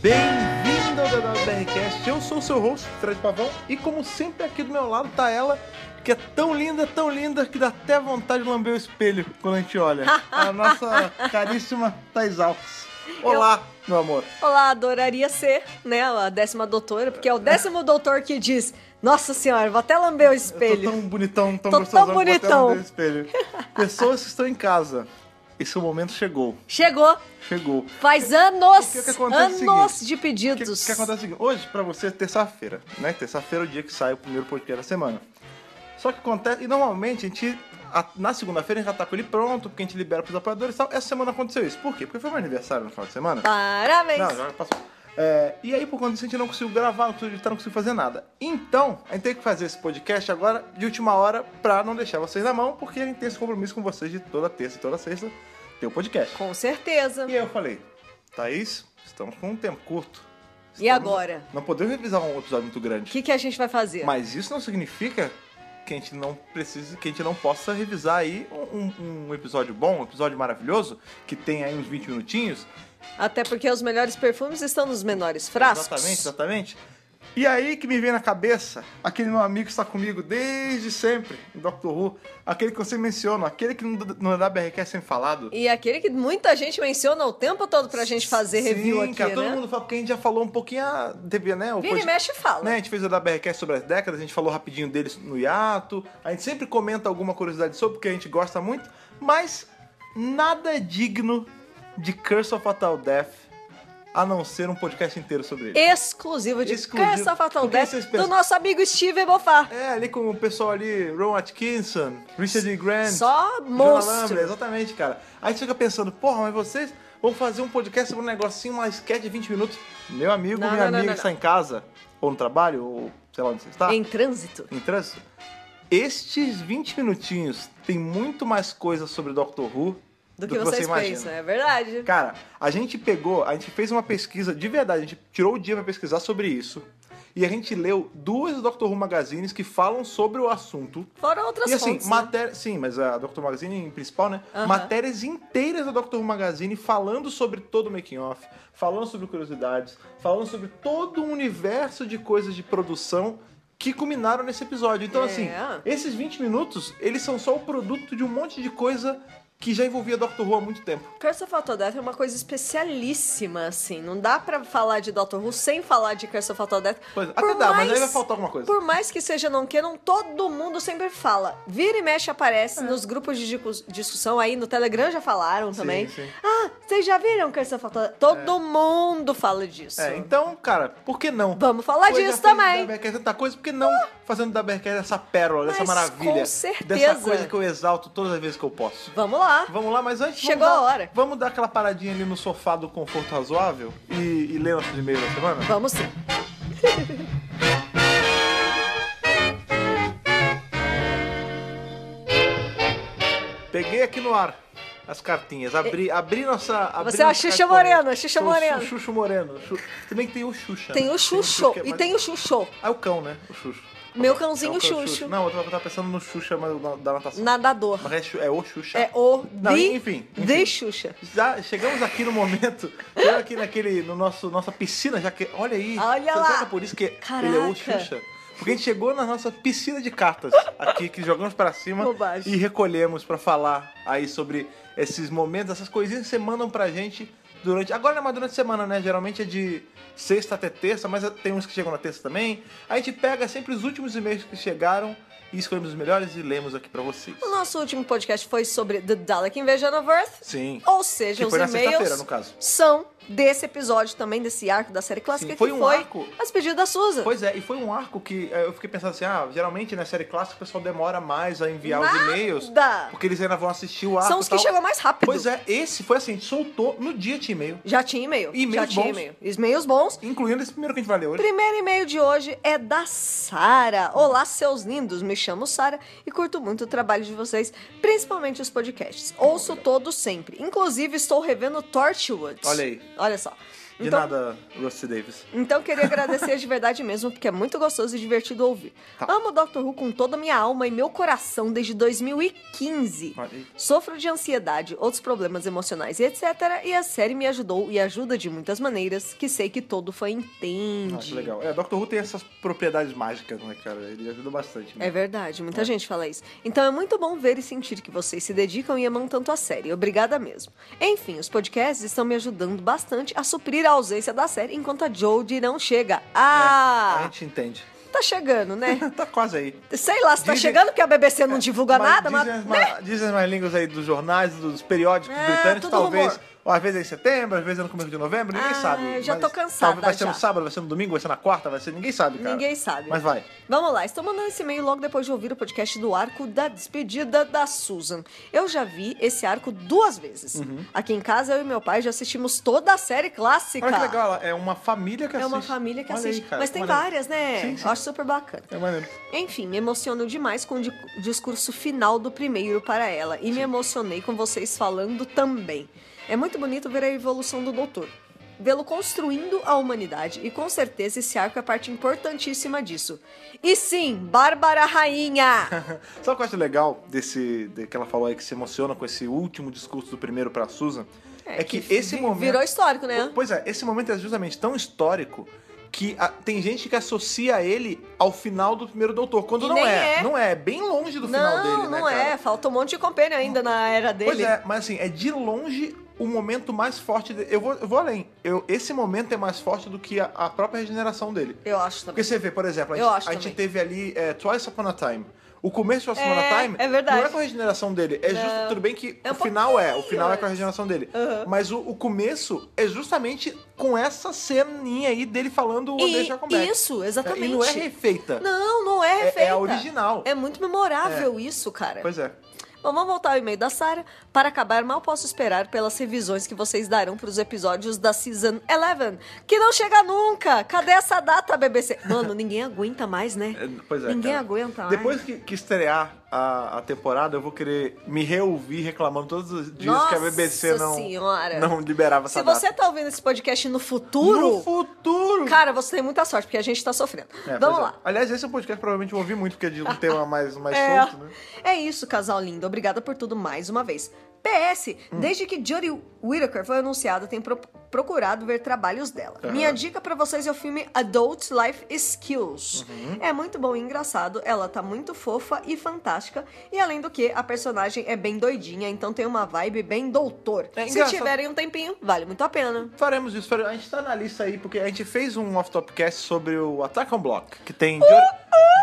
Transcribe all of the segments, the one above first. Bem-vindo ao WBRCast, eu sou o seu host, Fred Pavão, e como sempre aqui do meu lado tá ela, que é tão linda, tão linda, que dá até vontade de lamber o espelho quando a gente olha. A nossa caríssima Thais Alves. Olá, meu amor. Olá, adoraria ser, né, a décima doutora, porque é o décimo doutor que diz, nossa senhora, vou até lamber o Eu tô espelho. tão bonitão, tão Tô tão gostosão, que vou até bonitão. lamber o espelho. Pessoas que estão em casa, esse é momento chegou, Chegou, chegou. faz anos, O que que acontece é o anos seguinte, de O que, pedidos. que acontece é o seguinte, hoje pra você é terça-feira, né? Terça-feira é o dia que sai o primeiro podcast da semana. Só que acontece, e normalmente a gente, a- na segunda-feira a gente já tá com ele pronto, porque a gente libera pros apoiadores e tal. Essa semana aconteceu isso. Por quê? Porque foi meu aniversário no final de semana. Parabéns. Não, já passou. É, e aí, por conta disso, a gente não conseguiu gravar, não conseguiu editar, não conseguiu fazer nada. Então, a gente tem que fazer esse podcast agora de última hora pra não deixar vocês na mão, porque a gente tem esse compromisso com vocês de toda terça e toda sexta ter o podcast. Com certeza. E aí eu falei, Thaís, estamos com um tempo curto. E Estamos- agora? Não podemos revisar um episódio muito O grande. que, que a gente vai fazer? Mas isso não significa que a gente não precise, que a gente não possa revisar aí um, um episódio bom, um episódio maravilhoso, que tem aí uns 20 minutinhos. Até porque os melhores perfumes estão nos menores frascos. Exatamente, tá- exatamente. E aí que me vem na cabeça aquele meu amigo que está comigo desde sempre, o Dr. Who, aquele que você menciona, aquele que no, no WRQ é sempre falado. E aquele que muita gente menciona o tempo todo pra gente fazer review Sim, aqui, cara, todo né? mundo fala, porque a gente já falou um pouquinho, ah, teve, né? O Vira e podcast- mexe e fala. Né, a gente fez o da BRCast sobre as décadas, a gente falou rapidinho deles no hiato, a gente sempre comenta alguma curiosidade sobre, porque a gente gosta muito, mas nada é digno de Curse of Fatal Death, a não ser um podcast inteiro sobre ele. Exclusivo de Exclusivo. Curse of Fatal O que Death vocês pensam? do nosso amigo Steve Bofar. É, ali com o pessoal ali, Ron Atkinson, Richard E. Grant. Só Jonah monstro. Lambert, exatamente, cara. Aí você fica pensando, porra, mas vocês vão fazer um podcast sobre um negocinho, uma sketch de 20 minutos. Meu amigo, Não, minha não, não, amiga não, que está em casa, ou no trabalho, ou sei lá onde você está. Em trânsito. em trânsito. Estes 20 minutinhos tem muito mais coisa sobre Doctor Who Do que, vocês imagina. pensam, é verdade. Cara, a gente pegou, a gente fez uma pesquisa de verdade, a gente tirou o dia pra pesquisar sobre isso. E a gente leu duas Doctor Who magazines que falam sobre o assunto. Foram outras E assim, fontes, né? matéria. Sim, mas a Doctor Magazine em principal, né? Aham. Matérias inteiras da Doctor Who Magazine falando sobre todo o making off, falando sobre curiosidades, falando sobre todo o universo de coisas de produção que culminaram nesse episódio. Então, É. assim, esses 20 minutos, eles são só o produto de um monte de coisa que já envolvia Doctor Who há muito tempo. Curse of Fatal Death é uma coisa especialíssima, assim. Não dá pra falar de Doctor Who sem falar de Curse of Fatal Death. Pois, até Por dá, mas mais- aí vai faltar alguma coisa. Por mais que seja não queiram, todo mundo sempre fala. Vira e mexe aparece nos grupos de discu- discussão aí, no Telegram já falaram também. É. sim. Ah, vocês já viram Curse of Fatal Death? Todo mundo fala disso. É, então, cara, por que não? Vamos falar Coisa disso feita também. da Berker, tanta coisa, por que não fazendo da Berker essa pérola, dessa Mas maravilha? com certeza. Dessa coisa que eu exalto todas as vezes que eu posso. Vamos lá. Vamos lá, mas antes. Chegou vamos a dar- hora. Vamos dar aquela paradinha ali no sofá do conforto razoável e, e ler nossos e-mails da semana? Vamos sim. Peguei aqui no ar as cartinhas, abri, abri nossa. Abri Você é a nossa cartinha. Xuxa Morena, Xuxa Sou o Xu- Moreno. Xuxo Moreno. Xu- Também tem o Xuxa. Tem né? o Xuxo que é e mais- tem o Xuxo. Ah, é o cão, né? O Xuxo. Meu cãozinho É o cão Xuxo. Não, eu tava tava pensando no Xuxa mas na- da natação. Nadador. Mas é Xu- é o Xuxa. É o Não, de, enfim, de enfim. Xuxa. Já chegamos aqui no momento, chegamos aqui naquele, no nosso, nossa piscina, já que, olha aí, Olha você lá. sabe por isso que Caraca. ele é o Xuxa? Porque a gente chegou na nossa piscina de cartas aqui, que jogamos pra cima Bobagem. e recolhemos pra falar aí sobre esses momentos, essas coisinhas que você mandam pra gente durante, agora não é mais durante a semana, né, geralmente é de sexta até terça, mas tem uns que chegam na terça também, a gente pega sempre os últimos e-mails que chegaram e escolhemos os melhores e lemos aqui pra vocês. O nosso último podcast foi sobre The Dalek Invasion of Earth. Sim. Ou seja, Que os foi na sexta-feira, e-mails no caso. são desse episódio também, desse arco da série clássica, Sim, foi que um foi arco. as pedidas da Susan. Pois é, e foi um arco que eh, eu fiquei pensando assim, ah, geralmente na série clássica o pessoal demora mais a enviar os Nada! e-mails, porque eles ainda vão assistir o um arco São os e que tal. chegam mais rápido. Pois é, esse foi assim, a gente soltou no dia tinha e-mail, Já tinha e-mail. E-mails Já tinha bons. e-mail. E-mails bons. incluindo esse primeiro que a gente vai ler hoje. Primeiro e-mail de hoje é da Sara. Olá, seus lindos. Me chamo Sara e curto muito o trabalho de vocês, principalmente os podcasts. Ouço todos sempre. Inclusive, estou revendo Torchwood. Olha aí. Olha só. De Então- nada, Rusty Davis. Então queria agradecer de verdade mesmo, porque é muito gostoso e divertido ouvir. Tá. Amo Doctor Who com toda a minha alma e meu coração desde 2015. Olha aí. Sofro de ansiedade, outros problemas emocionais e etc. E a série me ajudou e ajuda de muitas maneiras que sei que todo fã entende. Ah, que legal. É, Doctor Who tem essas propriedades mágicas, né, cara? Ele ajuda bastante. né? É verdade, muita gente fala isso. Então é muito bom ver e sentir que vocês se dedicam e amam tanto a série. Obrigada mesmo. Enfim, os podcasts estão me ajudando bastante a suprir a ausência da série enquanto a Jodie não chega. É, A Ah! gente entende. Tá chegando, né? tá quase aí. Sei lá se tá Dizem- chegando, porque a BBC não divulga nada, mas. dizem, É, as ma- dizem as mais línguas aí dos jornais, dos periódicos É, britânicos, tudo talvez. rumor. Ou às vezes é em setembro, às vezes é no começo de novembro, ninguém Ah, sabe. já mas tô cansada Talvez vai ser já. no sábado, vai ser no domingo, vai ser na quarta, vai ser. Ninguém sabe, cara. Ninguém sabe. Mas vai. Vamos lá, estou mandando esse e-mail logo depois de ouvir o podcast do arco da despedida da Susan. Eu já vi esse arco duas vezes. Uhum. Aqui em casa, eu e meu pai já assistimos toda a série clássica. Olha que legal, é uma família que É assiste. uma família que Olha aí, assiste. cara, Mas que tem maneiro. várias, né? Sim, sim. Eu acho super bacana. É maneiro. Enfim, me emociono demais com o di- discurso final do primeiro para ela. E me emocionei com vocês falando também. É muito bonito ver a evolução do doutor. Vê-lo construindo a humanidade. E com certeza esse arco é parte importantíssima disso. E sim, Bárbara Rainha! Sabe o que eu acho legal desse, de, que ela falou aí que se emociona com esse último discurso do primeiro pra Susan? É, que, esse vi- momento. Virou histórico, né? Pois é, esse momento é justamente tão histórico que a- tem gente que associa ele ao final do primeiro doutor, quando E não nem é, é. Não é, é bem longe do final não, dele, né, não cara? é. Falta um monte de companheiro ainda na era dele. Pois é, mas assim, é de longe o momento mais forte. de- Eu, vou, eu vou além. Eu, esse momento é mais forte do que a, a própria regeneração dele. Eu acho também. Porque você vê, por exemplo, a Eu acho gente, a gente também. teve ali é, Twice Upon a Time. O começo de Twice Upon É, a Time é verdade. não é com a regeneração dele. É justo, tudo bem que É um o final é, o pouquinho final é com a antes. regeneração dele. Aham. Mas o, o começo é justamente com essa ceninha aí dele falando o E- Deixa Comeback. isso, exatamente. E não é refeita. Não, não é é, refeita. é a original. É muito memorável isso, cara. Pois é. Bom, vamos voltar ao e-mail da Sarah. Para acabar, mal posso esperar pelas revisões que vocês darão para os episódios da Season 11, que não chega nunca. Cadê essa data, BBC? Mano, ninguém aguenta mais, né? É, Pois é, ninguém cara. aguenta mais. Depois que, que estrear a, a temporada, eu vou querer me reouvir reclamando todos os dias que a Nossa BBC não, Senhora. não liberava essa Se data. você tá ouvindo esse podcast no futuro, No futuro! cara, você tem muita sorte, porque a gente tá sofrendo. É, vamos pois lá. é. Aliás, esse é um podcast que provavelmente eu ouvi muito, porque é de um tema mais, mais É. solto, né? É isso, casal lindo. Obrigada por tudo mais uma vez. PS, Hum. desde que Jodie Whittaker foi anunciada, tenho pro- procurado ver trabalhos dela. Aham. Minha dica pra vocês é o filme Adult Life Skills. Uhum. É muito bom e engraçado, ela tá muito fofa e fantástica, e além do que, a personagem é bem doidinha, então tem uma vibe bem doutor. É Se engraçado. tiverem um tempinho, vale muito a pena. Faremos isso, faremos. a gente tá na lista aí, porque a gente fez um off-topcast sobre o Attack on Block, que tem Jory,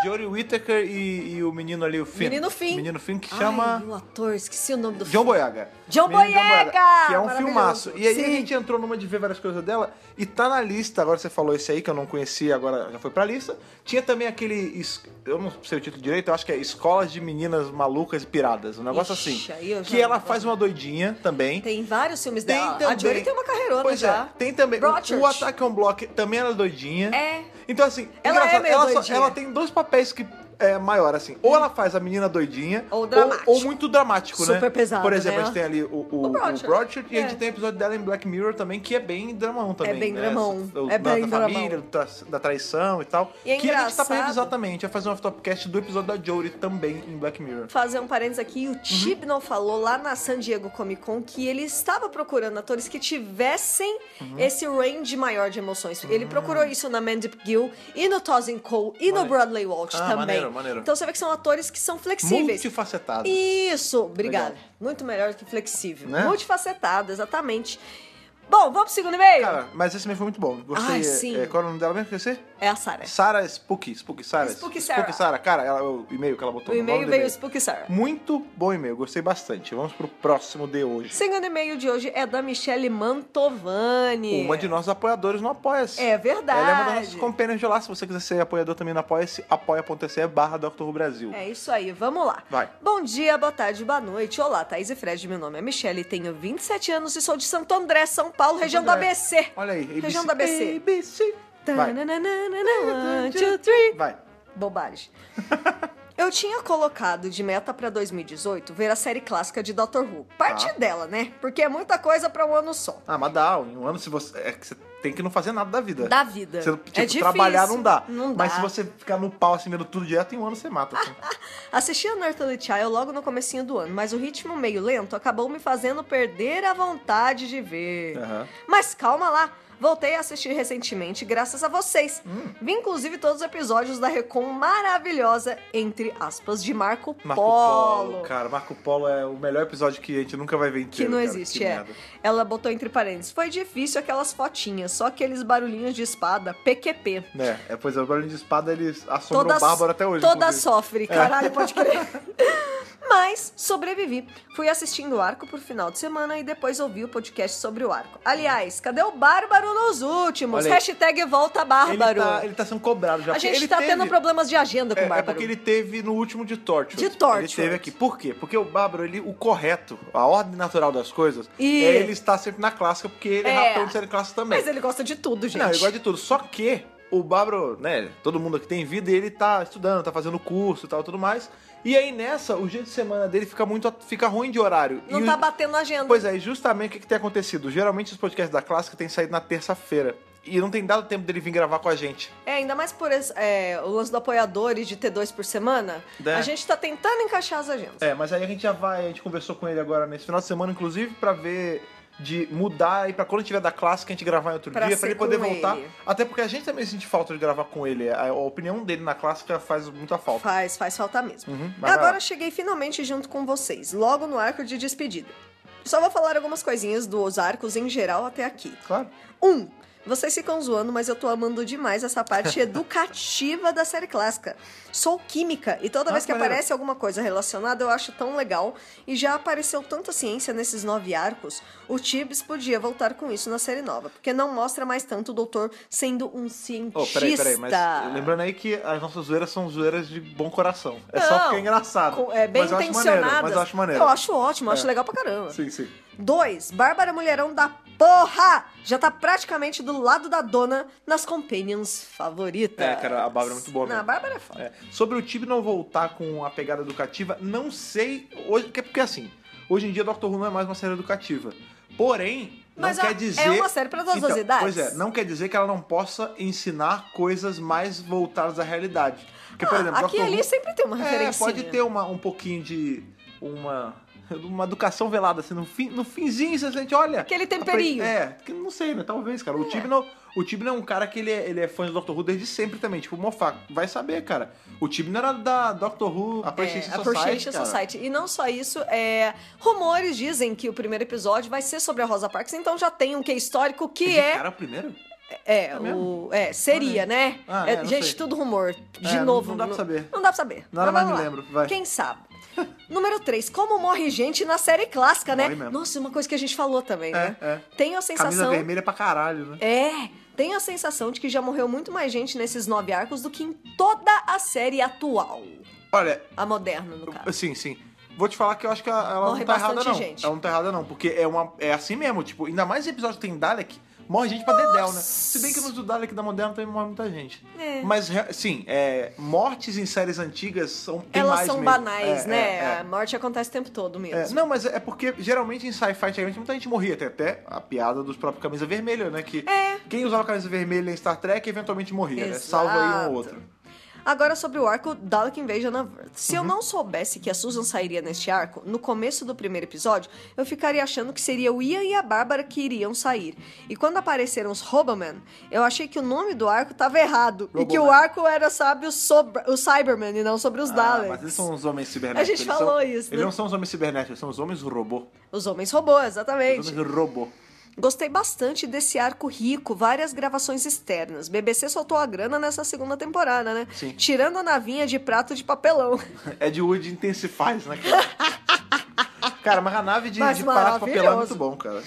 Jory Whittaker e, e o menino ali, o Finn. Uh-huh. Menino Finn. Menino Finn, que Ai, chama o ator, esqueci o nome do John filme. Boyega. John Menino Boyega! Que é um Maravilhoso. filmaço. E aí a Sim. gente entrou numa de ver várias coisas dela, e tá na lista, agora você falou esse aí, que eu não conhecia, agora já foi pra lista. Tinha também aquele, es- eu não sei o título direito, eu acho que é Escolas de Meninas Malucas e Piradas, um negócio Ixi, aí assim. eu já Que não ela gosto. faz uma doidinha também. Tem vários filmes Tem dela. A também. Jory tem uma carreirona Pois já. é, tem também. O, Broadchurch. o Attack on Block também era doidinha. É. Então, assim, Ela é engraçado, meio ela, só- doidinha. ela tem dois papéis que é maior, assim. Ou ela faz a menina doidinha, Ou dramático. ou, muito dramático, né? Super pesado, Por exemplo, né? a gente tem ali o, o, O o Broadchurch. Broadchurch, e a É. gente tem o episódio dela em Black Mirror também, que é bem dramão também. bem né? dramão. O- É da, bem da família, dramão. do tra- da traição e tal. E é que a gente tá pra engraçado. revisar também. A gente vai fazer um off-topcast do episódio da Jory também em Black Mirror. fazer um parênteses aqui. Uhum. O Chibnall falou lá na San Diego Comic Con que ele estava procurando atores que tivessem Uhum. esse range maior de emoções. Ele procurou isso na Mandy Gill e no Tosin Cole e no Hum. Maneiro. Bradley Walsh Ah, também. maneiro, maneiro. Então você vê que são atores que são flexíveis. Multifacetado. Isso, obrigada. Legal. Muito melhor que flexível. Né? Multifacetado, exatamente. Bom, vamos pro segundo e-mail? Cara, mas esse mesmo foi muito bom. Gostei. Ai, é- sim. é, qual é o nome dela mesmo? Esqueci? é a Sarah. Sarah Spooky, Spooky Sarah. Spooky Sarah. cara, ela- o e-mail que ela botou O no e-mail nome do veio Spooky Sarah. Muito bom e-mail, gostei bastante. Vamos pro próximo de hoje. Segundo e-mail de hoje é da Michelle Mantovani. Uma de nossos apoiadores no Apoia-se. É verdade. Ela é uma das nossas companheiras de lá. Se você quiser ser apoiador também no Apoia-se, apoia.se barra Dr. Who Brasil. É isso aí, vamos lá. Vai. Bom dia, boa tarde, boa noite. Olá, Thaís e Fred, meu nome é Michelle, tenho 27 anos e sou de Santo André, São Paulo, região da André. ABC. Olha aí, ABC. Região da ABC. ABC. Vai. Tananana, one, two, three. Vai. Bobagem. Eu tinha colocado de meta pra 2018 ver a série clássica de Doctor Who. Parte Tá. dela, né? Porque é muita coisa pra um ano só. Ah, mas dá, em um ano se você... É que você tem que não fazer nada da vida. Da vida. Você, é tipo, difícil. trabalhar não dá. Mas Não dá. Ah, se você ficar no pau assim, vendo tudo direto, em um ano você mata. assim. Assisti a Nurtly Child logo no comecinho do ano, mas o ritmo meio lento acabou me fazendo perder a vontade de ver. Aham. Mas calma lá, voltei a assistir recentemente graças a vocês. Hum. Vi inclusive todos os episódios da Recon maravilhosa, entre aspas, de Marco, Marco Polo. cara. Marco Polo é o melhor episódio que a gente nunca vai ver Que inteiro. não cara. existe, Que é. merda. Ela botou entre parênteses. Foi difícil aquelas fotinhas, só aqueles barulhinhos de espada, PQP. Né? É, pois é, o barulho de espada eles assombram o Bárbaro até hoje. Toda inclusive. É. sofre, caralho, pode crer. Mas sobrevivi. Fui assistindo o arco por final de semana e depois ouvi o podcast sobre o arco. Aliás, cadê o Bárbaro nos últimos? Olha aí. Hashtag volta Ele Bárbaro. tá, ele tá sendo cobrado já. A porque gente ele tá teve- tendo problemas de agenda com É, o é Bárbaro. porque ele teve no último de Torture. De Torture. Ele teve aqui. Por quê? Porque o Bárbaro, ele, o correto, a ordem natural das coisas, E- é ele estar sempre na clássica, porque ele é, É. ratão de série clássica também. Mas ele gosta de tudo, gente. Não, ele gosta de tudo. Só que o Bárbaro, né, todo mundo aqui tem vida e ele tá estudando, tá fazendo curso e tal, tudo mais. E aí nessa, o dia de semana dele fica muito fica ruim de horário. Não e tá o- batendo a agenda. Pois é, e justamente o que, que tem acontecido? Geralmente os podcasts da clássica têm saído na terça-feira. E não tem dado tempo dele vir gravar com a gente. É, ainda mais por esse- é, o lance do apoiadores de ter dois por semana. É. A gente tá tentando encaixar as agendas. É, mas aí a gente já vai, a gente conversou com ele agora nesse final de semana, inclusive, pra ver de mudar e pra quando tiver da clássica a gente gravar em outro Pra dia, ser pra ele poder com voltar. ele. Até porque a gente também sente falta de gravar com ele. A, a opinião dele na clássica faz muita falta. Faz, faz falta mesmo. É. Uhum, E mas vai agora lá. eu cheguei finalmente junto com vocês, logo no arco de despedida. Só vou falar algumas coisinhas dos arcos em geral até aqui. Claro. Um, vocês ficam zoando, mas eu tô amando demais essa parte educativa da série clássica. Sou química e toda Ah, vez que maneiro. aparece alguma coisa relacionada eu acho tão legal. E já apareceu tanta ciência nesses nove arcos, o Tibbs podia voltar com isso na série nova, porque não mostra mais tanto o doutor sendo um cientista. Oh, peraí, peraí, mas lembrando aí que as nossas zoeiras são zoeiras de bom coração. É só Não, porque é engraçado. Com- é, bem mas eu acho intencionadas. maneiro, mas eu acho maneiro. Eu acho ótimo, eu acho É. legal pra caramba. Sim, sim. Dois, Bárbara Mulherão da porra! Já tá praticamente do lado da dona nas companions favoritas. É, cara, a Bárbara é muito boa Não, mesmo. a Bárbara é foda. É. Sobre o Tibi não voltar com a pegada educativa, não sei. Hoje, porque, porque assim, hoje em dia Doctor Who não é mais uma série educativa. Porém, Mas não a- quer dizer. é uma série pra todas as Então, idades. Pois é, não quer dizer que ela não possa ensinar coisas mais voltadas à realidade. Porque, por Ah, exemplo, aqui e Doctor ali Who- sempre tem uma É, referência. pode ter uma, um pouquinho de. uma. Uma educação velada, assim, no, fim, no finzinho você sente, olha. Aquele temperinho. É, que não sei, né? Talvez, cara. O Tibi não. O Tibner é um cara que ele é, ele é fã de Doctor Who desde sempre também. Tipo, o Moffat vai saber, cara. O Tibner era da Doctor Who Appreciation É, Society. Appreciation cara. Society. E não só isso, é, rumores dizem que o primeiro episódio vai ser sobre a Rosa Parks, então já tem um que histórico que Esse é. cara é o primeiro? É, mesmo? o, é seria, né? Ah, É, é, não gente, sei. tudo rumor. De É, não- novo. não dá pra saber. Não dá pra saber. Nada Mas mais me vamos lá. lembro, vai. Quem sabe? Número 3. Como morre gente na série clássica, né? Morre mesmo. Nossa, uma coisa que a gente falou também, né? É, é. Tenho a Camisa sensação. vermelha pra caralho, né? É. Tenho a sensação de que já morreu muito mais gente nesses nove arcos do que em toda a série atual. Olha, A moderna, no caso. Sim, Assim, sim. Vou te falar que eu acho que ela ela Morre não tá errada, bastante não. gente. Ela não tá errada, não. Porque é, uma, é assim mesmo, tipo, ainda mais esse episódio que tem Dalek, morre gente pra Dedel, né? Se bem que nos do Dalek da Moderna também morre muita gente. É. Mas, re- sim, é, mortes em séries antigas são tem Elas mais são mesmo. banais, É, né? é, é. A morte acontece o tempo todo mesmo. É, não, mas é porque geralmente em sci-fi antigamente muita gente morria, até até a piada dos próprios camisa vermelha, né? Que É. quem usava camisa vermelha em Star Trek eventualmente morria, né? Salva aí um ou Exato. outro. Agora sobre o arco Dalek Invasion of Earth. Se Uhum. eu não soubesse que a Susan sairia neste arco, no começo do primeiro episódio, eu ficaria achando que seria o Ian e a Bárbara que iriam sair. E quando apareceram os Roboman, eu achei que o nome do arco estava errado. E que o Roboman. arco era, sabe, o, sobra- o Cyberman e não sobre os Ah, Daleks. mas eles são os homens cibernéticos. A gente eles falou são- isso, né? Eles não são os homens cibernéticos, são os homens robô. Os homens robô, Os exatamente. homens robô. Gostei bastante desse arco rico, várias gravações externas. BBC soltou a grana nessa segunda temporada, né? Sim. Tirando a navinha de prato de papelão. Ed Wood intensifies, né, cara? cara, mas a nave de, Mas de parar de papelão é maravilhoso. muito bom, cara.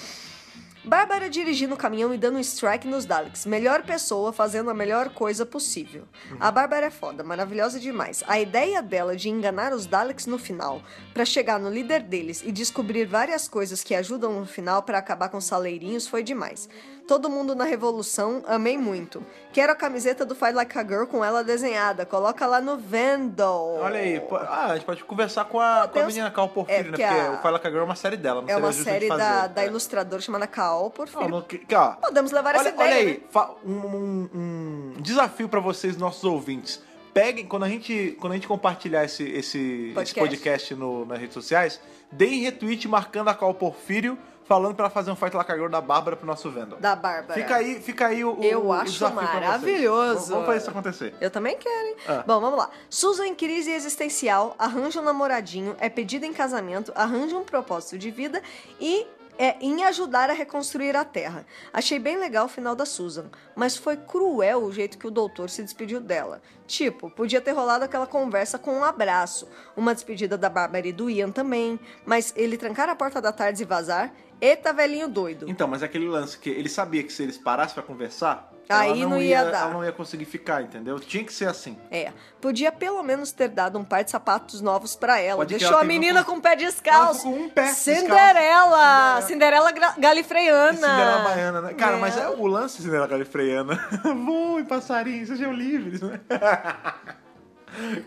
Bárbara dirigindo o caminhão e dando um strike nos Daleks. Melhor pessoa fazendo a melhor coisa possível. A Bárbara é foda, maravilhosa demais. A ideia dela de enganar os Daleks no final, pra chegar no líder deles e descobrir várias coisas que ajudam no final pra acabar com os saleirinhos foi demais. Todo mundo na revolução, amei muito. Quero a camiseta do Fight Like a Girl com ela desenhada. Coloca lá no Vandal. Olha aí, pô, ah, a gente pode conversar com a, Meu com a Deus. menina Cal Porfírio, É, né? porque Porque a- o Fala Cagão é uma série dela, não É seria uma justo a série gente da, fazer. da É. ilustradora chamada Cal. legal, Porfírio. Não, não, que- que, ó, Podemos levar olha, essa ideia, olha aí, né? fa- um, um- um desafio pra vocês, nossos ouvintes. Peguem, quando a gente, quando a gente compartilhar esse, esse esse podcast, Podcast. no- nas redes sociais, deem retweet marcando a qual Porfírio, falando pra fazer um fight lacagor da Bárbara pro nosso Vendor. Da Bárbara. Fica aí, fica aí o, o- Eu o acho desafio pra vocês. maravilhoso. Vamos- Vamos fazer isso acontecer. Eu também quero, hein? Ah. Bom, vamos lá. Susan em crise existencial, arranja um namoradinho, é pedido em casamento, arranja um propósito de vida e é em ajudar a reconstruir a Terra. Achei bem legal o final da Susan, mas foi cruel o jeito que o doutor se despediu dela. Tipo, podia ter rolado aquela conversa com um abraço, uma despedida da Bárbara e do Ian também, mas ele trancar a porta da tarde e vazar? Eita, velhinho doido. Então, mas é aquele lance que ele sabia que se eles parassem pra conversar, Aí ela não, não ia ia, dar. ela não ia conseguir ficar, entendeu? Tinha que ser assim. É, podia pelo menos ter dado um par de sapatos novos pra ela. Pode que Deixou ela a teve menina um- com o pé descalço. Ela ficou com um pé Cinderela! descalço. Cinderela gra- galifreiana. Cinderela baiana, né? Cara, mas é o. o lance de Cinderela galifreiana. Voem, passarinhos, sejam livres, né?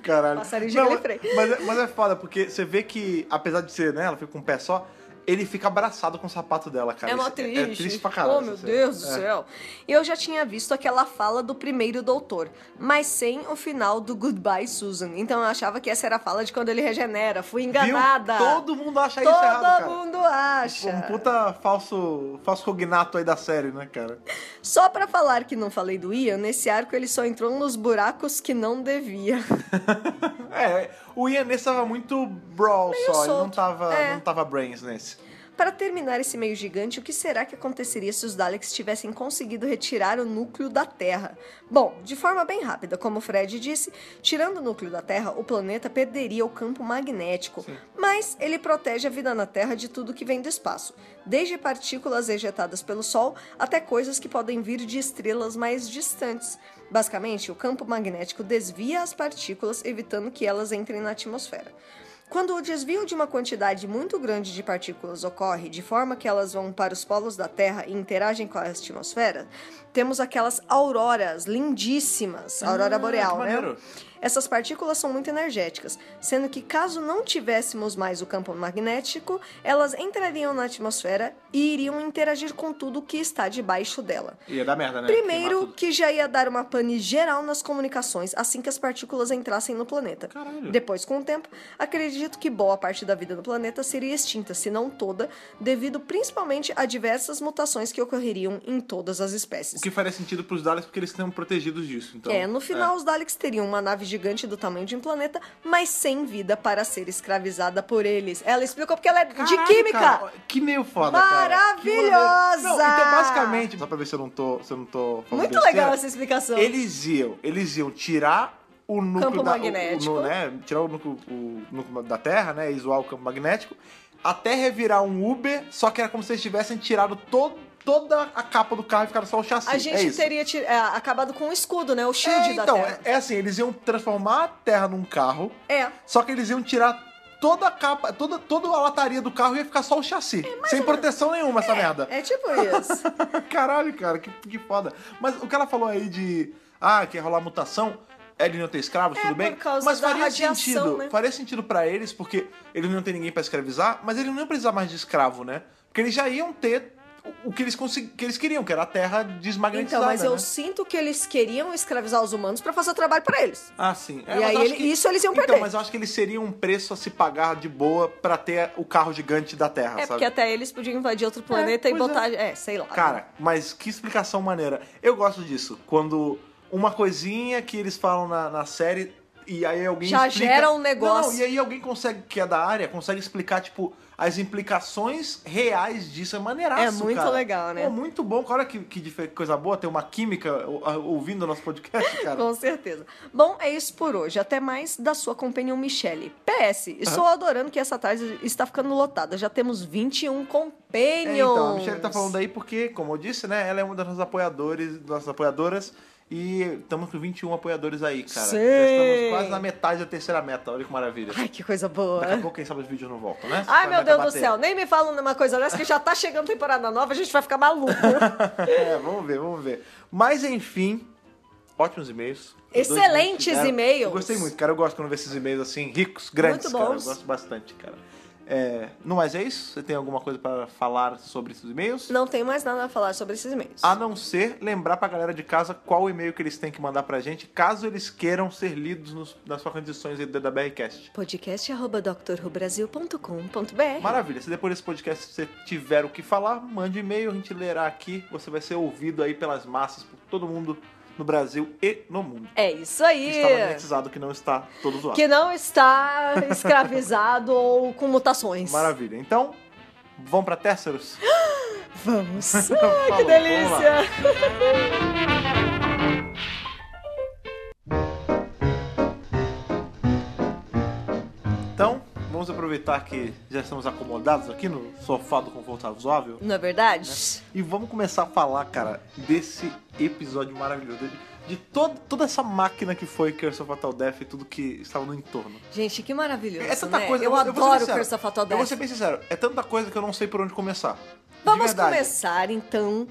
Caralho. Passarinho de Não, galifrei. Mas, é- mas é foda, porque você vê que, apesar de ser, né, ela fica com um pé só, ele fica abraçado com o sapato dela, cara. É uma Isso triste. É, triste pra caralho. Oh, meu essa Deus do cena. É. céu. Eu já tinha visto aquela fala do primeiro doutor, mas sem o final do Goodbye, Susan. Então eu achava que essa era a fala de quando ele regenera. Fui enganada. Viu? Todo mundo acha isso Todo errado, cara. mundo acha. Um puta falso, falso cognato aí da série, né, cara? Só pra falar que não falei do Ian, nesse arco ele só entrou nos buracos que não devia. É, o Ianês tava muito brawl Meio só, ele não solto. tava, É. não tava brains nesse. Para terminar esse meio gigante, o que será que aconteceria se os Daleks tivessem conseguido retirar o núcleo da Terra? Bom, de forma bem rápida, como o Fred disse, tirando o núcleo da Terra, o planeta perderia o campo magnético, mas ele protege a vida na Terra de tudo que vem do espaço, desde partículas ejetadas pelo Sol até coisas que podem vir de estrelas mais distantes. Basicamente, o campo magnético desvia as partículas, evitando que elas entrem na atmosfera. Quando o desvio de uma quantidade muito grande de partículas ocorre, de forma que elas vão para os polos da Terra e interagem com a atmosfera, temos aquelas auroras lindíssimas, aurora Ah, boreal, que né? maneiro. Essas partículas são muito energéticas, sendo que caso não tivéssemos mais o campo magnético, elas entrariam na atmosfera e iriam interagir com tudo que está debaixo dela. Ia dar merda, né? Queimar Primeiro tudo. que já ia dar uma pane geral nas comunicações assim que as partículas entrassem no planeta. Caralho. Depois, com o tempo, acredito que boa parte da vida do planeta seria extinta, se não toda, devido principalmente a diversas mutações que ocorreriam em todas as espécies. O que faria sentido pros Daleks porque eles estão protegidos disso, então. é, no final, os Daleks teriam uma nave gigante do tamanho de um planeta, mas sem vida para ser escravizada por eles. Ela explicou porque ela é Caralho, de química! cara, que meio foda, cara. Maravilhosa! Que maneiro. Não, então, basicamente, só pra ver se eu não tô, se eu não tô falando Muito besteira, legal essa explicação. Eles iam, eles iam tirar o núcleo Campo da, o- o- magnético. no- né, tirar o núcleo, o núcleo da Terra, né, e zoar o campo magnético, até revirar um Uber, só que era como se eles tivessem tirado todo- toda a capa do carro e ficaram só o chassi. A é gente isso. teria ti- é, acabado com o escudo, né? O shield é, da então, Terra. é, é assim, eles iam transformar a Terra num carro, É. só que eles iam tirar toda a capa, toda, toda a lataria do carro e ia ficar só o chassi. sem proteção nenhuma essa merda. É tipo isso. Caralho, cara, que, que foda. Mas o cara falou aí de. Ah, quer rolar mutação? É de não ter escravos, É, tudo bem? por causa mas da faria radiação, sentido. né? Faria sentido pra eles, porque eles não têm ninguém pra escravizar, mas eles não iam precisar mais de escravo, né? Porque eles já iam ter o- o que eles, consegui- que eles queriam, que era a terra desmagnetizada. Então, mas eu né? sinto que eles queriam escravizar os humanos pra fazer o trabalho pra eles. Ah, sim. E mas aí eu acho ele- isso eles iam perder. Então, mas eu acho que eles seriam um preço a se pagar de boa pra ter o carro gigante da Terra, É, ah, sabe? porque até eles podiam invadir outro planeta e pois botar. É. sei lá. Cara, mas que explicação maneira. Eu gosto disso. Quando uma coisinha que eles falam na, na série e aí alguém Já explica... gera um Não, negócio. Não, e aí alguém consegue, que é da área, consegue explicar, tipo, as implicações reais disso. É maneiraço, É muito cara. legal, né? Pô, muito bom. Olha que, que difer- coisa boa ter uma química ou- a- ouvindo o nosso podcast, cara. Com certeza. Bom, é isso por hoje. Até mais da sua companhia Michelle. PS, estou adorando que essa tarde está ficando lotada. Já temos 21 companions. É, então, a Michelle tá falando aí porque, como eu disse, né? Ela é uma das nossas apoiadores, nossas apoiadoras. E estamos com 21 apoiadores aí, cara. Sim. Já estamos quase na metade da terceira meta. Olha que maravilha. Ai, que coisa boa. Daqui a pouco, quem sabe, os vídeos não voltam, né? É. Ai, Vai- meu vai Deus do bater. céu, nem me falam numa coisa dessa que já tá chegando temporada nova, a gente vai ficar maluco. é, vamos ver, vamos ver. Mas, enfim, ótimos e-mails. Os dois é, e-mails Excelentes que tiveram. e-mails. Eu Gostei muito, cara. Eu gosto quando eu vejo esses e-mails assim, ricos, grandes, Muito cara. Eu bons. gosto bastante, cara. É, no mais é isso? Você tem alguma coisa para falar sobre esses e-mails? Não tenho mais nada a falar sobre esses e-mails. A não ser lembrar pra galera de casa qual e-mail que eles têm que mandar pra gente, caso eles queiram ser lidos nos- nas suas edições aí da da BRCast. podcast.drrubrasil.com.br Maravilha, se depois desse podcast você tiver o que falar, mande um e-mail, a gente lerá aqui, você vai ser ouvido aí pelas massas, por todo mundo no Brasil e no mundo. É isso Que aí! está magnetizado, que não está todo zoado. Que é não está escravizado ou com mutações. Maravilha. Então, vamos pra Tesseros? Vamos! Ah, Falou, que vamos lá. delícia! Então, vamos aproveitar que já estamos acomodados aqui no sofá do conforto razoável. Não é verdade? E vamos começar a falar, cara, desse episódio maravilhoso. De, de todo- toda essa máquina que foi Curse of Fatal Death e tudo que estava no entorno. Gente, que maravilhoso, É tanta né? coisa. eu, vou- vou ser adoro o sincero. Curse of Fatal Eu vou Death. ser bem sincero. É tanta coisa que eu não sei por onde começar. De Vamos verdade. começar, então,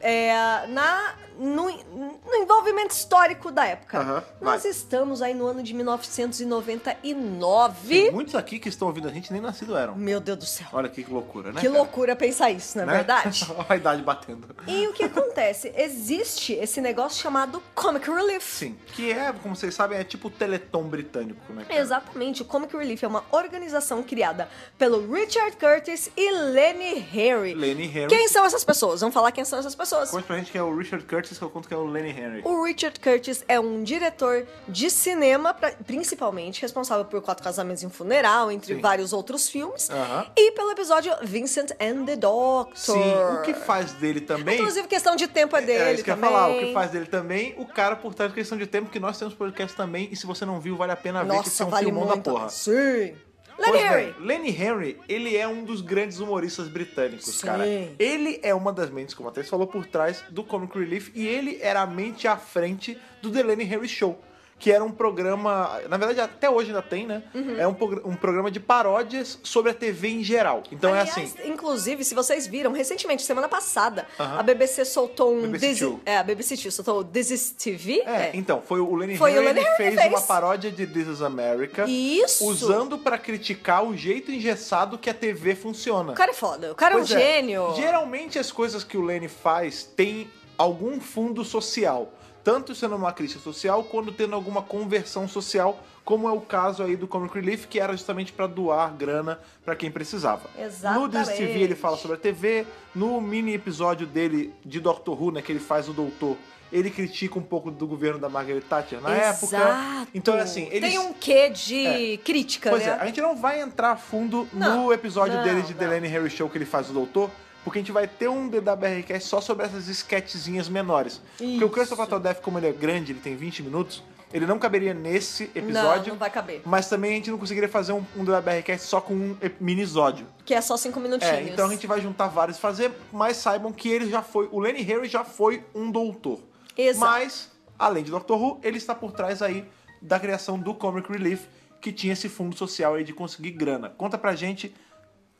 é, na, no, no envolvimento histórico da época. Aham, Nós vai. estamos aí no ano de 1999. Tem muitos aqui que estão ouvindo a gente nem nascido eram. Meu Deus do céu. Olha que loucura, né? que cara? loucura pensar isso, não é Né? verdade? Olha a idade batendo. E o que acontece? Existe esse negócio chamado Comic Relief. Sim. Que é, como vocês sabem, é tipo o Teleton britânico, né? cara? Exatamente, o Comic Relief é uma organização criada pelo Richard Curtis e Lenny Henry. Lenny Henry. Quem são essas pessoas? Vamos falar quem são essas pessoas. Conte pra gente que é o Richard Curtis, que eu conto que é o Lenny Henry. O Richard Curtis é um diretor de cinema, pra- principalmente responsável por Quatro Casamentos e um Funeral, entre Sim. vários outros filmes, Aham. e pelo episódio Vincent and the Doctor. Sim, o que faz dele também. Inclusive, questão de tempo é dele é isso que eu ia também. falar. O que faz dele também, o cara por trás da questão de tempo, que nós temos podcast também, e se você não viu, vale a pena ver que isso Nossa, é um vale filmão muito. da porra. Sim. Lenny Pois bem, Harry. Lenny Henry, ele é um dos grandes humoristas britânicos, Sim. cara. Ele é uma das mentes, como até se falou, por trás do Comic Relief e ele era a mente à frente do The Lenny Henry Show. Que era um programa, na verdade até hoje ainda tem, né? Uhum. É um, progr- um programa de paródias sobre a TV em geral. Então Aliás, é assim. Inclusive, se vocês viram, recentemente, semana passada, Aham. a BBC soltou um. BBC This- Two. É, a BBC Two soltou o This is TV. É, então, foi o Lenny Foi Henry, o Lenny ele Henry fez, que fez. uma paródia de This is America. Isso. Usando pra criticar o jeito engessado que a TV funciona. O cara é foda. O cara Pois é um gênio. Geralmente as coisas que o Lenny faz têm algum fundo social. Tanto sendo uma crítica social, quanto tendo alguma conversão social, como é o caso aí do Comic Relief, que era justamente pra doar grana pra quem precisava. No Exatamente. This TV ele fala sobre a TV, no mini episódio dele de Doctor Who, né, que ele faz o Doutor, ele critica um pouco do governo da Margaret Thatcher na Exato. época. Então, assim, eles... Tem um quê de crítica, Pois é, né? a gente não vai entrar a fundo Não, no episódio não, dele de não. The Lenny Harry Show que ele faz o Doutor, porque a gente vai ter um DWRcast só sobre essas esquetezinhas menores. Porque o Isso. Curse of Fatal Death, como ele é grande, ele tem 20 minutos, ele não caberia nesse Não, um episódio, não vai caber. mas também a gente não conseguiria fazer um, um DWRcast só com um ep- minisódio. Que é só cinco minutinhos. É, então a gente vai juntar vários e fazer, mas saibam que ele já foi, o Lenny Harry já foi um doutor. Exato. Mas, além de Doctor Who, ele está por trás aí da criação do Comic Relief, que tinha esse fundo social aí de conseguir grana. Conta pra gente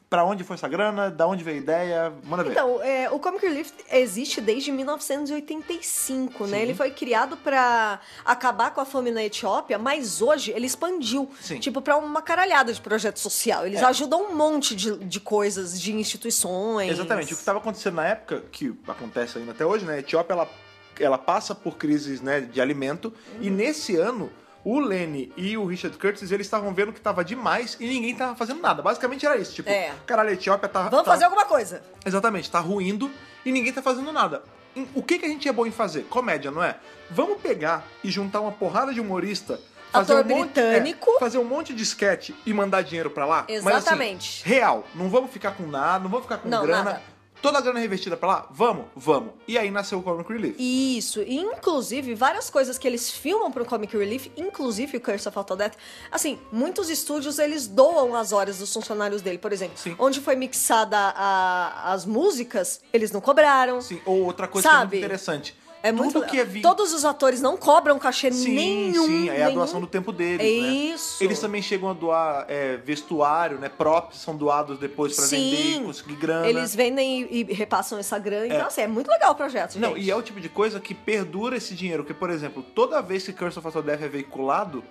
pra onde foi essa grana, da onde veio a ideia, manda ver. Então, é, o Comic Relief existe desde 1985, né? Sim. Ele foi criado pra acabar com a fome na Etiópia, mas hoje ele expandiu, Sim. É. tipo, pra uma caralhada de projeto social. Eles ajudam um monte de, de coisas, de instituições. Exatamente. O que tá estava acontecendo na época, que acontece ainda até hoje, né? A Etiópia ela, ela passa por crises né, de alimento. E Uhum. nesse ano, o Lenny e o Richard Curtis eles estavam vendo que tava demais e ninguém tava fazendo nada. Basicamente era isso. Tipo, É. caralho, a Etiópia tá. Vamos tá- fazer alguma coisa. Exatamente, tá ruindo e ninguém tá fazendo nada. Em- O que, que a gente é bom em fazer? Comédia, não é? Vamos pegar e juntar uma porrada de humorista. Fazer Ator um monte, britânico. é, fazer um monte de sketch e mandar dinheiro pra lá. Mas, assim, Exatamente. real, não vamos ficar com nada, não vamos ficar com Não, grana. nada. Toda a grana revestida pra lá? Vamos, vamos. E aí nasceu o Comic Relief. Isso, e inclusive várias coisas que eles filmam pro Comic Relief, inclusive o Curse of Fatal Death. Assim, muitos estúdios eles doam as horas dos funcionários dele, por exemplo. Sim. Onde foi mixada a- as músicas, eles não cobraram. Sim, ou outra coisa que é Sabe? muito interessante. É Tudo muito que é vi- Todos os atores não cobram cachê Sim, nenhum. sim, é a nenhum. doação do tempo deles, É né? isso. Eles também chegam a doar é, vestuário, né? Props são doados depois pra vender Sim. e conseguir grana. Eles vendem e, e repassam essa grana. Então, assim, é muito legal o projeto. Não, gente. e é o tipo de coisa que perdura esse dinheiro. Porque, por exemplo, toda vez que Curse of Fatal Death é veiculado,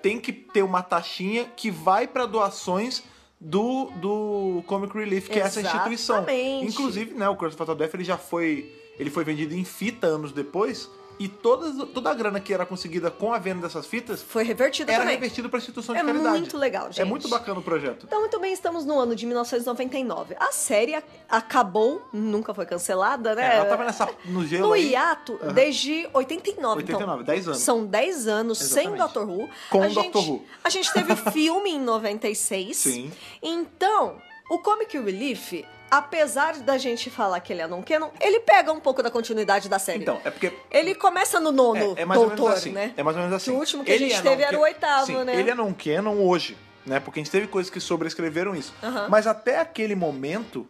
tem que ter uma taxinha que vai pra doações do, do Comic Relief, que é essa instituição. Exatamente. Inclusive, né, o Curse of Fatal Death ele já foi, ele foi vendido em fita anos depois, e todas, toda a grana que era conseguida com a venda dessas fitas Foi revertida era também. revertida para instituição de É caridade. muito legal, gente. É muito bacana o projeto. Então, muito bem, estamos no ano de 1999. A série a- acabou, nunca foi cancelada, né? É, ela tava nessa, no gelo no aí, hiato Aham. desde 89, 89, então. 10 anos. São 10 anos sem Exatamente. Doctor Who. Com a Doctor gente, Who. A gente teve filme em 96. Sim. Então, o Comic Relief, apesar da gente falar que ele é non-canon, ele pega um pouco da continuidade da série. Então, é porque Ele começa no nono É, é mais doutor, ou menos assim. né? É mais ou menos assim. O último que a gente teve não- era o oitavo, sim, né? Ele é não canon hoje, né? Porque a gente teve coisas que sobrescreveram isso. Aham. Mas até aquele momento,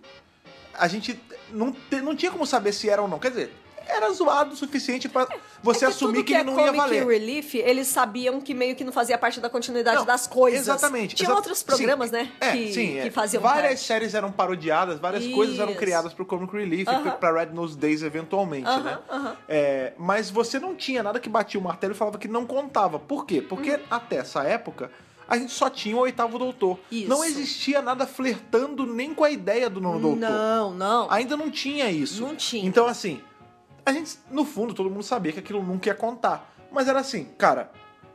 a gente não, te- não tinha como saber se era ou não. Quer dizer, era zoado o suficiente pra você É assumir tudo que, é ele não ia Comic valer. Relief, eles sabiam que meio que não fazia parte da continuidade Não, das coisas. Exatamente. Tinha Exa- outros programas, sim. né? É, que, sim. é. que faziam várias parte. séries eram parodiadas, várias coisas eram Isso. criadas pro Comic Relief, Aham. pra Red Nose Days eventualmente, Aham, né? aham. É, mas você não tinha nada que batia o martelo e falava que não contava. Por quê? Uhum. Porque até essa época. A gente só tinha o oitavo doutor. Isso. Não existia nada flertando nem com a ideia do nono doutor. Ah, Não, não. Ainda não tinha isso. Não tinha. Então, assim, a gente, no fundo, todo mundo sabia que aquilo nunca ia contar. Mas era assim, cara,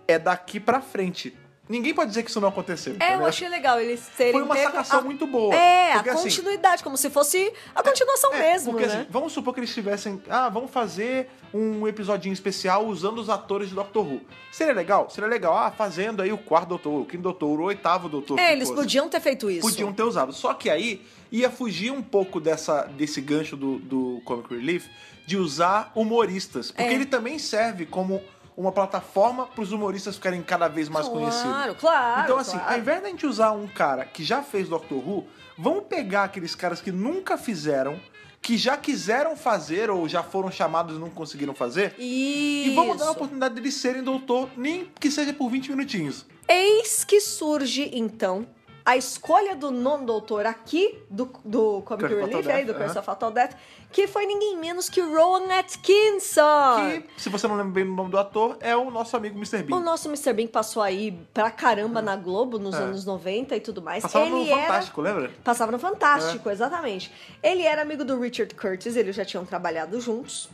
é daqui pra frente. Ninguém pode dizer que isso não aconteceu. É, entendeu? eu achei legal eles terem então Foi uma pego sacação a- muito boa. É, porque, a assim, continuidade, como se fosse a continuação é, mesmo, porque, né? assim, vamos supor que eles tivessem. Ah, vamos fazer um episodinho especial usando os atores de Doctor Who. Seria legal? Seria legal. Ah, fazendo aí o quarto doutor, o quinto doutor, o oitavo doutor. é, que eles fosse. podiam ter feito isso. assim, Podiam ter usado. Só que aí ia fugir um pouco dessa, desse gancho do, do Comic Relief de usar humoristas. Porque É. ele também serve como uma plataforma para os humoristas ficarem cada vez mais claro, conhecidos. Claro, claro. Então, assim, ao invés da gente usar um cara que já fez Doctor Who, vamos pegar aqueles caras que nunca fizeram, que já quiseram fazer ou já foram chamados e não conseguiram fazer, Isso. e vamos dar a oportunidade deles serem doutor, nem que seja por 20 minutinhos. Eis que surge, então, a escolha do nono doutor aqui, do, do Comic Curse of Relief, Fatal aí, do Death, Curse aham. of Fatal Death, que foi ninguém menos que Rowan Atkinson. Que, se você não lembra bem o nome do ator, é o nosso amigo Mr. O Bean. nosso Mr. Bean passou aí pra caramba na Globo nos É. anos 90 e tudo mais. Passava no Ele era Fantástico, lembra? Passava no Fantástico, exatamente. Ele era amigo do Richard Curtis, eles já tinham trabalhado juntos.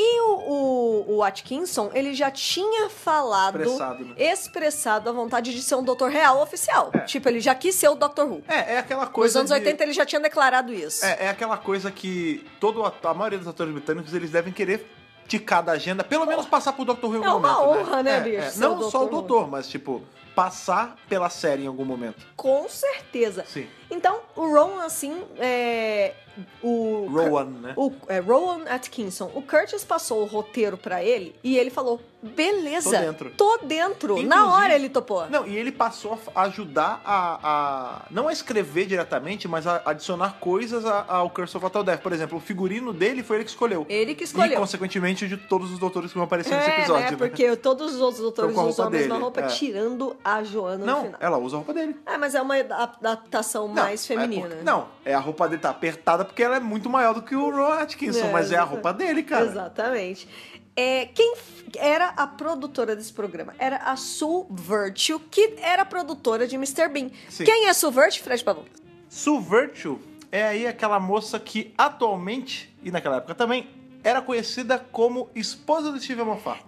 E o, o- o Atkinson, ele já tinha falado, Expressado, né? expressado a vontade de ser um doutor real oficial. É. Tipo, ele já quis ser o Dr. Who. É, é aquela coisa. Nos anos de- 80 ele já tinha declarado isso. É, é aquela coisa que todo ato- a maioria dos atores britânicos eles devem querer ticar da agenda, pelo menos passar pro Dr. Who em algum É uma momento. é. honra, né, bicho, ser Não o só o Dr. Who. doutor, mas tipo, passar pela série em algum momento. Com certeza. Sim. Então, o Ron, assim, é, o... Rowan, né? O, é, Rowan Atkinson, o Curtis passou o roteiro pra ele e ele falou: beleza, Tô dentro." tô dentro. Inclusive- Na hora ele topou. Não, e ele passou a f- a ajudar a, a- Não a escrever diretamente, mas a adicionar coisas a- ao Curse of Fatal Death. Por exemplo, o figurino dele foi ele que escolheu. Ele que E, escolheu. consequentemente, o de todos os doutores que vão aparecer nesse é, episódio. né? né? Porque todos os outros doutores Então, com a usam a roupa mesma dele, roupa, é. tirando a Joana no Não, final. ela usa a roupa dele. É, mas é uma adaptação Não, mais é feminina. porque- não, é a roupa dele tá apertada porque ela é muito maior do que o Ron Atkinson, É, mas é a exata- roupa dele, cara. Exatamente. É, quem f- era a produtora desse programa? Era a Sue Virtue, que era a produtora de Mr. Bean. Sim. Quem é Sue Virtue, Fred Pavão? Sue Virtue é aí aquela moça que atualmente, e naquela época também, era conhecida como esposa do Steve Moffat.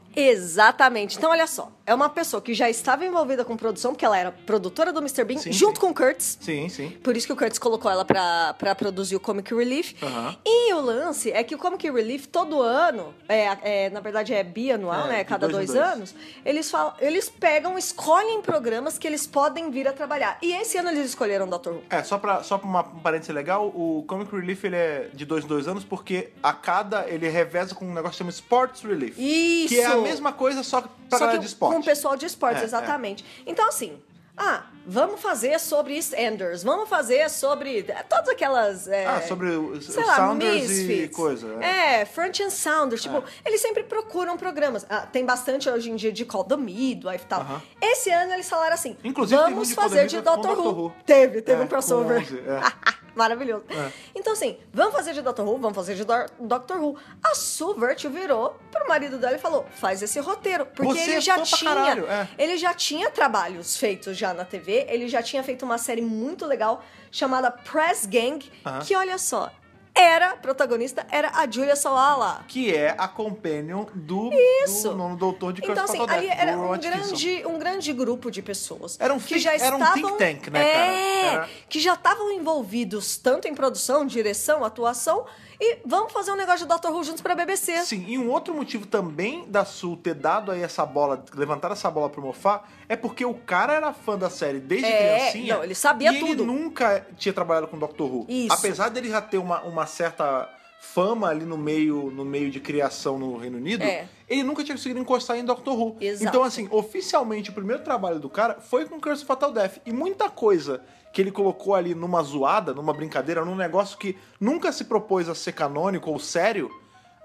Exatamente. Então, olha só. É uma pessoa que já estava envolvida com produção, porque ela era produtora do Mr. Bean, Sim, junto sim. com o Curtis. Sim, sim. Por isso que o Curtis colocou ela pra, pra produzir o Comic Relief. Aham. E o lance é que o Comic Relief, todo ano, é, é, na verdade é bianual, É, né? de Cada dois em dois, dois. anos, eles, falam, eles pegam, escolhem programas que eles podem vir a trabalhar. E esse ano eles escolheram o Dr. Who. É, só pra, só pra uma, um parênteses legal, o Comic Relief ele é de dois em dois anos porque a cada ele reveza com um negócio que chama Sports Relief. Isso! Que é a mesma coisa, só pra Só galera que de esporte. com o pessoal de esportes, É, exatamente. Então, assim, ah, vamos fazer sobre EastEnders, vamos fazer sobre eh, todas aquelas... eh, Ah, sobre o, o Sei lá, Sounders e Misfits. coisa. né? É. É, French and Sounders. Tipo, eles sempre procuram programas. Ah, tem bastante hoje em dia de Call the Midwife e tal. Aham. Esse ano eles falaram assim, Inclusive, teve um vamos de Call the fazer de Midwife com Doctor Doctor Who. Who. Teve, teve É, um com crossover. 11, é. Maravilhoso. É. Então, assim, vamos fazer de Doctor Who, vamos fazer de Dor- Doctor Who. A Sue Vert virou pro marido dela e falou: faz esse roteiro. Porque Você ele é já fã pra tinha. caralho, é. Ele já tinha trabalhos feitos já na TV, ele já tinha feito uma série muito legal chamada Press Gang, Aham. que olha só, era, protagonista era a Julia Sawala. Que é a companion do, Isso. do nono doutor de Curse Então, assim, Cotodé, ali era do um Ron Atkinson. grande, um grande grupo de pessoas. Era um que think- já era um estavam, think tank, né, cara? É, Era- que já estavam envolvidos tanto em produção, direção, atuação, e vamos fazer um negócio de Dr. Who juntos pra BBC. Sim, e um outro motivo também da Sul ter dado aí essa bola, levantar essa bola pro Mofá, é porque o cara era fã da série desde É, criancinha. não, ele sabia e ele tudo. nunca tinha trabalhado com Doctor Who. Isso. Apesar dele já ter uma, uma certa fama ali no meio, no meio de criação no Reino Unido, É. ele nunca tinha conseguido encostar em Doctor Who. Exato. Então, assim, oficialmente o primeiro trabalho do cara foi com Curse of Fatal Death. E muita coisa que ele colocou ali numa zoada, numa brincadeira, num negócio que nunca se propôs a ser canônico ou sério,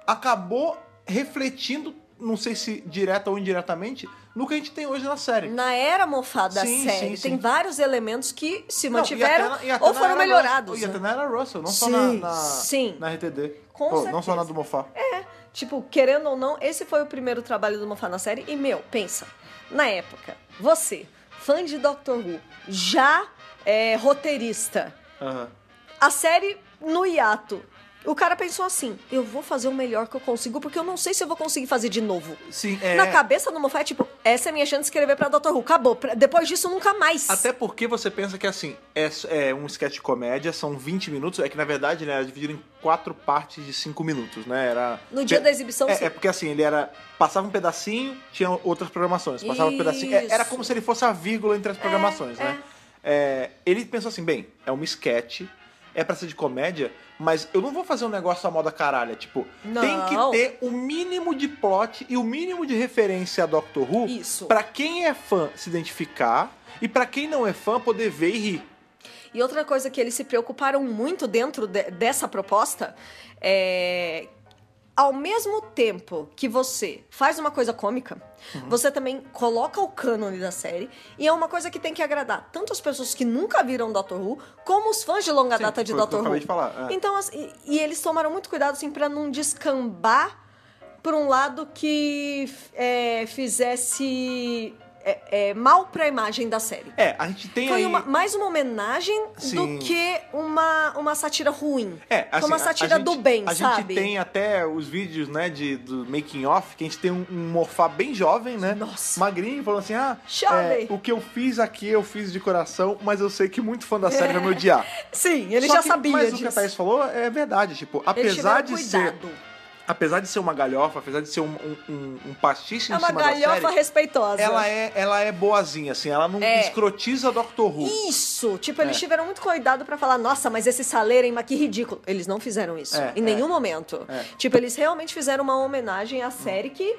acabou refletindo, não sei se direta ou indiretamente, no que a gente tem hoje na série. Na era mofada da Sim, série, sim, tem sim. vários elementos que se Não, e até mantiveram na- e até ou na foram era melhorados. Russell, E até né? na era Russell, não só Sim, na, na, sim. na RTD. Com Pô, não só certeza. na do Mofá. É, tipo, querendo ou não, esse foi o primeiro trabalho do Mofá na série. E, meu, pensa, na época, você, fã de Doctor Who, já é, roteirista, Aham. a série no hiato. O cara pensou assim: eu vou fazer o melhor que eu consigo, porque eu não sei se eu vou conseguir fazer de novo. Sim, é. Na cabeça do Mofá é tipo: essa é a minha chance de escrever pra Doctor Who. Acabou. Pra- Depois disso, nunca mais. Até porque você pensa que assim, é, é um sketch de comédia, são 20 minutos, é que na verdade ele era dividido em quatro partes de 5 minutos, né? Era. No dia pe- da exibição, sim. É, é porque assim, ele era. Passava um pedacinho, tinha outras programações. Passava um pedacinho. é, Era Isso. como se ele fosse a vírgula entre as programações, né? É, ele pensou assim, bem, é um sketch, é pra ser de comédia, mas eu não vou fazer um negócio à moda caralha. Tipo, tem que Não. ter o mínimo de plot e o mínimo de referência a Doctor Who Isso. Pra quem é fã se identificar e pra quem não é fã poder ver e rir. E outra coisa que eles se preocuparam muito dentro de- dessa proposta é. Ao mesmo tempo que você faz uma coisa cômica, Uhum. você também coloca o cânone da série e é uma coisa que tem que agradar tanto as pessoas que nunca viram Doctor Who, como os fãs de longa Sim, data de foi o que Doctor eu acabei Who. de falar, é. Então, assim, e e eles tomaram muito cuidado assim para não descambar por um lado que é, fizesse é, é, mal pra imagem da série. É, a gente tem Foi aí. uma- mais uma homenagem Sim. do que uma, uma sátira ruim. É, Foi uma assim, a- a sátira do gente- bem, a sabe? gente tem até os vídeos, né, de, do making off, que a gente tem um, um morfá bem jovem, né? Nossa. Magrinho, falando assim: ah, Jovem. é, o que eu fiz aqui eu fiz de coração, mas eu sei que muito fã da série vai me odiar. Sim, É. ele Só já que- sabia Mas o que a disso. Thaís falou é verdade. Tipo, Eles apesar tiveram de ser. cuidado. Apesar de ser uma galhofa, apesar de ser um, um, um- um pastiche É em uma cima da série. galhofa respeitosa. Ela é, ela é boazinha, assim, ela não É. escrotiza Doctor Who. Isso! Tipo, eles É. tiveram muito cuidado pra falar, nossa, mas esse saleiro, hein, mas que ridículo. Eles não fizeram isso, É, em é. nenhum momento. É. Tipo, eles realmente fizeram uma homenagem à série que,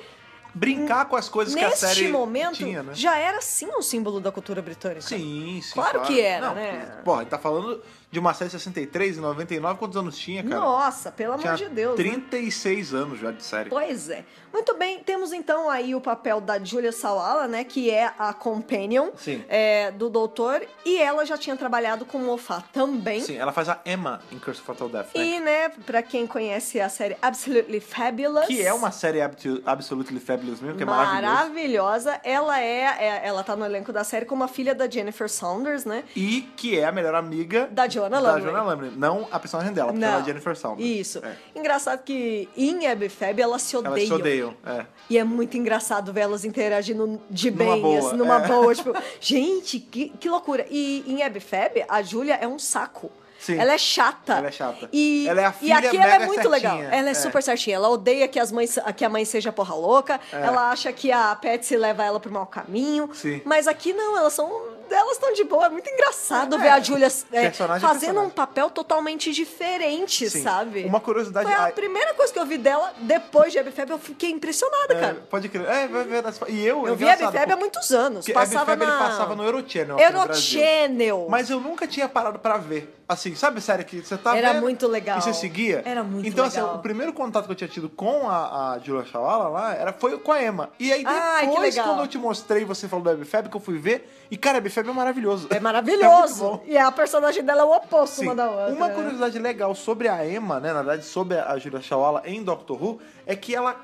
Brincar com as coisas que a neste série momento, tinha, né? já era sim um símbolo da cultura britânica. Sim, sim. Claro que era, Não, né? Porra, a gente tá falando de uma série de 63 e 99, quantos anos tinha, cara? Nossa, pelo amor tinha de Deus. né? 36 anos já de série. Pois é. Muito bem, temos então aí o papel da Julia Sawala, né? Que é a companion Sim. é, do doutor. E ela já tinha trabalhado com o Mofá também. Sim, ela faz a Emma em Curse of Fatal Death, né? E, né, pra quem conhece a série Absolutely Fabulous. Que é uma série abtu- absolutely fabulous mesmo, que é maravilhosa. maravilhosa. Ela é, é- Ela tá no elenco da série como a filha da Jennifer Saunders, né? E que é a melhor amiga Da Joanna da Lumley. Joanna Lumley. Não a personagem dela, porque ela é Jennifer Saunders. Isso. É. Engraçado que em Abby e Fab elas se odeiam. Elas se odeiam, é. E é muito engraçado ver elas interagindo de Numa bem, boa, assim, numa é. boa. Tipo, gente, que, que loucura. E em Abfab, a Júlia é um saco. Sim. Ela é chata. Ela é chata. E, Ela é a e filha aqui ela é mega muito certinha. legal. Ela é, É. super certinha. Ela odeia que, as mães, que a mãe seja porra louca. Ela acha que a Patsy leva ela pro mau caminho. É. Sim. Mas aqui não, elas são. Elas estão de boa. É muito engraçado ver a Júlia é, Personagem é fazendo um personagem. papel totalmente diferente, Sim. sabe? Uma curiosidade. Foi a a- primeira coisa que eu vi dela depois de Abfab. Eu fiquei impressionada, É, cara. Pode crer. É, vai ver. E eu, Eu vi engraçado, Abfab há muitos anos. porque Passava Abfab, na... ele passava no Eurochannel. aqui no Brasil. Eurochannel. Mas eu nunca tinha parado pra ver. assim, sabe, série que você tá Era vendo muito legal. E você seguia? Era muito então, legal. Então, assim, o primeiro contato que eu tinha tido com a, a Julia Shawala lá era, foi com a Emma. E aí depois, Ai, que legal. quando eu te mostrei, você falou da Webfab, que eu fui ver. E, cara, a Webfab é maravilhoso. É É maravilhoso. muito bom. e a personagem dela é o oposto Sim, uma da outra. assim, uma né? curiosidade legal sobre a Emma, né? Na verdade, sobre a Julia Shawala em Doctor Who, é que ela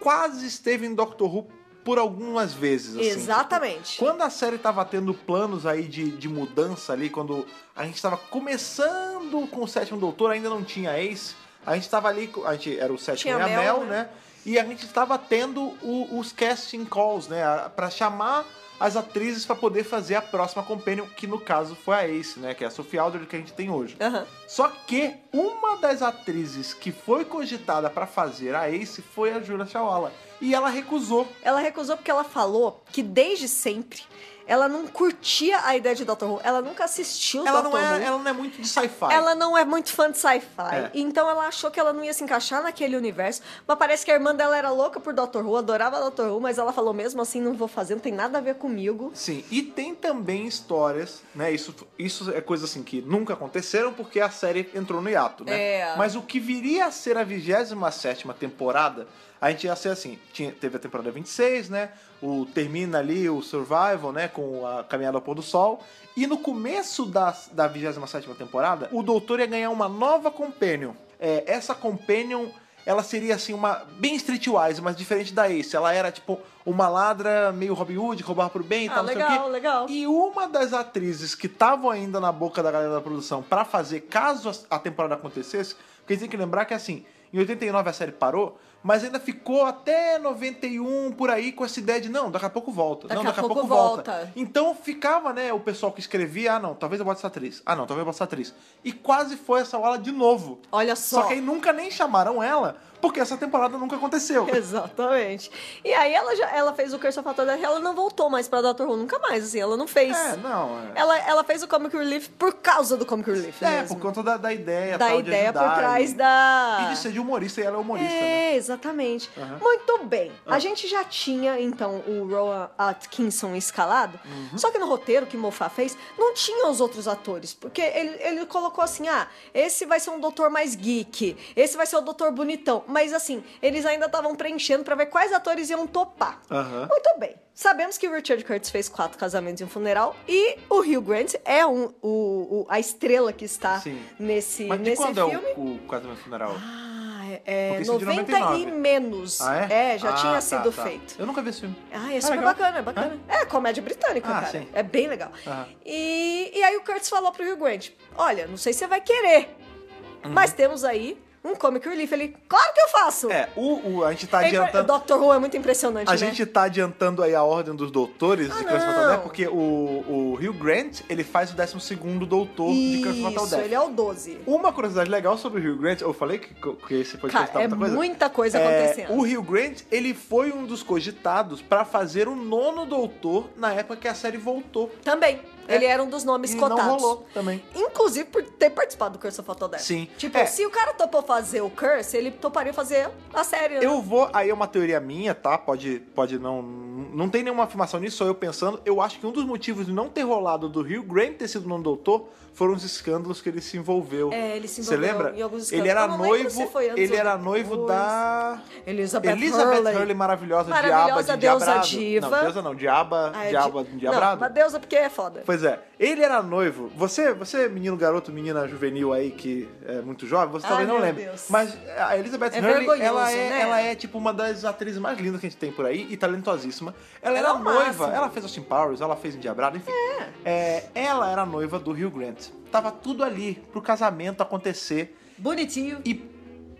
quase esteve em Doctor Who por algumas vezes. Assim, Exatamente. Quando a série tava tendo planos aí de, de mudança ali, quando a gente tava começando com o sétimo doutor, ainda não tinha Ace, a gente tava ali, co- a gente era o sétimo Tinha e a Mel, Mel, né? né? E a gente tava tendo o- os casting calls, né? a- Pra chamar as atrizes pra poder fazer a próxima companion, que no caso foi a Ace, né? Que é a Sophie Aldred que a gente tem hoje. Aham. Só que uma das atrizes que foi cogitada pra fazer a Ace foi a Julia Shawala. E ela recusou. Ela recusou porque ela falou que desde sempre ela não curtia a ideia de Dr. Who. Ela nunca assistiu Ela Dr. não, é, Who. ela não é muito de sci-fi. Ela não é muito fã de sci-fi, É. então ela achou que ela não ia se encaixar naquele universo. Mas parece que a irmã dela era louca por Dr. Who, adorava Dr. Who, mas ela falou mesmo assim: não vou fazer, não tem nada a ver comigo. Sim, e tem também histórias, né? Isso, isso é coisa assim que nunca aconteceram porque a série entrou no hiato, né? É. Mas o que viria a ser a 27 temporada, a gente ia ser assim: tinha, teve a temporada 26, né? O, termina ali o Survival, né? Com a caminhada ao pôr do sol. E no começo da, da 27 temporada, o Doutor ia ganhar uma nova Companion. É, essa Companion. Ela seria assim, uma. bem streetwise, mas diferente da Ace. Ela era tipo uma ladra meio Robin Hood, que roubava pro bem e Ah, tal, tá, não sei o legal, quê. legal. E uma das atrizes que estavam ainda na boca da galera da produção pra fazer caso a- a temporada acontecesse, porque a gente tem que lembrar que assim, em 89 a série parou, mas ainda ficou até 91 por aí com essa ideia de não, daqui a pouco volta. Daqui não, a daqui a pouco pouco, volta. Então ficava, né, o pessoal que escrevia, ah não, talvez eu bote essa atriz. Ah não, talvez eu bote essa atriz. E quase foi essa aula de novo. Olha só. Só que aí nunca nem chamaram ela, porque essa temporada nunca aconteceu. Exatamente. E aí ela já ela fez o Curse of Fatal Death, ela não voltou mais pra Dr. Who, nunca mais, assim, ela não fez. É, não, é. Ela, ela fez o Comic Relief por causa do Comic Relief. É, mesmo. por conta da, da ideia. da tal, de ideia por ajudar trás e- da. E de ser de humorista, e ela é humorista, né? É, exatamente. Aham. Muito bem. A Ah. gente já tinha, então, o Rowan Atkinson escalado, Uhum. só que no roteiro que Moffat fez, não tinha os outros atores, porque ele, ele colocou assim, ah, esse vai ser um doutor mais geek, esse vai ser o doutor bonitão, mas assim, eles ainda estavam preenchendo pra ver quais atores iam topar. Aham. Muito bem. Sabemos que o Richard Curtis fez quatro casamentos e um funeral e o Hugh Grant é um, o, o- a estrela que está Sim. nesse, Mas de nesse quando filme. é o, o casamento funeral? Ah, é Porque isso é de 90 e 99. menos. Ah, é? já Ah, tinha tá, sido tá. feito. Eu nunca vi esse filme. Ah, é super legal. bacana, é bacana. É, comédia britânica, Ah, cara. sim. É bem legal. Aham. E, e aí o Curtis falou pro Hugh Grant, olha, não sei se você vai querer, Uhum. mas temos aí um comic relief. Ele, claro que eu faço! É, o, o- a gente tá É impre- adiantando... Doctor Who é muito impressionante, A né? gente tá adiantando aí a ordem dos doutores Ah, de Curse of Fatal Death, não. né? porque o, o Hugh Grant, ele faz o 12º doutor de Curse of Fatal Isso, Death. ele é o 12. Uma curiosidade legal sobre o Hugh Grant, eu falei que, que esse podcast Cara, tá é muita coisa? muita coisa É, acontecendo. o Hugh Grant, ele foi um dos cogitados pra fazer o nono doutor na época que a série voltou. Também, É. ele era um dos nomes e cotados. não rolou também. Inclusive por ter participado do Curse of Fatal Death. Sim. Tipo, É. se o cara topou fazer o Curse, ele toparia fazer a série. né? Eu vou. Aí é uma teoria minha, tá? Pode, pode não. Não tem nenhuma afirmação nisso, sou eu pensando. Eu acho que um dos motivos de não ter rolado do Rio Grant ter sido nono doutor foram os escândalos que ele se envolveu. É, ele se Você envolveu lembra? em alguns ele escândalos. era Eu não lembro se noivo. foi antes Ele ou era depois. noivo da. Elizabeth, Elizabeth Hurley. Hurley, maravilhosa, diaba, Maravilhosa deusa diabrado. diva. Não, deusa não, diaba, Ah, é diaba, de- diabrado. Não, mas deusa porque é foda. Pois é, ele era noivo. Você, você é menino, garoto, menina juvenil aí que é muito jovem, você Ai, talvez não Ah, meu lembre. Deus. Mas a Elizabeth É vergonhoso, Hurley, ela é, né? ela é tipo uma das atrizes mais lindas que a gente tem por aí e talentosíssima. Ela, Ela é era o noiva, máximo. ela fez Austin Powers, ela fez Endiabrado, enfim. É, ela era noiva do Hugh Grant. Tava tudo ali pro casamento acontecer. Bonitinho. E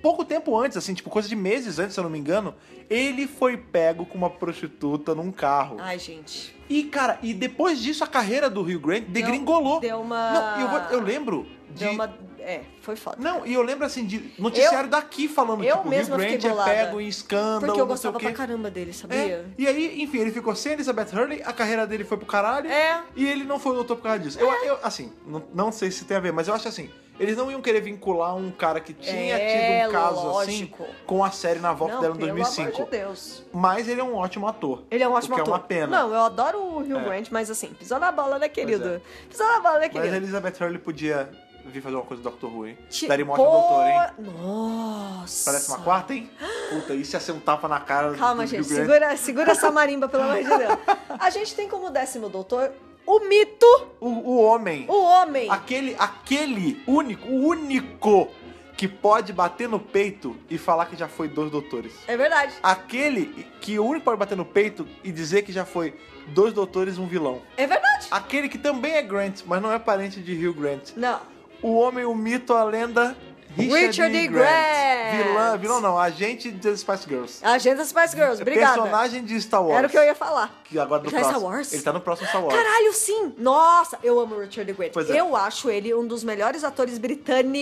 pouco tempo antes, assim, tipo, coisa de meses antes, se eu não me engano, ele foi pego com uma prostituta num carro. Ai, gente. E, cara, e depois disso a carreira do Hugh Grant degringolou. Deu uma... Não, e eu, vou- eu lembro de. Deu uma... É, foi foda. Não, e eu lembro assim de noticiário daqui falando eu tipo, mesma Hugh fiquei Grant é bolada. pego em escândalo, porque eu não sei o gostava quê. pra caramba dele, É, sabia? e aí, enfim, ele ficou sem Elizabeth Hurley, a carreira dele foi pro caralho. É. E ele não foi o doutor por causa disso. Eu, eu, assim, não, não sei se tem a ver, mas eu acho assim, eles não iam querer vincular um cara que tinha É, tido um caso lógico. assim com a série na volta Não, dela em pelo 2005. amor de Deus. Mas ele é um ótimo ator. Ele é um ótimo o que ator. é uma pena. É. Não, eu adoro o Hugh Grant, mas assim, pisou na bola, né, querido? Pisou na bola, né, Mas querido? a Elizabeth Hurley podia vir fazer uma coisa do Doctor Who, hein? Ti- Daria um ótimo doutor, hein? Pô, Nossa. Parece uma quarta, hein? Puta, isso ia ser um tapa na cara Calma, do gente. Hugh Grant. Segura, segura essa marimba, pelo amor de Deus. A gente tem como décimo doutor o mito, O, o homem. o homem. Aquele, aquele único, o único que pode bater no peito e falar que já foi dois doutores. É verdade. Aquele que o único pode bater no peito e dizer que já foi dois doutores e um vilão. É verdade. Aquele que também é Grant, mas não é parente de Hugh Grant. Não. O homem, o mito, a lenda. Richard, Richard E. E. Grant. Grant. Vilã, vilão não, agente de Spice Girls. Agenda Spice Girls, obrigada. Personagem de Star Wars. Era o que eu ia falar. Que agora do Ele tá em próximo. Star Wars? Ele tá no próximo Star Wars. Caralho, sim! Nossa, eu amo o Richard Grant. Pois é. eu acho ele um dos melhores atores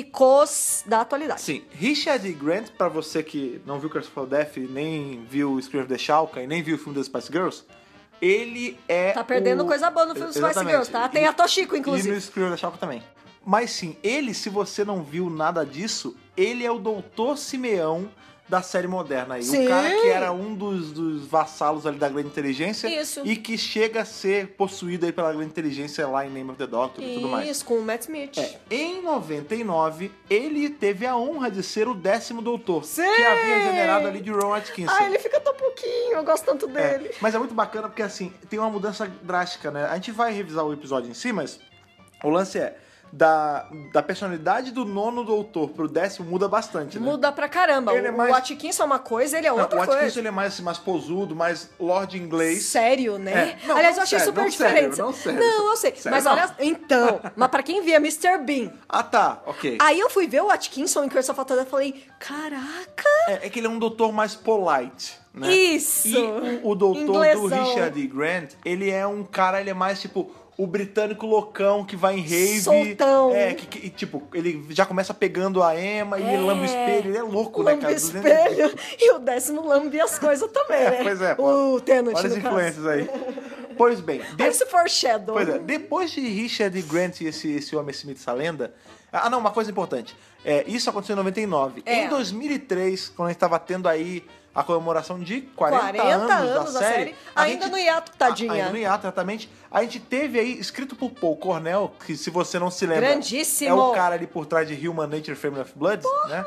britânicos da atualidade. Sim, Richard E. Grant, pra você que não viu Curse for Death, nem viu o Scream of the Shalka e nem viu o filme das Spice Girls, ele é. Tá perdendo o- coisa boa no filme dos Spice Exatamente. Girls, tá? Tem E- a Toshiko, E inclusive. no Scream of the Shalka também. Mas sim, ele, se você não viu nada disso, ele é o Doutor Simeão da série moderna aí. Sim. O cara que era um dos, dos vassalos ali da grande inteligência Isso. e que chega a ser possuído aí pela grande inteligência lá em Name of the Doctor e tudo mais. Isso, com o Matt Smith. É, em 99, ele teve a honra de ser o décimo doutor. Sim! Que havia generado ali de Ron Atkinson. Ah, ele fica tão pouquinho, eu gosto tanto É, dele. mas é muito bacana porque, assim, tem uma mudança drástica, né? A gente vai revisar o episódio em si, mas o lance é... Da, da personalidade do nono doutor pro décimo muda bastante, né? Muda pra caramba. Ele é o, mais- o Atkinson é uma coisa, ele é Não, outra o Atkinson coisa. ele é mais, assim, mais posudo, mais lord inglês. Sério, né? É. Não, Aliás, não eu achei sério, super não sério, diferente. não sério. Não, eu sei. Sério, mas não. olha. Então, mas pra quem via Mr. Bean. Ah, tá, ok. Aí eu fui ver o Atkinson em Curse of Atlantis e falei: caraca! É, é que ele é um doutor mais polite, né? Isso. E o, o doutor do Inglesão. Richard E. Grant, ele é um cara, ele é mais tipo o britânico loucão que vai em rave. Soltão. É, que, que- e, tipo, ele já começa pegando a Emma e É. ele lambe o espelho, ele é louco, né, Lambe cara? o espelho e o décimo lambe as coisas também, né? pois é, O Tenant, Olha as no caso. influências aí. Pois bem, de- Olha esse foreshadow. Pois é, depois de Richard E. Grant e esse, esse homem Smith, essa lenda. Ah, não, uma coisa importante. É, isso aconteceu em 99. É. Em 2003, quando a gente tava tendo aí a comemoração de 40, 40 anos da série, a ainda no hiato, a- tadinha. Ainda no hiato, exatamente. A gente teve aí, escrito por Paul Cornell, que se você não se lembra. Grandíssimo. É o cara ali por trás de Human Nature Family of Bloods, né?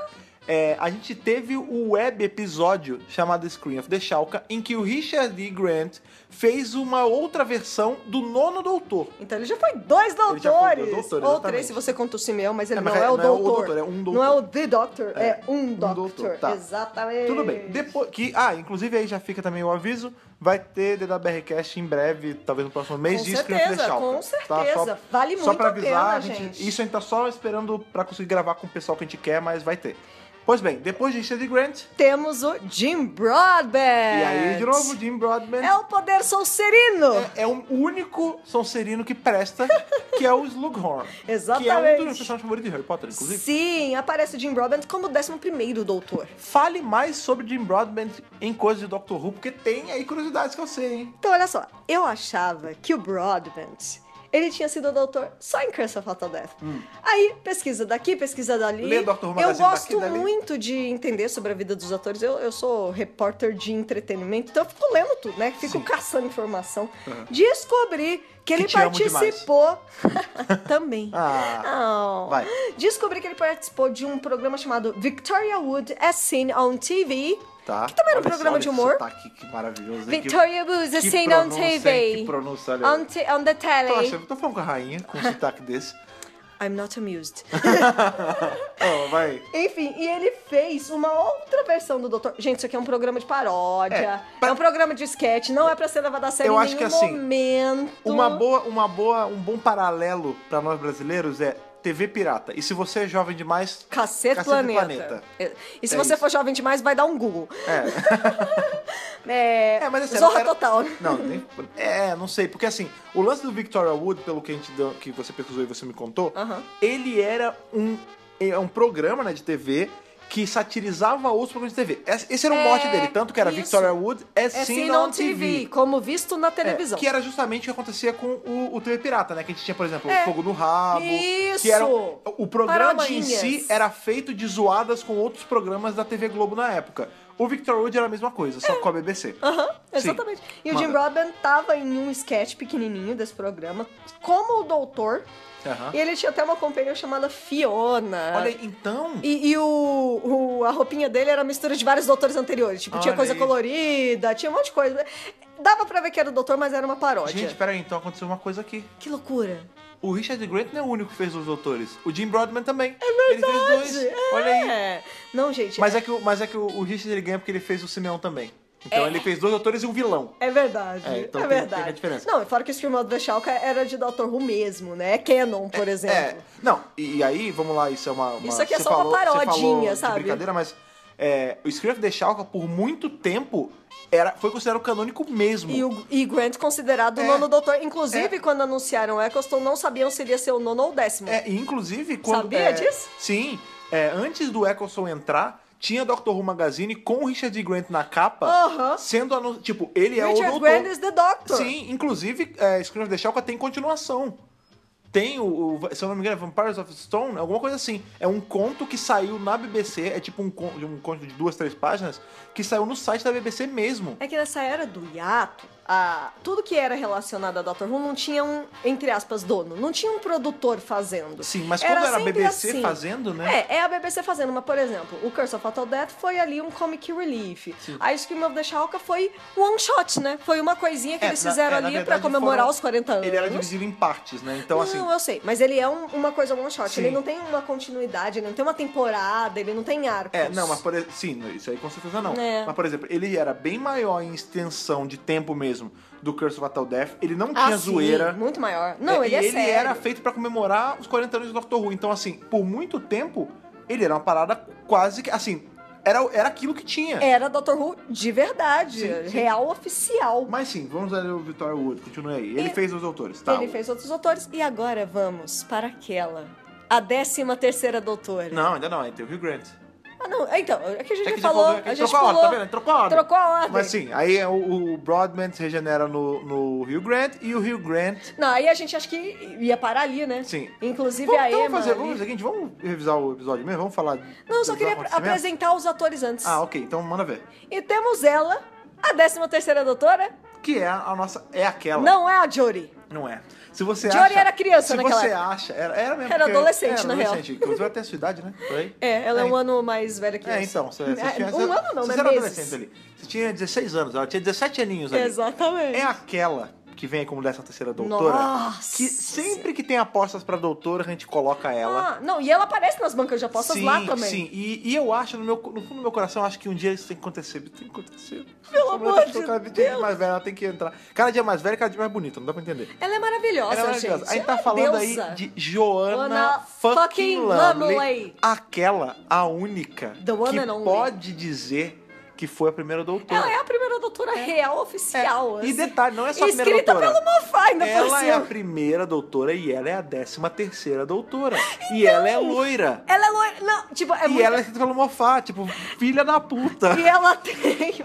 É, a gente teve o web episódio chamado Screen of the Shalka, em que o Richard E. Grant fez uma outra versão do Nono Doutor. Então ele já foi dois Ele já foi doutores. dois doutores, Ou exatamente. três, se você conta o Simeão, mas ele É, não, mas é, é- o não é o doutor. doutor, é um doutor. Não é o The Doctor, é, É, um, um doctor. doutor, tá. Exatamente. Tudo bem. Depois que ah, inclusive aí já fica também o aviso, vai ter DWRcast em breve, talvez no próximo mês Com de Scream of the certeza, Shalka, com tá? certeza. Vale só muito pra a avisar, pena, gente. Isso a gente tá só esperando pra conseguir gravar com o pessoal que a gente quer, mas vai ter. Pois bem, depois é de Richard Grant, Temos o Jim Broadbent. e aí de novo Jim Broadbent É o poder solcerino. é, é o único Sonserino que presta, que é o Slughorn. Que é um Exatamente. dos meus personagens favoritos de Harry Potter, inclusive. Sim, aparece o Jim Broadbent como o décimo primeiro doutor. Fale mais sobre Jim Broadbent em coisas de Doctor Who, porque tem aí curiosidades que eu sei, hein? Então, olha só, eu achava que o Broadbent, ele tinha sido doutor só em Curse of Fatal Death. Aí, pesquisa daqui, pesquisa dali. Hum. Lê Dr. Who Eu Magazine gosto daqui, dali. muito de entender sobre a vida dos atores. Eu, eu sou repórter de entretenimento, então eu fico lendo tudo, né? Fico caçando informação. Descobri que ele te amo demais. participou... Também. Ah, Oh. vai. Descobri que ele participou de um programa chamado Victoria Wood as Seen on TV. Tá. Que também era um Olha programa esse- de olha humor. esse sotaque, que maravilhoso. hein? Que- Victoria Wood as que Seen on pronúncia, hein? TV. Que pronúncia, olha. on, t- on the telly. Tô, achando, tô falando com a rainha, com um sotaque desse. I'm not amused. Ó, vai. Enfim, e ele fez uma outra versão do Doutor. Gente, isso aqui é um programa de paródia. É, É, pra- um programa de sketch, não é pra ser levado a sério Eu em acho nenhum que, assim, momento. Uma boa, uma boa, um bom paralelo pra nós brasileiros é TV pirata. E se você é jovem demais, Cacete, Cacete planeta. Planeta. É, E se É você isso. for jovem demais, vai dar um Google. é. É, É, mas assim, Zorra era- total. Não, nem, é, não sei, porque assim, o lance do Victoria Wood, pelo que a gente deu, que você pesquisou e você me contou, Aham. ele era um é um programa, né, de TV que satirizava outros programas de TV. Esse esse era o É, mote dele, tanto que era isso. Victoria Wood é É seen Seen on on TV, como visto na É, televisão. que era justamente o que acontecia com o, o TV Pirata, né? Que a gente tinha, por exemplo, É. o Fogo no Rabo. Isso! Que era, o programa em Parodinhas. si era feito de zoadas com outros programas da TV Globo na época. O Victor Wood era a mesma coisa, É. só com a BBC. Aham, Sim. exatamente. E o Jim Manda. Robin tava em um sketch pequenininho desse programa, como o doutor, Aham. e ele tinha até uma companheira chamada Fiona. Olha, aí, então. E, e o, o- a roupinha dele era mistura de vários doutores anteriores. Tipo, tinha Olha coisa aí. colorida, tinha um monte de coisa. Dava pra ver que era o doutor, mas era uma paródia. Gente, peraí, então aconteceu uma coisa aqui. que loucura. O Richard Grant não é o único que fez os doutores. O Jim Broadman também. É verdade. Ele fez dois. É. Olha aí. Não, gente. Mas é que, o, mas é que o, o Richard ele ganha porque ele fez o Simeão também. Então ele fez dois doutores e um vilão. É verdade, É, é, então tem- verdade. tem a diferença. Não, e fora que esse filme Aldra Chalka era de Dr. Who mesmo, né? É Canon, por exemplo. É. Não, e, e aí, vamos lá, isso é uma. uma- Isso aqui é você só uma falou- você falou parodinha, de sabe? brincadeira, mas. é, o Scream of the Shalka, por muito tempo, era, foi considerado canônico mesmo. E, o, e Grant considerado o É. nono doutor. Inclusive, quando anunciaram Eccleston, não sabiam se iria ser o nono ou o décimo. É, e inclusive, quando. Sabia é, disso? Sim. é, antes do Eccleston entrar, tinha Doctor Who Magazine com o Richard D. Grant na capa, Aham. sendo anu- Tipo, ele é o Ah. Richard doutor. Grant is the Doctor. Sim, inclusive, é, Scream of the Shalka tem continuação. Tem o, o- se eu não me engano, é Vampires of Stone, alguma coisa assim. É um conto que saiu na BBC, é tipo um, con- um conto de duas, três páginas, que saiu no site da BBC mesmo. É que nessa era do hiato, a- tudo que era relacionado a Dr. Who não tinha um, entre aspas, dono. Não tinha um produtor fazendo. Sim, mas quando era a sempre BBC assim. fazendo, né? É, é a BBC fazendo, mas por exemplo, o Curse of Fatal Death foi ali um comic relief. A Scream of the Shalka foi one shot, né? Foi uma coisinha que É, eles na- fizeram é, na ali pra verdade, comemorar foram- os 40 anos. Ele era divisível em partes, né? Então, É. não, assim. eu sei, mas ele é um- uma coisa one shot. Sim. Ele não tem uma continuidade, ele não tem uma temporada, ele não tem arcos. É, não, mas por exemplo. Sim, isso aí com certeza não. É. Mas, por exemplo, ele era bem maior em extensão de tempo mesmo do Curse of Fatal Death. Ele não tinha Ah, sim, zoeira. Muito maior. Não, É, e ele é ele sério. era feito pra comemorar os 40 anos do Doctor Who. Então, assim, por muito tempo, ele era uma parada quase que. Assim, era, era aquilo que tinha. Era Dr. Who de verdade, Sim, sim. real oficial. Mas sim, vamos ler o Victor Wood, continue aí. Ele E- fez os autores, tá? Ele fez outros autores. E agora vamos para aquela. A décima terceira doutora. Não, ainda não, aí tem o Hugh Grant. Ah, não. Então, é que a gente É já que falou. é que A gente trocou a ordem, falou. tá vendo? Ele Trocou a ordem. Trocou a ordem. Mas sim, aí é o, o Broadman se regenera no, no Hugh Grant e o Hugh Grant. Não, aí a gente acha que ia parar ali, né? Sim. Inclusive Vamos, a então Emma. vamos fazer, ali- vamos fazer o seguinte, vamos revisar o episódio mesmo, vamos falar. Não, eu só dos queria acontecimentos? apresentar os atores antes. Ah, ok, então manda ver. E temos ela, a décima terceira doutora. Que é a nossa. É aquela. Não é a Jory. Não é. Se você Jory acha- era criança se naquela você época. acha, era, era mesmo. Era porque- adolescente, era na real. adolescente, Inclusive até a sua idade, né? Por aí. É, ela é um então. ano mais velha que eu. É, então, você, você É, tinha, um ano não, você né? era Meses. adolescente ali. Você tinha 16 anos, ela tinha 17 aninhos ali. Exatamente. É aquela que vem aí como dessa terceira doutora. Nossa Que sempre que tem apostas pra doutora, a gente coloca ela. Ah, não, e ela aparece nas bancas de apostas sim, lá também. sim. E, e eu acho, no, meu, no fundo do meu coração, eu acho que um dia isso tem que acontecer. Tem que acontecer. Pelo Essa mulher amor tá de ficando cada dia Deus. mais velha, ela tem que entrar. Cada dia mais velha, cada dia mais bonita, não dá pra entender. Ela é maravilhosa, Ela é maravilhosa. gente. A gente tá Ela é falando deusa. aí de Joanna Joanna fucking fucking Lumley, Lumley. aquela, a única, The one que and only. pode dizer que foi a primeira doutora. Ela é a primeira doutora real oficial. É. E assim. detalhe, não é só a primeira Escrita doutora. pelo Moffat, ainda por Ela é a cima. primeira doutora e ela é a décima terceira doutora. E ela é loira. Ela é loira. Não, tipo, Então, é e muito... ela é escrita pelo Mofá, tipo, filha da puta. E ela tem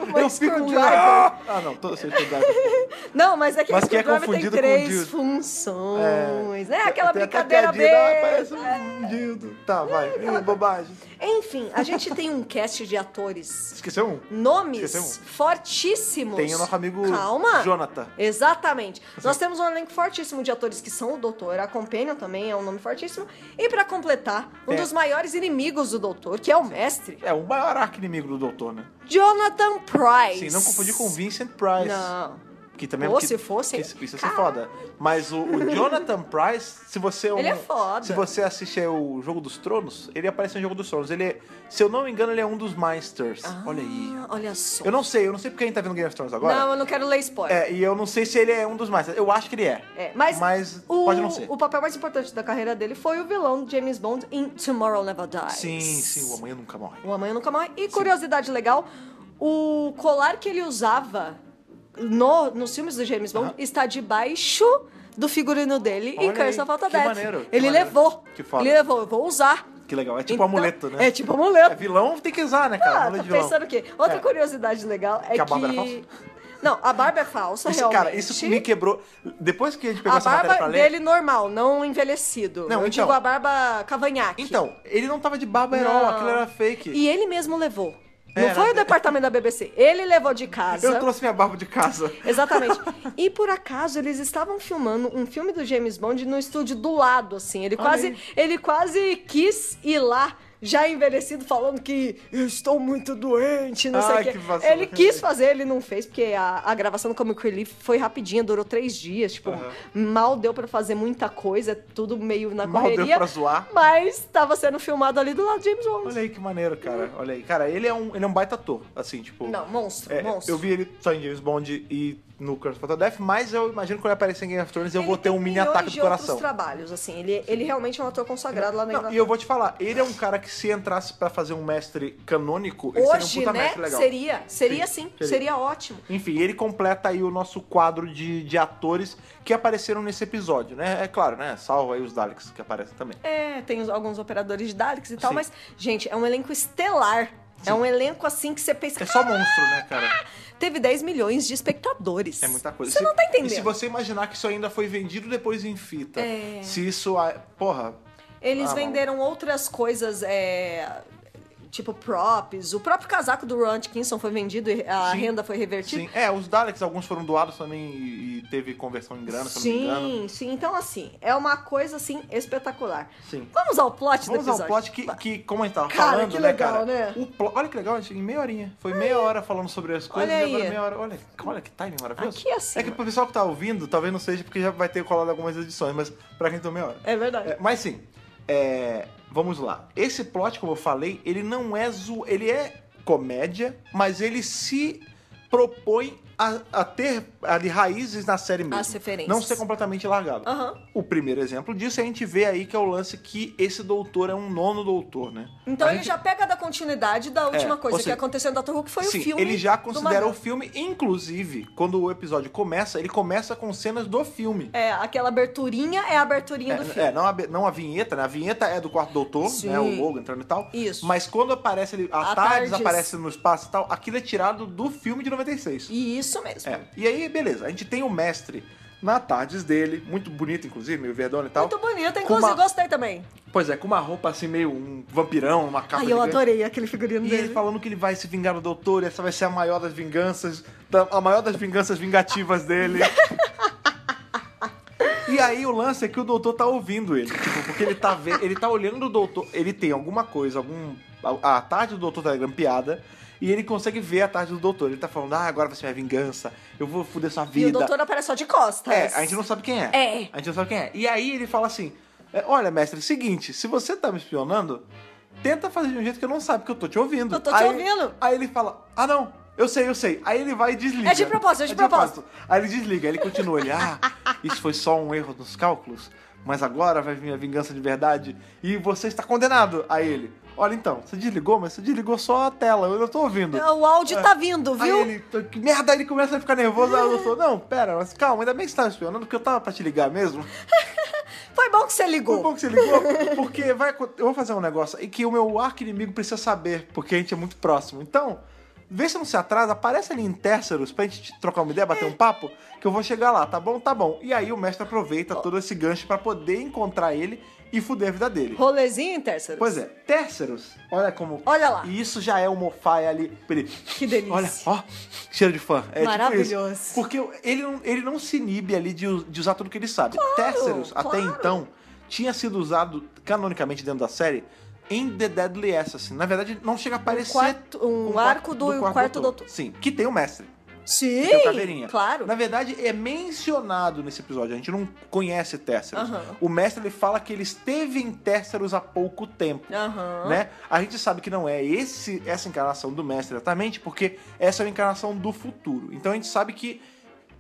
uma Eu fico de... screwdriver. Ah, não, tô sem screwdriver. Não, mas é que Mas a que é screwdriver tem confundido com três dildo. É, funções, né? Aquela Tem até brincadeira piadinha, ah, besta. Parece um dildo. Tá, vai. Ih, bobagem. Enfim, a gente tem um cast de atores. Esqueceu um? Nomes Esqueceu um. fortíssimos. Tem o nosso amigo Calma. Jonathan. Exatamente. Nós temos um elenco fortíssimo de atores que são o Doutor, a Companion também é um nome fortíssimo. E pra completar, um É. dos maiores inimigos do Doutor, que é o mestre, É, o maior arco inimigo do doutor, né? Jonathan Price. Sim, não confundir com o Vincent Price. Não. Que também é um Ou que, se fosse- que Isso, isso ia ser Cara. foda. Mas o, o Jonathan Price, se você. um- Ele é foda. Se você assiste aí o Jogo dos Tronos, ele aparece no Jogo dos Tronos. Ele, é- se eu não me engano, ele é um dos Meisters. Olha aí. Ah, Olha só. Eu não sei, eu não sei porque a gente tá vendo Game of Thrones agora. Não, eu não quero ler spoiler. É, e eu não sei se ele é um dos Meisters. Eu acho que ele é. É, mas, o, pode não ser. o papel mais importante da carreira dele foi o vilão de James Bond em Tomorrow Never Dies. Sim, sim, o Amanhã Nunca Morre. O Amanhã Nunca Morre. E curiosidade legal, o colar que ele usava no, nos filmes do James Bond Aham. está debaixo do figurino dele Olha em Curse aí, of Alta que maneiro, que Ele maneiro. levou. Que foda. Ele levou, eu vou usar. Que legal. É tipo Então, um amuleto, né? É tipo amuleto. É vilão, tem que usar, né, cara? Ah, Amuleto tá de vilão. pensando o quê? Outra É. curiosidade legal Que é que... a barba era falsa? Não, a barba é falsa, Isso, realmente. cara, isso me quebrou. Depois que a gente pegou A essa matéria pra barba ler. dele normal, não envelhecido. Não, eu então- digo a barba cavanhaque. Então, ele não então, tava de barba herói, Não. aquilo era fake. E ele mesmo levou. Não Era- foi o departamento da BBC. Ele levou de casa. Eu trouxe minha barba de casa. Exatamente. E por acaso eles estavam filmando um filme do James Bond no estúdio do lado, assim. Ele Olha quase, aí. ele quase quis ir lá. Já envelhecido, falando que eu estou muito doente, não sei Ai, o quê. Ah, que vacilo. Ele quis fazer, ele não fez, porque a, a gravação do Comic Relief foi rapidinha, durou três dias. Tipo, Aham. mal deu pra fazer muita coisa, tudo meio na Mal deu correria. pra zoar. Mas tava sendo filmado ali do lado de James Bond. Olha aí que maneiro, cara. Olha aí. Cara, ele é um, ele é um baita ator, assim, tipo. Não, monstro, é, monstro. Eu vi ele só em James Bond e no Curse of the Death, mas eu imagino que quando ele aparecer em Game of Thrones eu Ele vou ter tem um mini milhões ataque de do coração. outros trabalhos, assim. Ele, ele realmente é um ator consagrado lá na Não, Inglaterra. e eu vou te falar, ele é um cara que se entrasse pra fazer um mestre canônico, ele seria um Hoje, puta né? mestre legal. Seria. Seria sim. seria. Seria. ótimo. Enfim, ele completa aí o nosso quadro de, de atores que apareceram nesse episódio, né? É claro, né? Salvo aí os Daleks que aparecem também. É, tem os- alguns operadores de Daleks e tal, Sim. mas, gente, é um elenco estelar. É um elenco assim que você pensa. É só monstro, né, cara? Teve 10 milhões de espectadores. É muita coisa. Você Se- não tá E se entendendo. você imaginar que isso ainda foi vendido depois em fita, É. se isso. a- Porra. Eles Ah, venderam outras coisas, é, tipo props. O próprio casaco do Ron Atkinson foi vendido e a Sim. renda foi revertida. Sim. É, os Daleks, alguns foram doados também e, e teve conversão em grana, se eu não me engano. sim, sim. Então, assim, é uma coisa, assim, espetacular. Sim. Vamos ao plot Vamos do ao episódio. plot que, que como a gente tava Cara, falando, que né, legal, cara? né? O plo- Olha que legal, gente, em meia horinha. Foi meia hora falando sobre as coisas Olha e agora aí. meia hora. Olha, olha que timing maravilhoso. Aqui é assim, É que mano. pro pessoal que tá ouvindo, talvez não seja porque já vai ter colado algumas edições, mas pra quem deu meia hora. É verdade. É, mas sim, é, vamos lá. Esse plot, como eu falei, ele não é zo... ele é comédia, mas ele se propõe a, a ter ali raízes na série mesmo. As referências. Não ser completamente largado. Aham. O primeiro exemplo disso a gente vê aí que é o lance que esse doutor é um nono doutor, né? Então A ele gente- já pega da continuidade da última É, coisa ou seja, que aconteceu no Doctor Who, que foi Sim, o filme. ele já do considera o Magal. filme, inclusive, quando o episódio começa, ele começa com cenas do filme. É, aquela aberturinha é a aberturinha do filme. É, não a, be- não a vinheta, né? A vinheta é do quarto doutor, Sim. né? O Logan entrando e tal. Isso. Mas quando aparece ele, a, A tarde Tardes. aparece no espaço e tal, aquilo é tirado do filme de 96. E isso mesmo. É. E aí, beleza, a gente tem o mestre na tardes dele, muito bonito, inclusive, meio verdona e tal. Muito bonito, então, Com inclusive uma- gostei também. Pois é, com uma roupa assim, meio um vampirão, uma capa Ai, de eu gancho. adorei aquele figurino E dele. ele falando que ele vai se vingar do doutor, e essa vai ser a maior das vinganças, da- a maior das vinganças vingativas dele. E aí o lance é que o doutor tá ouvindo ele, tipo, porque ele tá vendo, ele tá olhando o doutor, ele tem alguma coisa, algum a, a tarde do doutor tá grampeada. E ele consegue ver a tarde do doutor. Ele tá falando, ah, agora vai ser minha vingança, eu vou foder sua E vida. o doutor aparece só de costas. É, a gente não sabe quem é. É. A gente não sabe quem é. E aí ele fala assim: é, Olha, mestre, seguinte, se você tá me espionando, tenta fazer de um jeito que eu não saiba, porque eu tô te ouvindo. Eu tô te aí, ouvindo. Aí ele fala: Ah, não, eu sei, eu sei. Aí ele vai e desliga. É de propósito, é de propósito. Aí ele desliga, aí ele continua: ele, Ah, isso foi só um erro nos cálculos, mas agora vai vir a vingança de verdade e você está condenado. Aí ele: Olha então, você desligou, mas você desligou só a tela, eu não tô ouvindo. O áudio tá vindo, Aí viu? ele, tô- que merda, aí ele começa a ficar nervoso, aí eu falou, não, pera, mas calma, ainda bem que você tava espionando, porque eu tava pra te ligar mesmo. Foi bom que você ligou. Foi bom que você ligou, porque vai, acon- eu vou fazer um negócio e que o meu arco-inimigo precisa saber, porque a gente é muito próximo. Então, vê se não se atrasa, aparece ali em Térceros pra gente te- trocar uma ideia, bater um papo, que eu vou chegar lá, tá bom? Tá bom. E aí o mestre aproveita todo esse gancho pra poder encontrar ele e fuder a vida dele. Rolezinho, Térceros? Pois é, Térceros, olha como... Olha lá. E isso já é o Mofai ali. Ele, Que delícia. Um Olha, ó, cheiro de fã. É tipo Maravilhoso. isso. Porque ele não, ele não se inibe ali de, u- de usar tudo que ele sabe. Tesserus, até claro. então, tinha sido usado canonicamente dentro da série em The Deadly Assassin. Na verdade, não chega a aparecer. quarto- um com o arco do quarto doutor. Sim, que tem o mestre. Sim, que tem o Caveirinha. claro. Na verdade, é mencionado nesse episódio. A gente não conhece Tesserus. Aham. O mestre ele fala que ele esteve em Tesserus há pouco tempo Aham. né? A gente sabe que não é esse essa encarnação do mestre exatamente, porque essa é uma encarnação do futuro. Então a gente sabe que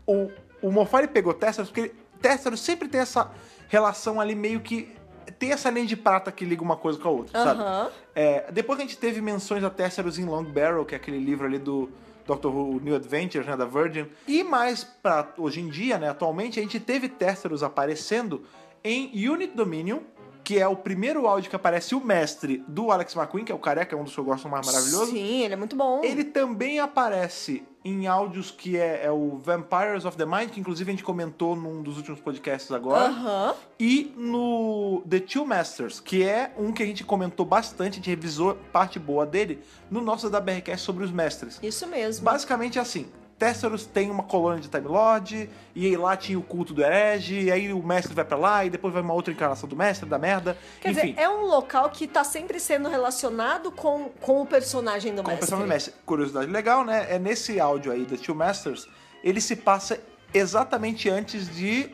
o, o Mofari pegou Tesserus, porque ele- Tesserus sempre tem essa relação ali meio que. Tem essa linha de prata que liga uma coisa com a outra, sabe? Aham. É, depois que a gente teve menções a Tesserus em Long Barrel, que é aquele livro ali do Doctor Who New Adventures, né, da Virgin. E mais pra hoje em dia, né, atualmente, a gente teve Tesserus aparecendo em Unit Dominion, que que é o primeiro áudio que aparece o mestre do Alex McQueen, que é o careca, é um dos que eu gosto mais maravilhoso. Sim, ele é muito bom. Ele também aparece em áudios que é, é o Vampires of the Mind, que inclusive a gente comentou num dos últimos podcasts agora. Aham. E no The Two Masters, que é um que a gente comentou bastante, a gente revisou parte boa dele no nosso da BRCast sobre os mestres. Isso mesmo. Basicamente é assim. Tesseros tem uma colônia de Time Lord, e aí lá tinha o culto do herege, e aí o mestre vai pra lá, e depois vai uma outra encarnação do mestre, da merda. Quer Enfim, dizer, é um local que tá sempre sendo relacionado com, com o personagem do com o mestre. personagem do mestre. Curiosidade legal, né? É nesse áudio aí da Two Masters, ele se passa exatamente antes de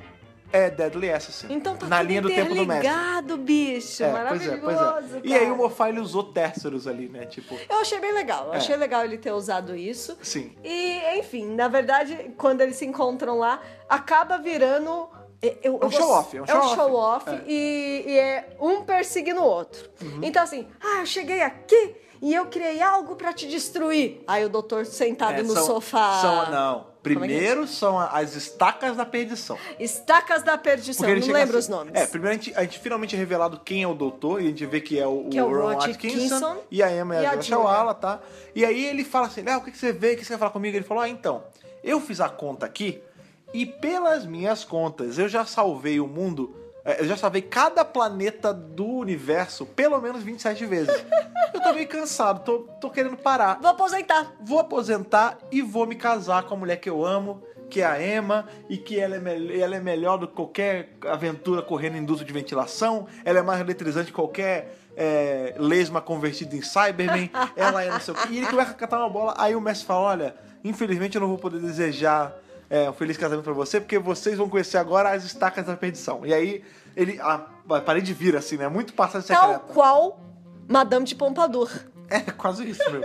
é, Deadly Assassin. Então tá na tudo linha do tempo do mestre. interligado, bicho. É, pois é, maravilhoso. pois é. E aí cara. o Mofile usou Tesseros ali, né? Tipo, Eu achei bem legal. eu É. Achei legal ele ter usado isso. sim. E, enfim, na verdade, quando eles se encontram lá, acaba virando. eu- eu- eu vou- show-off, é um show-off. show-off É. Uhum. E, e é um perseguindo o outro. Então, assim, ah, eu cheguei aqui e eu criei algo pra te destruir. Aí o doutor sentado É, no são- sofá. São, não. é que é? Primeiro são a- as estacas da perdição. Estacas da perdição, Porque ele não chega lembro assim- os nomes. É, primeiro a gente, a gente finalmente é revelado quem é o doutor, e a gente vê que é o, Que é o Ron Rod Atkinson, Atkinson e a Emma e é a a Julia. Chawala, tá? E aí ele fala assim, Léo, o que, que você vê? O que você quer falar comigo? Ele falou, ah, então, eu fiz a conta aqui, e pelas minhas contas, eu já salvei o mundo, eh, eu já salvei cada planeta do universo pelo menos 27 vezes. eu tô meio cansado, tô, tô querendo parar Vou aposentar. vou aposentar e vou me casar com a mulher que eu amo, que é a Emma, e que ela é, mel- ela é melhor do que qualquer aventura correndo em indústria de ventilação, ela é mais eletrizante que qualquer é, lesma convertida em Cyberman, ela é não sei o quê. E ele começa a catar uma bola, aí o mestre fala, olha, infelizmente eu não vou poder desejar é, um feliz casamento pra você, porque vocês vão conhecer agora as estacas da perdição. E aí, ele... A, a parede vira, assim, né? Muito passagem Tal secreta. qual Madame de Pompadour. É, quase isso mesmo.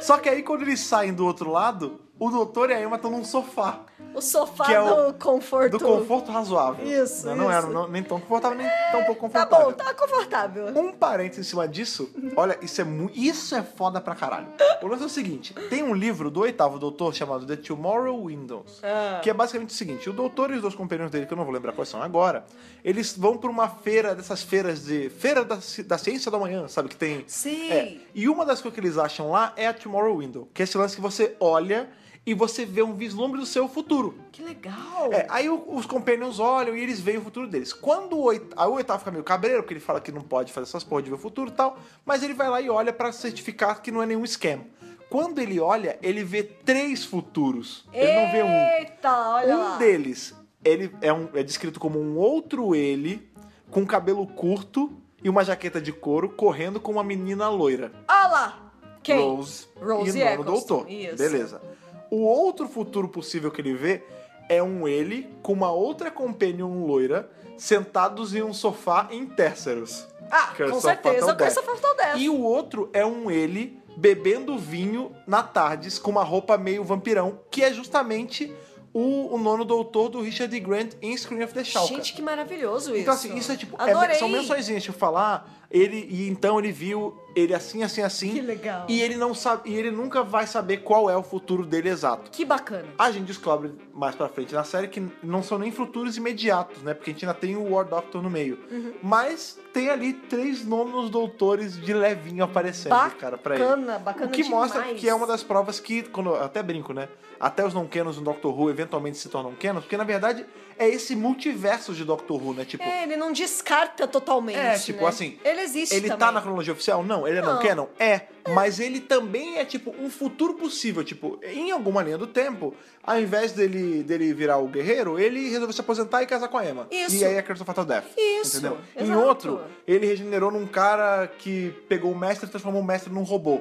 Só que aí quando eles saem do outro lado, o doutor e a Emma estão num sofá. O sofá Que é o- do conforto. Do conforto razoável. Isso, Não, não isso. era não- nem tão confortável, nem tão pouco Tá bom, confortável. tá confortável. Um parênteses em cima disso, olha, isso é muito. Isso é foda pra caralho. O lance é o seguinte: tem um livro do oitavo doutor chamado The Tomorrow Windows. Ah. Que é basicamente o seguinte: o doutor e os dois companheiros dele, que eu não vou lembrar quais são agora, eles vão pra uma feira dessas feiras de. Feira da, ci- da ciência da manhã, sabe? Que tem. Sim. É. E uma das coisas que eles acham lá é a Tomorrow Window, que é esse lance que você olha e você vê um vislumbre do seu futuro. Que legal. É, aí o- os companions olham e eles veem o futuro deles. Quando o oitavo, aí o oitavo fica meio cabreiro, porque ele fala que não pode fazer essas porra de ver o futuro e tal, mas ele vai lá e olha pra certificar que não é nenhum esquema. Quando ele olha, ele vê três futuros. Ele não vê um Eita, olha um lá. deles, ele é, um- é descrito como um outro ele, com cabelo curto e uma jaqueta de couro, correndo com uma menina loira. Olha lá. Quem? Rose, Rose e nono Eccleston, doutor. isso. Beleza. O outro futuro possível que ele vê é um ele com uma outra companion um loira, sentados em um sofá em Tesseros. Ah, Que é o com São certeza. Fatal Com essa Death. Fatal Death. E o outro é um ele bebendo vinho na tardes com uma roupa meio vampirão, que é justamente o, o nono doutor do Richard D. Grant em Screen of the Shalka. Gente, que maravilhoso isso. então, assim, isso é tipo. é- Adorei. são mençõezinhas, tipo, falar. Ele, e então ele viu ele assim, assim, assim. Que legal. E ele não sabe. E ele nunca vai saber qual é o futuro dele exato. Que bacana. A gente descobre mais pra frente na série que não são nem futuros imediatos, né? Porque a gente ainda tem o War Doctor no meio. Uhum. Mas tem ali três nomes doutores de levinho aparecendo, cara, pra ele. Bacana, bacana O que mostra demais. que é uma das provas que, quando eu até brinco, né? Até os não canons do Doctor Who eventualmente se tornam canons, porque na verdade é esse multiverso de Doctor Who, né? Tipo, É, ele não descarta totalmente, É, tipo, né? assim, Ele existe ele também. tá na cronologia oficial? Não, ele é não Não. canon? É, mas ele também é tipo um futuro possível, tipo, em alguma linha do tempo, ao invés dele, dele virar o guerreiro, ele resolveu se aposentar e casar com a Emma. Isso. E aí é Curse of Fatal Death. Isso, Entendeu? Em exato. outro, ele regenerou num cara que pegou o mestre e transformou o mestre num robô,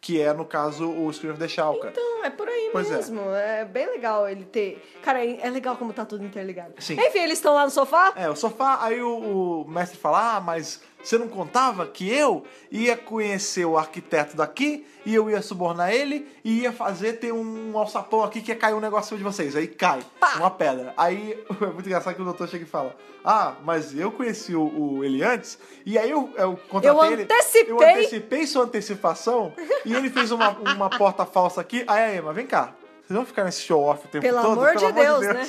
que é, no caso, o Scream of the Shalka. Então, é por aí Pois é. mesmo. É. bem legal ele ter. Cara, é é legal como tá tudo interligado. Sim. Enfim, eles estão lá no sofá. É, o sofá, aí o, o mestre fala, ah, mas você não contava que eu ia conhecer o arquiteto daqui, e eu ia subornar ele, e ia fazer ter um alçapão aqui que ia cair um negócio de vocês. Aí cai, Pá! uma pedra. Aí, é muito engraçado que o doutor chega e fala, ah, mas eu conheci o, o- ele antes, e aí eu, eu contratei Eu ele. Eu antecipei. antecipei sua antecipação, e ele fez uma, uma porta falsa aqui. Aí, a Emma, vem cá. Vocês vão ficar nesse show-off o tempo Pelo todo? amor de Deus, né?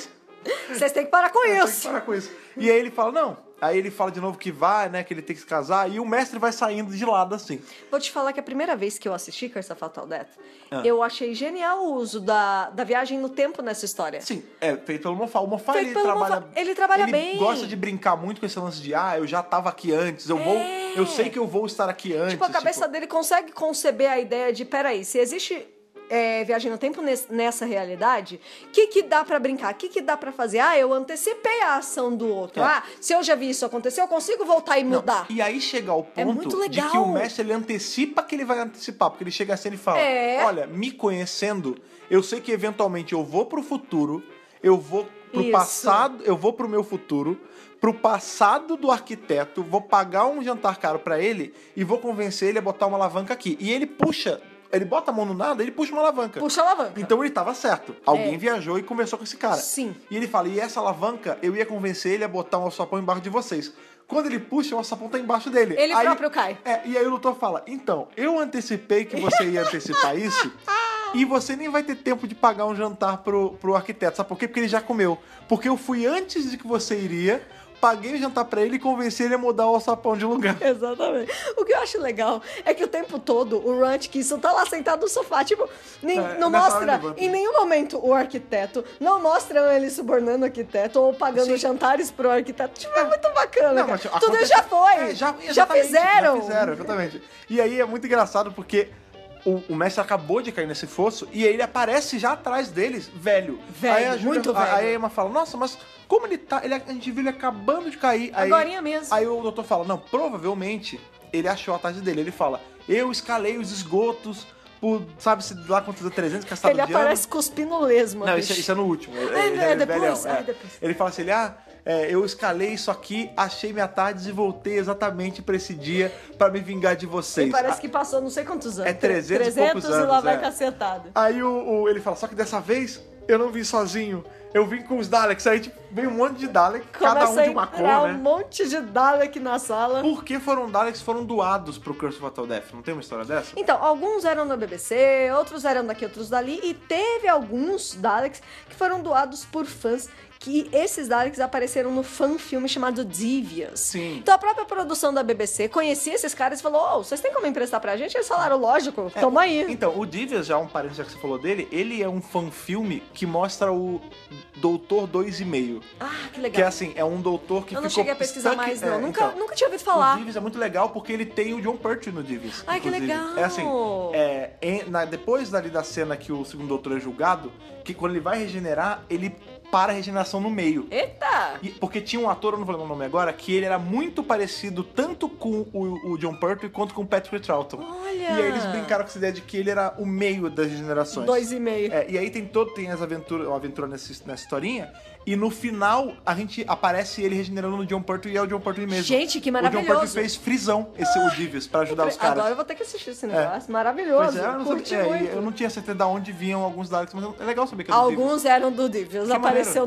Vocês têm que parar com Tem É. que isso. parar com isso. E aí ele fala: não, Aí ele fala de novo que vai, né? Que ele tem que se casar. E o mestre vai saindo de lado assim. Vou te falar que a primeira vez que eu assisti Curse of Fatal Death, Ah. eu achei genial o uso da, da viagem no tempo nessa história. Sim, é feito pelo Mofá. O Mofá Feito ele pelo trabalha. Mofá. Ele trabalha bem. gosta de brincar muito com esse lance de ah, eu já tava aqui antes, eu vou. Eu sei que eu vou estar aqui antes. É. Tipo, a cabeça dele consegue conceber a ideia de, peraí, se existe é, viagem no tempo nes- nessa realidade, o que, que dá pra brincar? O que, que dá pra fazer? Ah, eu antecipei a ação do outro. É. Ah, se eu já vi isso acontecer, eu consigo voltar e Não, mudar. E aí chega ao ponto É muito de legal. que o mestre ele antecipa que ele vai antecipar, porque ele chega assim e fala: É. Olha, me conhecendo, eu sei que eventualmente eu vou pro futuro, eu vou pro Isso. passado, eu vou pro meu futuro, pro passado do arquiteto, vou pagar um jantar caro pra ele e vou convencer ele a botar uma alavanca aqui. E ele puxa, ele bota a mão no nada, ele puxa uma alavanca. Puxa a alavanca. Então ele tava certo. Alguém viajou e conversou com esse cara. É. Sim. E ele fala: e essa alavanca, eu ia convencer ele a botar um alçapão embaixo de vocês. Quando ele puxa, o alçapão tá embaixo dele. Ele Aí- próprio cai. É, e aí o Luthor fala: então, eu antecipei que você ia antecipar isso. E você nem vai ter tempo de pagar um jantar pro, pro arquiteto. Sabe por quê? Porque ele já comeu. Porque eu fui antes de que você iria, paguei o jantar pra ele e convenci ele a mudar o alçapão de lugar. Exatamente. O que eu acho legal é que o tempo todo o Runt Kisson tá lá sentado no sofá, tipo, nem- É, nessa hora não mostra ele levanta. em nenhum momento o arquiteto, não mostra ele subornando o arquiteto ou pagando Sim. jantares pro arquiteto. Tipo, é muito bacana. cara. tipo, Tudo acontece- já foi. É, já, exatamente, fizeram. Já fizeram, exatamente. E aí é muito engraçado porque o, o mestre acabou de cair nesse fosso e aí ele aparece já atrás deles, velho. Velho, aí a Júlia- muito a- velho. Aí a Emma fala, nossa, mas como ele tá... Ele, a gente viu ele acabando de cair. Aí, Agorinha mesmo. Aí o doutor fala, não, provavelmente ele achou a tarde dele. Ele fala, eu escalei os esgotos por, sabe-se lá quantos, 300 castados ele de aparece cuspindo lesma. não, bicho. isso, isso é no último. É, Ah, ele é é depois? velhão, é. Ah, depois. Ele fala assim, ele, ah, é, eu escalei isso aqui, achei minha tarde e voltei exatamente pra esse dia pra me vingar de vocês. E parece que passou não sei quantos anos. É 300 e poucos 300 e lá anos, vai é. cacetada. Aí o, o- ele fala, só que dessa vez eu não vim sozinho, eu vim com os Daleks. Aí tipo, veio um monte de Dalek, cada um Começa de uma a cor, entrar né? um monte de dado aqui na sala. Por que foram Daleks foram doados pro Curse of Fatal Death? Não tem uma história dessa? Então, alguns eram da BBC, outros eram daqui, outros dali, e teve alguns Daleks que foram doados por fãs, que esses Daleks apareceram no fã-filme chamado Devious. Sim. Então a própria produção da BBC conhecia esses caras e falou, ô, vocês têm como emprestar pra gente? Eles falaram, lógico, toma aí. Então, o Divias, já um parênteses já que você falou dele, ele é um fã-filme que mostra o Doutor 2,5. Ah, que Que é legal. assim, é um doutor que Eu não ficou cheguei a pesquisar stuck- mais, é, não. nunca, então, nunca tinha ouvido O falar. Divis é muito legal porque ele tem o John Pertwee no Divis. Ai, que inclusive. legal! É assim, é, em- na- depois dali da cena que o segundo doutor é julgado, que quando ele vai regenerar, ele para a regeneração no meio. Eita! E- porque tinha um ator, eu não vou lembrar o nome agora, que ele era muito parecido tanto com o, o John Pertwee quanto com o Patrick Troughton. Olha! E aí eles brincaram com essa ideia de que ele era o meio das regenerações. Dois e meio. É, e aí tem todo, tem as aventuras, uma aventura nessa, nessa historinha, e no final a gente aparece ele regenerando no John Pertwee e é o John Pertwee mesmo. Gente, que O John Pertwee maravilhoso. fez frisão, esse é o Divis, pra ajudar os caras. Agora eu vou ter que assistir esse negócio. Maravilhoso. é, eu não, Curti sabia, é, e muito. eu não tinha certeza de onde vinham alguns Daleks, mas é legal saber que é do Divas. Alguns eram do Divius, Que apareceu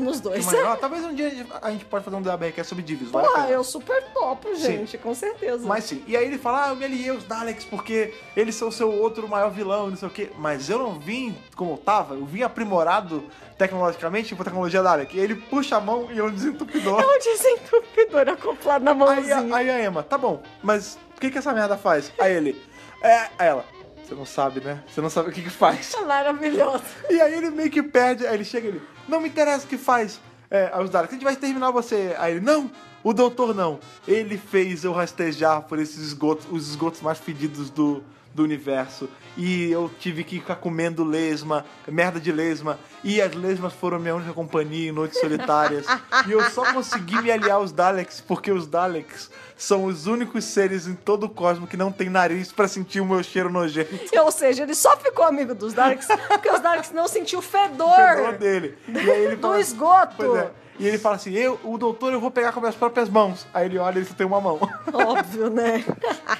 maneiro. nos dois. Que maneiro. Ó, talvez um dia a gente- a gente pode fazer um DABRQ sobre Divis, vale a Pô, pena. Ah, eu super topo, Sim. gente, com certeza. Mas sim, e aí ele fala, ah, eu me aliei aos Daleks porque eles são o seu outro maior vilão, não sei o quê. Mas eu não vim como eu tava, eu vim aprimorado tecnologicamente com a tecnologia Dalek. E ele puxa a mão e é um desentupidor. É um desentupidor acoplado na Aí mãozinha. a, aí a Emma, tá bom, mas o que que essa merda faz? Aí ele, é, aí ela, você não sabe, né? Você não sabe o que que faz. Maravilhoso. E aí ele meio que perde, aí ele chega e ele, não me interessa o que faz. É, aí os Daleks, a gente vai terminar você. Aí ele, não, o doutor não. Ele fez eu rastejar por esses esgotos, os esgotos mais fedidos do, do universo. E eu tive que ficar comendo lesma, merda de lesma. E as lesmas foram minha única companhia em noites solitárias. e eu só consegui me aliar aos Daleks porque os Daleks são os únicos seres em todo o cosmos que não tem nariz pra sentir o meu cheiro nojento. Ou seja, ele só ficou amigo dos Darks porque os Darks não sentiu o fedor, fedor dele. E aí ele do fala- esgoto. Pois é. E ele fala assim: eu, o doutor, eu vou pegar com minhas próprias mãos. Aí ele olha e só tem uma mão. Óbvio, né?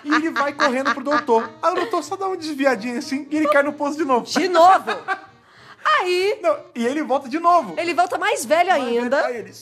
E ele vai correndo pro doutor. Aí o doutor só dá uma desviadinha assim e ele cai no poço de novo. De novo. Aí, Não, e ele volta de novo. ele volta mais velho ainda. Aí ele,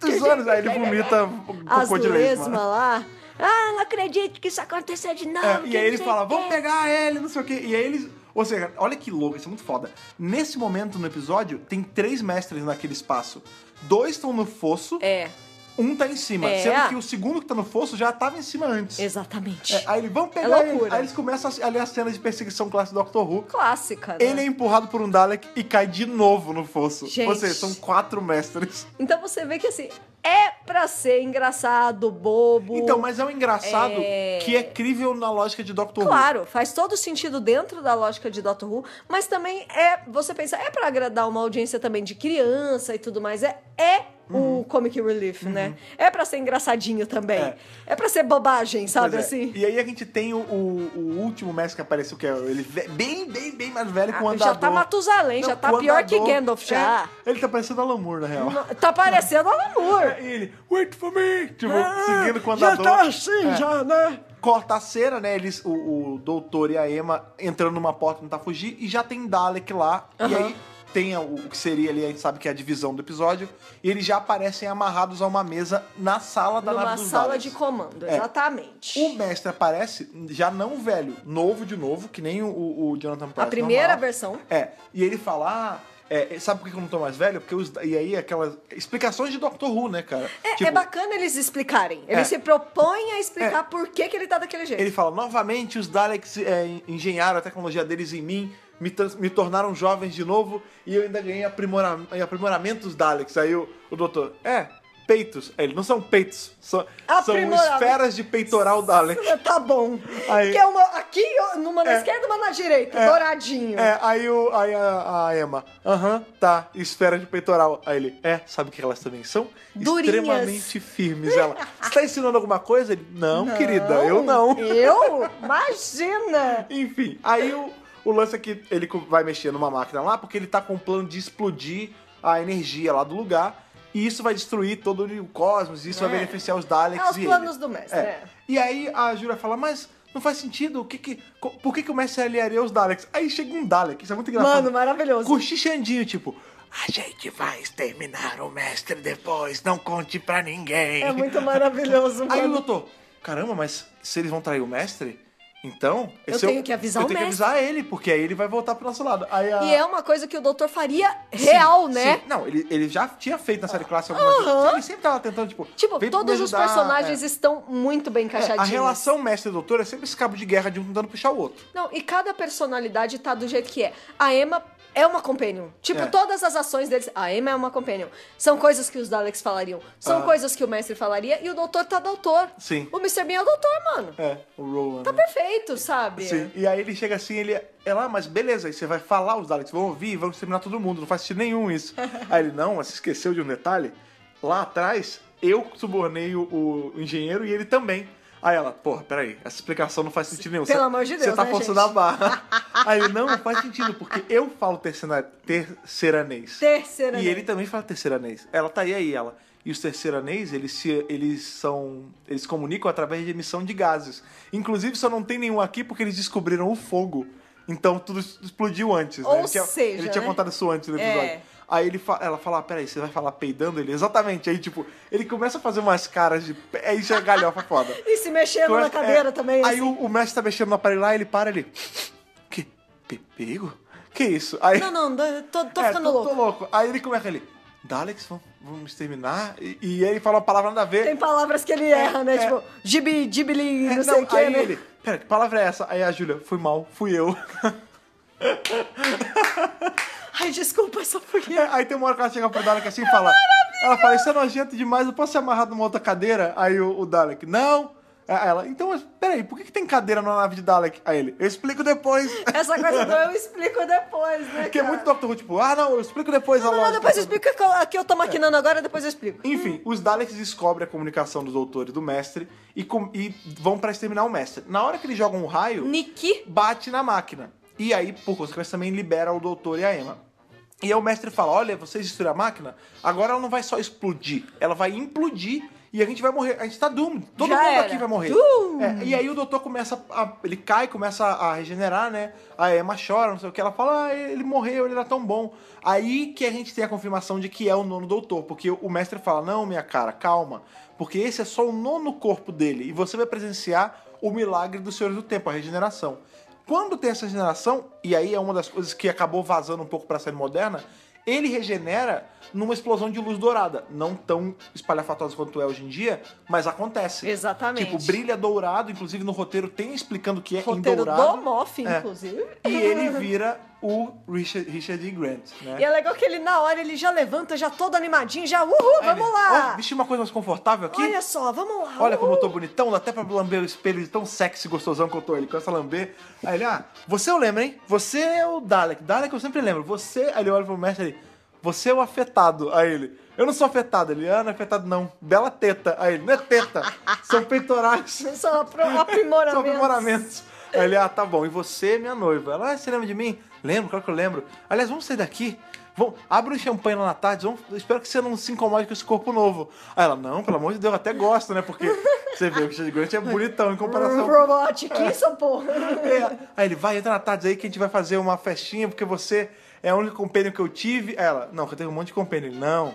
600 anos. Aí ele vomita um As cocô de leite. lesmas lá. Ah, não acredito que isso aconteceu de novo. É, que e aí ele não sei fala, o vamos quê." pegar ele, não sei o quê. E aí eles. Ou seja, olha que louco, isso é muito foda. Nesse momento no episódio, tem três mestres naquele espaço. Dois estão no fosso É. um tá em cima. É. Sendo que o segundo que tá no fosso já tava em cima antes. Exatamente. É, aí eles vão pegar ele. loucura. Aí eles começam a- ali a cena de perseguição classe Doctor Who. Clássica, né? Ele é empurrado por um Dalek e cai de novo no fosso. Gente. Ou seja, são quatro mestres. Então você vê que assim, é pra ser engraçado, bobo. Então, mas é um engraçado É. que é crível na lógica de Doctor Who. Claro, faz todo sentido dentro da lógica de Doctor Who, mas também é, você pensa, é pra agradar uma audiência também de criança e tudo mais, é, é o comic relief, né? É pra ser engraçadinho também. É, Uhum. É. pra ser bobagem, sabe Pois é. assim? E aí a gente tem o, o- o último mestre que apareceu, que é ele ve- bem, bem, bem mais velho é com o Ah, andador. já tá Matusalém, já Não, tá com o pior que andador. Gandalf já. É, ele tá parecendo Alan Moore, na real. Tá parecendo Alan Moore. E ele, wait for me! Tipo, Ah, seguindo com o já andador. tá assim, É. já, né? Corta a cena, né? Eles, o, o doutor e a Emma entrando numa porta tentar fugir e já tem Dalek lá. E Aham. aí tem o, o que seria ali, a gente sabe que é a divisão do episódio. E eles já aparecem amarrados a uma mesa na sala da Numa nave dos sala Daleks. de comando, É. exatamente. O mestre aparece, já não velho, novo de novo, que nem o, o Jonathan Price. A primeira normal. versão. É, e ele fala, ah, é, sabe por que eu não tô mais velho? Porque os, e aí aquelas explicações de Doctor Who, né, cara? É, é bacana eles explicarem. Ele É. se propõe a explicar por que, que ele tá daquele jeito. Ele fala, novamente os Daleks é, en- engenharam a tecnologia deles em mim, me, trans- me tornaram jovens de novo e eu ainda ganhei aprimora- em aprimoramentos Daleks. Aí o, o doutor, é, peitos. Aí ele, não são peitos, são, são Aprimoramento. esferas de peitoral Dalek. Tá bom. Aí- Que é uma aqui, numa na É. esquerda, uma na direita, É. douradinho. É, aí, o, aí a, a Emma, aham, tá, esfera de peitoral. Aí ele, é, sabe o que elas também são? Durinhas. Extremamente firmes. Ela, você tá ensinando alguma coisa? Ele, não, querida, eu não. Eu? Imagina! Enfim, aí o, o lance é que ele co- vai mexer numa máquina lá porque ele tá com o plano de explodir a energia lá do lugar. E isso vai destruir todo o cosmos, e isso É. vai beneficiar os É Daleks os e ele. planos do mestre, É. né? E aí a Júlia fala, mas não faz sentido, o que que, co- por que, que o mestre aliaria os Daleks? Aí chega um Dalek, isso é muito engraçado. Mano, maravilhoso. Cochichandinho, tipo, a gente vai exterminar o mestre depois, não conte pra ninguém. É muito maravilhoso, Aí o mano. doutor, caramba, mas se eles vão trair o mestre, então... Eu esse tenho que avisar eu o tenho mestre. que avisar ele, porque aí ele vai voltar pro nosso lado. Aí a... E é uma coisa que o doutor faria Sim, real, né? sim. Não, ele, ele já tinha feito na série classe algumas Aham. vezes. Ele sempre tava tentando, tipo... Tipo, "Vem me todos os ajudar", personagens é. estão muito bem É, encaixadinhos. a relação mestre-doutor é sempre esse cabo de guerra de um tentando puxar o outro. Não, e cada personalidade tá do jeito que é. A Emma é uma companion. Tipo, É. todas as ações deles. A Emma é uma companion. São coisas que os Daleks falariam. São Ah. coisas que o mestre falaria. E o doutor tá doutor. Sim. O Mr. Bean é o doutor, mano. É, o Rowan. Tá né? perfeito, sabe? Sim, e aí ele chega assim, ele. Ela, ah, mas beleza, aí você vai falar, os Daleks vão ouvir, vão exterminar todo mundo, não faz sentido nenhum isso. aí ele, não, mas você esqueceu de um detalhe? Lá atrás, eu subornei o, o engenheiro e ele também. Aí ela, porra, peraí, essa explicação não faz sentido nenhum. Pelo Você- amor de Você Deus, tá né, forçando gente?" a barra. Aí ele, não, não faz sentido, porque eu falo terceira- terceiranês. Terceira. E né? ele também fala terceiranês. Ela tá aí, aí ela. E os terceiranês, eles se eles são, eles comunicam através de emissão de gases. Inclusive, só não tem nenhum aqui porque eles descobriram o fogo. Então tudo explodiu antes, Ou né? Ele tinha, seja, ele tinha né? contado isso antes no episódio. É. Aí ele fa- ela fala, ah, peraí, você vai falar peidando ele? Exatamente. Aí, tipo, ele começa a fazer umas caras de... pe- Aí isso é galhofa foda. E se mexendo Tá na Começa- cadeira é. também. Aí assim. o, o mestre tá mexendo no aparelho lá, ele para, ele... Que pe- perigo? Que isso? Aí... Não, não, tô, tô É, ficando tô- louco. Tô louco. Aí ele começa ele. Daleks, vão- vamos terminar? E, e ele fala uma palavra nada a ver. Tem palavras que ele erra, né? é. Tipo, gibi, gibili, É, não sei o que, aí né? ele. Pera, que palavra é essa? Aí a Júlia, fui mal, fui eu. Ai, desculpa, só porque. É, aí tem uma hora que ela chega pro Dalek É assim e fala. Ela fala, isso é nojento demais, eu posso ser amarrado numa outra cadeira? Aí o, o Dalek, não. Aí Ela, então, mas peraí, por que, que tem cadeira na nave de Dalek? Aí ele, eu explico depois. Essa coisa do eu explico depois, né? Porque é cara? muito Doctor Who, tipo, ah não, eu explico depois a Não, não, lógica depois eu toda. explico que eu- que eu tô maquinando É. agora, depois eu explico. Enfim, os Daleks descobrem a comunicação dos doutores do mestre e, com- e vão pra exterminar o mestre. Na hora que eles jogam o raio, Niki. bate na máquina. E aí, por consequência, também libera o doutor e a Emma. E aí o mestre fala: olha, vocês destruíram a máquina, agora ela não vai só explodir, ela vai implodir e a gente vai morrer. A gente tá doomed. Todo Já mundo era. aqui vai morrer. Doom! É, e aí o doutor começa. a- ele cai, começa a regenerar, né? A Emma chora, não sei o que. Ela fala: ah, ele morreu, ele era tão bom. Aí que a gente tem a confirmação de que é o nono doutor, porque o mestre fala: não, minha cara, calma, porque esse é só o nono corpo dele e você vai presenciar o milagre dos Senhores do Tempo, a regeneração. Quando tem essa regeneração, e aí é uma das coisas que acabou vazando um pouco pra série moderna, ele regenera numa explosão de luz dourada. Não tão espalhafatosa quanto é hoje em dia, mas acontece. Exatamente. Tipo, brilha dourado, inclusive no roteiro tem explicando o que é Roteiro em dourado. do Moff, É. inclusive. E ele vira o Richard, Richard E. Grant, né? E é legal que ele, na hora, ele já levanta, já todo animadinho, já, uhul, Aí ele, vamos lá! Ó, vestir uma coisa mais confortável aqui. Olha só, vamos lá. Olha como eu uhul. tô bonitão, dá até pra lamber o espelho de tão sexy e gostosão que eu tô. Ele começa a lamber. Aí ele, ah, você eu lembro, hein? Você é o Dalek. Dalek eu sempre lembro. Você. Aí ele olha pro mestre ali, você é o afetado. Aí ele, eu não sou afetado. Ele, ah, não é afetado não. Bela teta. Aí ele, não é teta, são peitorais. Só é um apro- aprimoramento. São aprimoramentos. Aí ele, ah, tá bom, e você, minha noiva? Ela, ah, você lembra de mim? Lembro, claro que eu lembro. Aliás, vamos sair daqui? Vamos, abre o champanhe lá na tarde, vamos, espero que você não se incomode com esse corpo novo. Aí ela, não, pelo amor de Deus, eu até gosto, né? Porque você vê, o Richard Grant é bonitão em comparação. Robotic, Um isso, porra. É. Aí ele, vai, entra na tarde aí que a gente vai fazer uma festinha, porque você é o único compênio que eu tive. Aí ela, não, que eu tenho um monte de compênio. Ele, não,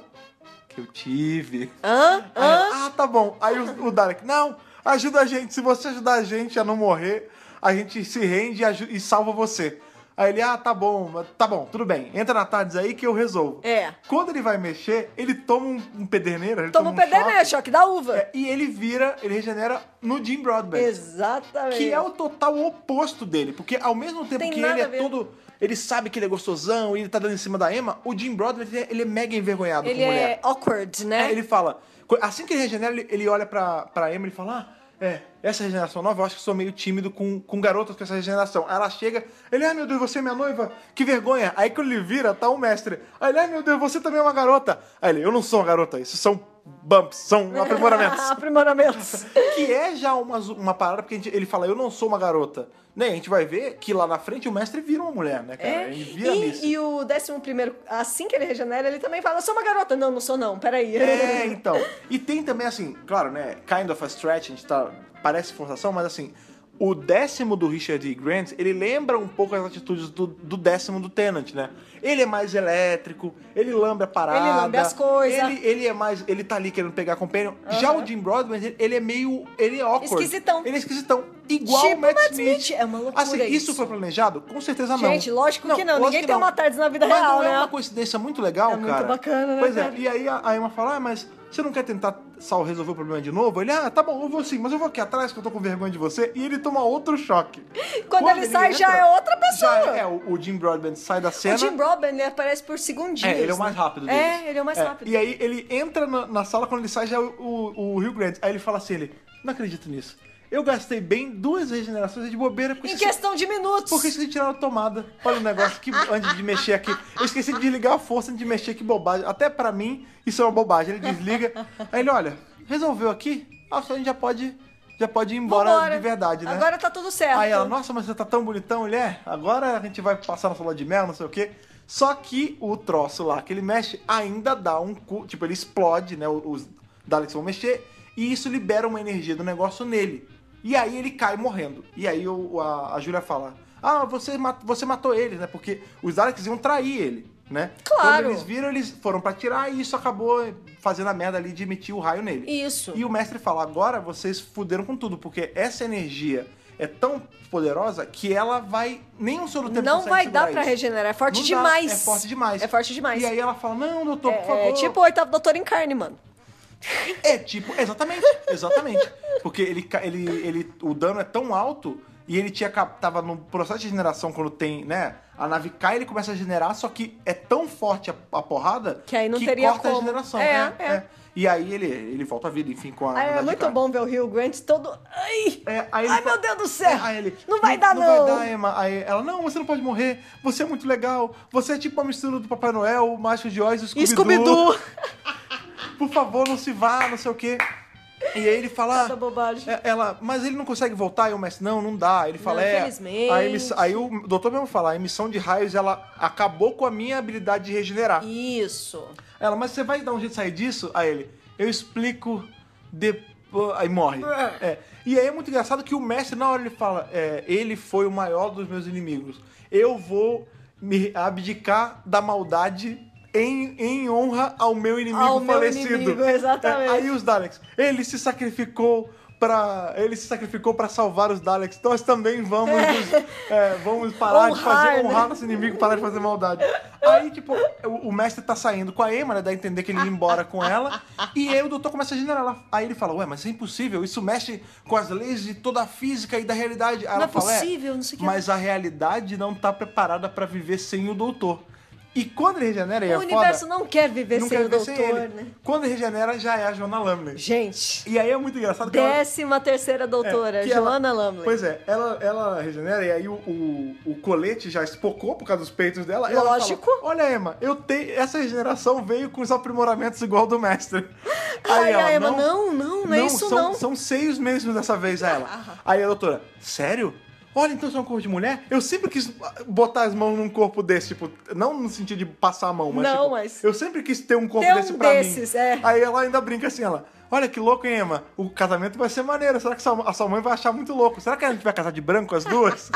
que eu tive. Hã? Aí ela, ah, tá bom. Aí o, o Dalek, não, ajuda a gente. Se você ajudar a gente a não morrer, a gente se rende e, aju- e salva você. Aí ele, ah, tá bom, tá bom, tudo bem. Entra na tardes aí que eu resolvo. É. Quando ele vai mexer, ele toma um, um pederneiro. Ele Toma um pederneiro, choque da uva. choque, é, e ele vira, ele regenera no Jim Broadbent. Exatamente. Que é o total oposto dele. Porque ao mesmo tempo Tem que nada ele a é ver. todo. Ele sabe que ele é gostosão e ele tá dando em cima da Emma, o Jim Broadbent ele é- ele é mega envergonhado Ele com mulher. é awkward, né? É, ele fala. co- Assim que ele regenera, ele, ele olha pra, pra Emma e fala: Ah, é, essa regeneração nova, eu acho que sou meio tímido com, com garotas com essa regeneração. Aí ela chega, ele, ai meu Deus, você é minha noiva? Que vergonha. Aí quando ele vira, tá o mestre. Aí ele, ai meu Deus, você também é uma garota. Aí ele, eu não sou uma garota, isso são bumps, são aprimoramentos. Aprimoramentos. que é já uma, zo- uma parada, porque a gente- ele fala, eu não sou uma garota. Né? A gente vai ver que lá na frente o mestre vira uma mulher, né, cara? É. Ele vira Missy. E, e o décimo primeiro, assim que ele regenera, ele também fala, sou uma garota. Não, não sou não, peraí. É, então. E tem também, assim, claro, né? Kind of a stretch, a gente tá. Parece forçação, mas assim. O décimo do Richard E. Grant, ele lembra um pouco as atitudes do, do décimo do Tennant, né? Ele é mais elétrico, ele lambe a parada. Ele lambe as coisas. Ele, ele é mais. Ele tá ali querendo pegar a companion. Já o Jim Broadbent, ele, ele é meio. Ele é awkward. Esquisitão. Ele é esquisitão. Igual Tipo o Matt, Matt Smith. Smith. É uma loucura Assim, isso, isso. foi planejado? Com certeza não. Gente, lógico que não. lógico Ninguém tem uma tardes na vida Mas real, não é né? uma coincidência muito legal, É cara. muito bacana, né, Pois é, cara? e aí a a Emma fala, ah, mas você não quer tentar Sal resolver o problema de novo? Ele, ah, tá bom, eu vou sim, mas eu vou aqui atrás que eu tô com vergonha de você. E ele toma outro choque. Quando, ele, sai, já é outra pessoa. Já é, é, o o Jim Broadbent sai da cena. O Jim Broadbent ele aparece por segundinhos. É, ele é o mais né? rápido deles. É, ele é o mais rápido. E aí ele entra na, na sala, quando ele sai já é o, o, o Rio Grande. Aí ele fala assim, ele, não acredito nisso. Eu gastei bem duas regenerações é de bobeira porque Em esqueci- questão de minutos. porque eu esqueci de tirar a tomada. Olha o negócio que antes de mexer aqui. Eu esqueci de desligar a força antes de mexer, que bobagem. Até pra mim, isso é uma bobagem. Ele desliga. Aí ele, olha, resolveu aqui, ah, só a gente já pode, já pode ir embora Vambora. de verdade, né? Agora tá tudo certo. Aí ela, nossa, mas você tá tão bonitão, ele é. Agora a gente vai passar na sala de mel, não sei o quê. Só que o troço lá que ele mexe ainda dá um cu. Tipo, ele explode, né? Os Daleks vão mexer. E isso libera uma energia do negócio nele. E aí ele cai morrendo. E aí o- a, a Júlia fala: Ah, você, ma- você matou eles, né? Porque os Daleks iam trair ele. Né? Claro. Quando eles viram, eles foram pra tirar e isso acabou fazendo a merda ali de emitir o raio nele. Isso. E o mestre fala: agora vocês fuderam com tudo, porque essa energia é tão poderosa que ela vai. Nem um soro tempo Não consegue vai dar segurar pra isso. regenerar, é forte Não dá, demais. é forte demais. É forte demais. E aí ela fala: não, doutor, por favor. é, é tipo o oitavo doutor em carne, mano. É tipo, exatamente, exatamente. Porque ele, ca- ele, ele, o dano é tão alto e ele tinha, cap- tava no processo de generação quando tem, né? A nave cai, ele começa a generar, só que é tão forte a, a porrada Que aí não teria corta a como. generação. É, é. E aí ele, ele volta à vida, enfim, com a. Ah, é nave muito cai. bom ver o Rio Grant todo. Ai! É, aí ele Ai, fa- meu Deus do céu! É, aí ele, não vai dar, não! Não vai dar, Emma. Aí ela, não, você não pode morrer. Você é muito legal. Você é tipo a mistura do Papai Noel, o Mágico de Oz e o Scooby-Doo. Scooby-Doo! Por favor, não se vá, não sei o quê. E aí ele fala... Essa bobagem. É, Ela, mas ele não consegue voltar? E o mestre, não, não dá. Ele fala, Não, é... infelizmente. a emiss- aí o doutor mesmo fala, a emissão de raios, ela acabou com a minha habilidade de regenerar. Isso. Ela, mas você vai dar um jeito de sair disso? Aí ele, eu explico depois. Aí morre. É. E aí é muito engraçado que o mestre, na hora, ele fala: é, ele foi o maior dos meus inimigos. Eu vou me abdicar da maldade em, em honra ao meu inimigo Ao meu falecido. inimigo, exatamente. É, aí os Daleks, ele se sacrificou para ele se sacrificou para salvar os Daleks. Nós também vamos, nos- é, vamos parar de Honrar, fazer né? honrar nosso inimigo, parar de fazer maldade. Aí, tipo, o, o mestre tá saindo com a Emma, né? Dá a entender que ele ia embora com ela. E aí o doutor começa a generar. ela- Aí ele fala, ué, mas isso é impossível. Isso mexe com as leis de toda a física e da realidade. Aí Não ela é fala, possível, não sei o que. Mas a realidade não tá preparada para viver sem o doutor. E quando ele regenera, e é O universo foda, não quer viver não sem quer o viver sem doutor, ele. né? Quando ele regenera, já é a Joana Lumley. Gente, E aí é muito engraçado que ela- décima terceira doutora, É, que ela- Joana Lumley. Pois é, ela, ela regenera e aí o, o, o colete já espocou por causa dos peitos dela. e ela fala, Lógico. Olha, Emma, eu tenho. Essa regeneração veio com os aprimoramentos igual do mestre. Ai, ela, a Emma, não, não, não é isso, são, um não." São seios mesmo dessa vez a ela. Aí a doutora, sério? Olha, então você é um corpo de mulher? Eu sempre quis botar as mãos num corpo desse, tipo, não no sentido de passar a mão, mas. Não, tipo, mas- Eu sempre quis ter um corpo Ter desse um pra desses, mim. é. Aí ela ainda brinca assim, ela. Olha que louco, hein, Emma? O casamento vai ser maneiro. Será que sua- a sua mãe vai achar muito louco? Será que a gente vai casar de branco as duas?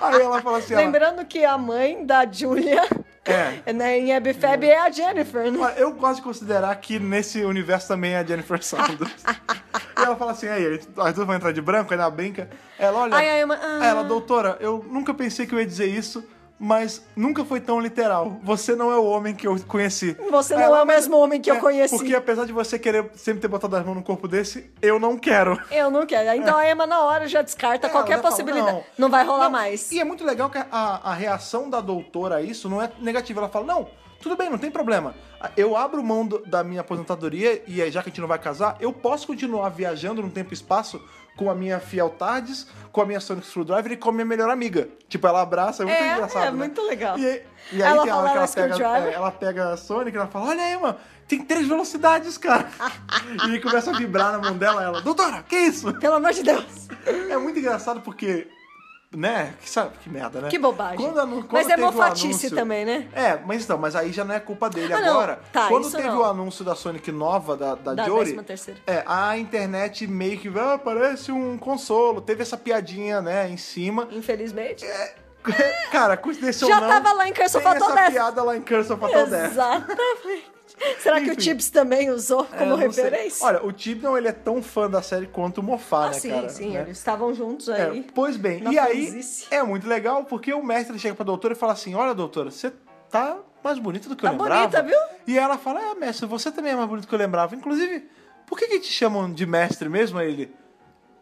Aí ela fala assim, ela, Lembrando que a mãe da Julia É. né, em Abby Fab é a Jennifer, né? Olha, Eu gosto de considerar que nesse universo também é a Jennifer Saunders. e ela fala assim, aí, as duas vão entrar de branco, aí ela brinca. Ela olha. Ai, ai, mas- ah. Ela, doutora, eu nunca pensei que eu ia dizer isso, mas nunca foi tão literal. Você não é o homem que eu conheci. Você Aí não ela, é o "Mas- mesmo homem que eu conheci." Porque apesar de você querer sempre ter botado as mãos num corpo desse, eu não quero. Eu não quero. Então a Emma na hora já descarta É, qualquer ela já possibilidade. fala, não. vai rolar Não, mais. E é muito legal que a, a reação da doutora a isso não é negativa. Ela fala, não, tudo bem, não tem problema. Eu abro mão do- da minha aposentadoria e aí, já que a gente não vai casar, eu posso continuar viajando no tempo e espaço com a minha Fiel Tardes, com a minha Sonic Screwdriver e com a minha melhor amiga. Tipo, ela abraça, é muito É, engraçado, é né? muito legal. E, aí- e aí Ela tem a hora que fala ela na pega, Screwdriver. é, ela pega a Sonic e ela fala, olha aí, mano, tem três velocidades, cara. e começa a vibrar na mão dela, ela, doutora, que é isso? Pelo amor de Deus. É muito engraçado porque. Né? Que, sabe, que merda, né? Que bobagem. Quando a- quando Mas é teve o mofatice anúncio- também, né? É, mas então, mas aí já não é culpa dele. Ah, não. Agora, Tá, quando isso teve não. o anúncio da Sonic nova, da, da, Da Jory, 13ª. é, a internet meio que. Ah, parece um consolo. Teve essa piadinha, né, em cima. Infelizmente. Cara, coincidência Já ou não. tava lá em Curse of tem Fatal essa Death. piada lá em Curse of Fatal Death. Exatamente. Será que o Enfim. Tips também usou É, como eu não sei. referência? Olha, o Tibnon, ele é tão fã da série quanto o Mofá, ah, né, sim, cara? sim. né? Eles estavam juntos É, aí. pois bem, na e aí fanzice. é muito legal porque o mestre chega pra doutora e fala assim: Olha, doutora, você tá mais bonita do que Tá eu lembrava. bonita, viu? E ela fala: É, mestre, você também é mais bonito do que eu lembrava. Inclusive, por que, que te chamam de mestre mesmo? Aí ele.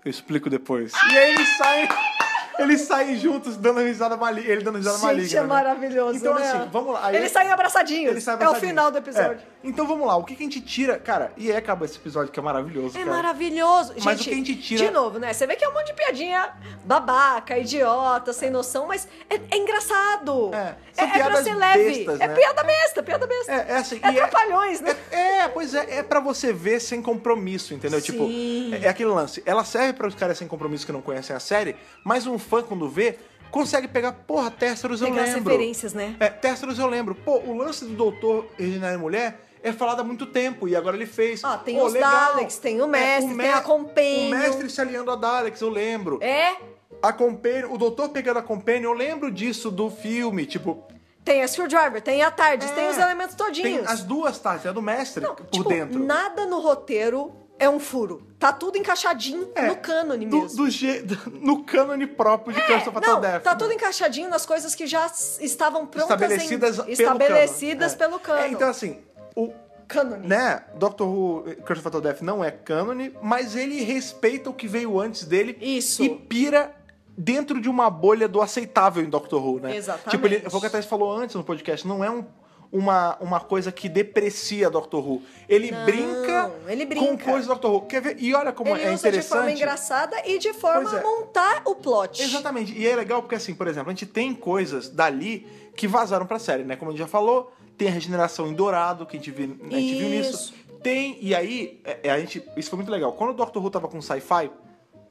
Eu explico depois. E aí eles saem. Eles saem juntos dando risada maligna. Ele dando risada maligna. Gente, é né? maravilhoso, Então, né? assim, vamos lá. Aí Eles saem abraçadinhos. ele sai É o abraçadinho. final do episódio. É. Então vamos lá, o que, que a gente tira? Cara, e aí acaba esse episódio que é maravilhoso. É cara. maravilhoso. Mas o que a gente tira- De novo, né? Você vê que é um monte de piadinha babaca, idiota, sem noção, mas é, é engraçado. É. São pra piadas ser leve. bestas, é né? piada besta, piada besta. É, é assim, É e é- trapalhões, né? É, pois é, é pra você ver sem compromisso, entendeu? Sim. Tipo, é, é aquele lance. Ela serve pra os caras sem compromisso que não conhecem a série, mas um fã, quando vê, consegue pegar, porra, Testeros eu Pegar as lembro. referências, né? É, Testeros eu lembro. Pô, o lance do doutor regenerar em mulher é falado há muito tempo e agora ele fez. Ó, Ah, tem Pô, os legal. Daleks, tem o É, mestre, tem me- a Companion. O mestre se aliando a Daleks, eu lembro. É. A Companion, o doutor pegando a Companion, eu lembro disso do filme, tipo... Tem a Screwdriver, tem a TARDIS, é, tem os elementos Tem todinhos. as duas tardes, é do mestre, Não, por tipo, dentro. nada no roteiro é um furo. Tá tudo encaixadinho É, no cânone do- mesmo. do je- no cânone próprio de Curse of Fatal Não, Death. tá tudo encaixadinho nas coisas que já s- estavam prontas estabelecidas, em, pelo estabelecidas cânone. pelo É. cano. É, então, assim, o, Cânone. né, Doctor Who eh, Curse of Fatal Death não é cânone, mas ele respeita o que veio antes dele Isso. e pira dentro de uma bolha do aceitável em Doctor Who, né? Exatamente. Tipo, ele, foi o que a Thais falou antes no podcast, não é um- uma, uma coisa que deprecia Doctor Who. Ele, Não, brinca ele com brinca. coisas do Doctor Who. Quer ver? E olha como Ele é usa de interessante. forma engraçada e de forma Pois é. a montar o plot. Exatamente. E é legal porque, assim, por exemplo, a gente tem coisas dali que vazaram pra série, né? Como a gente já falou, tem a regeneração em dourado, que a gente, viu- a gente viu nisso. Isso. Tem, e aí, é- é, a gente, isso foi muito legal. Quando o Doctor Who tava com o Sci-Fi,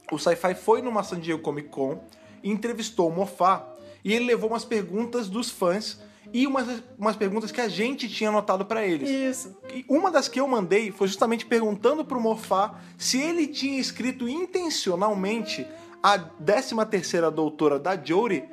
o Sci-Fi foi numa San Diego Comic Con e entrevistou o Mofá. E ele levou umas perguntas dos fãs e umas, umas perguntas que a gente tinha anotado pra eles. Isso. E uma das que eu mandei foi justamente perguntando pro Mofá se ele tinha escrito intencionalmente a 13 terceira doutora da Jory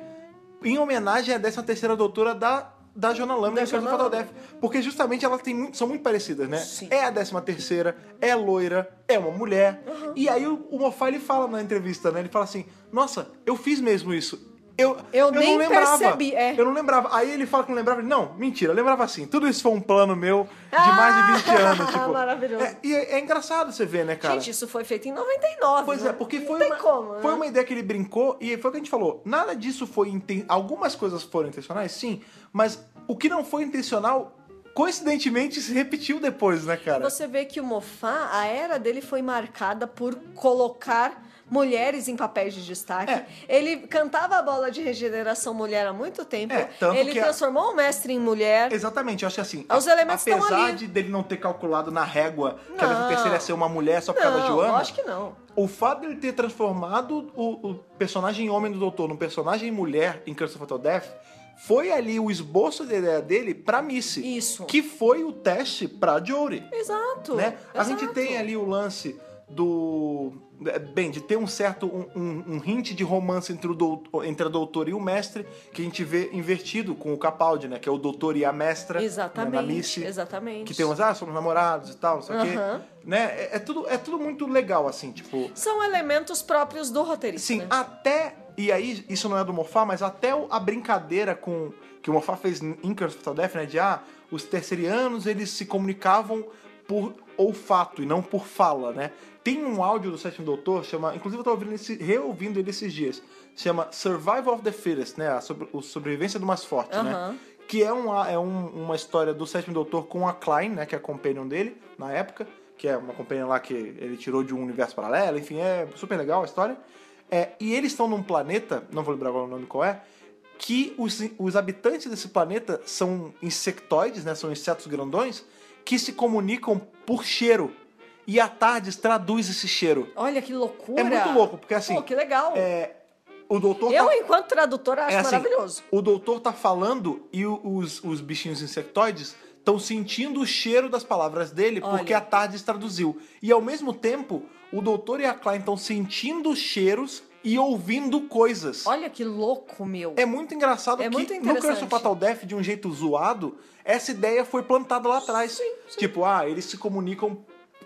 em homenagem à 13 terceira doutora da da Jona Lama Da e do Jona Fatal Death. Porque justamente elas têm muito- são muito parecidas, né? Sim. É a décima terceira, é loira, é uma mulher. E aí o, o Mofá, ele fala na entrevista, né? Ele fala assim, nossa, eu fiz mesmo isso. Eu, Eu não nem lembrava. percebi, é. Eu não lembrava. Aí ele fala que não lembrava. Não, mentira, eu lembrava assim. Tudo isso foi um plano meu de mais de 20 anos. Tipo. Ah, Maravilhoso. É, e é, é engraçado você ver, né, cara? Gente, isso foi feito em 99. Pois né? é, porque foi, Não uma, tem como, né? foi uma ideia que ele brincou e foi o que a gente falou. Nada disso foi. Inten... Algumas coisas foram intencionais, sim, mas o que não foi intencional, coincidentemente, se repetiu depois, né, cara? Você vê que o Mofá, a era dele foi marcada por colocar mulheres em papéis de destaque. É. Ele cantava a bola de regeneração mulher há muito tempo. É, tanto ele que a- transformou o mestre em mulher. Exatamente, eu acho que assim. Os elementos estão apesar ali. de dele não ter calculado na régua que a Não. décima terceira ia ser uma mulher só por causa da Não, Joana, lógico que não. o fato dele ter transformado o, o personagem homem do Doutor num personagem mulher em Curse of Fatal Death foi ali o esboço da ideia dele pra Missy. Isso. Que foi o teste pra Jory. Exato. né? A exato. gente tem ali o lance do. Bem, de ter um certo um, um- um hint de romance entre, o doutor, entre a doutora e o mestre, que a gente vê invertido com o Capaldi, né? Que é o doutor e a mestra. né, Na Exatamente. Missy, exatamente. Que tem uns, ah, somos namorados e tal, não sei o Aham. quê. Né? É, é tudo, é tudo muito legal, assim, tipo. São elementos próprios do roteirista. Sim, né? até. E aí, isso não é do Mofá, mas até o- a brincadeira com que o Mofá fez em Curse of the Death, né? De ah, os terceirianos eles se comunicavam por olfato e não por fala, né? Tem um áudio do Sétimo Doutor, chama. Inclusive eu tô ouvindo esse, reouvindo ele esses dias. Chama Survival of the Fittest, né? A, sobre, o sobrevivência do mais forte, Aham. né? que é, um, é um- uma história do Sétimo Doutor com a Klein, né, que é a companion dele, na época, que é uma companion lá que ele tirou de um universo paralelo, enfim, é super legal a história. É, e eles estão num planeta, não vou lembrar agora o nome qual é, que os, os habitantes desse planeta são insectoides, né, são insetos grandões, que se comunicam por cheiro. E a Tardes traduz esse cheiro. Olha que loucura. É muito louco, porque assim, Pô, que legal. é, o doutor... Eu, tá- enquanto tradutora, acho é assim, maravilhoso. o doutor tá falando e o- os, os bichinhos insectoides estão sentindo o cheiro das palavras dele Olha. porque a Tardes traduziu. E ao mesmo tempo, o doutor e a Klein estão sentindo cheiros e ouvindo coisas. Olha que louco, meu. É muito engraçado É que muito no Curse of interessante. Fatal Death, de um jeito zoado, essa ideia foi plantada lá atrás. Tipo, ah, eles se comunicam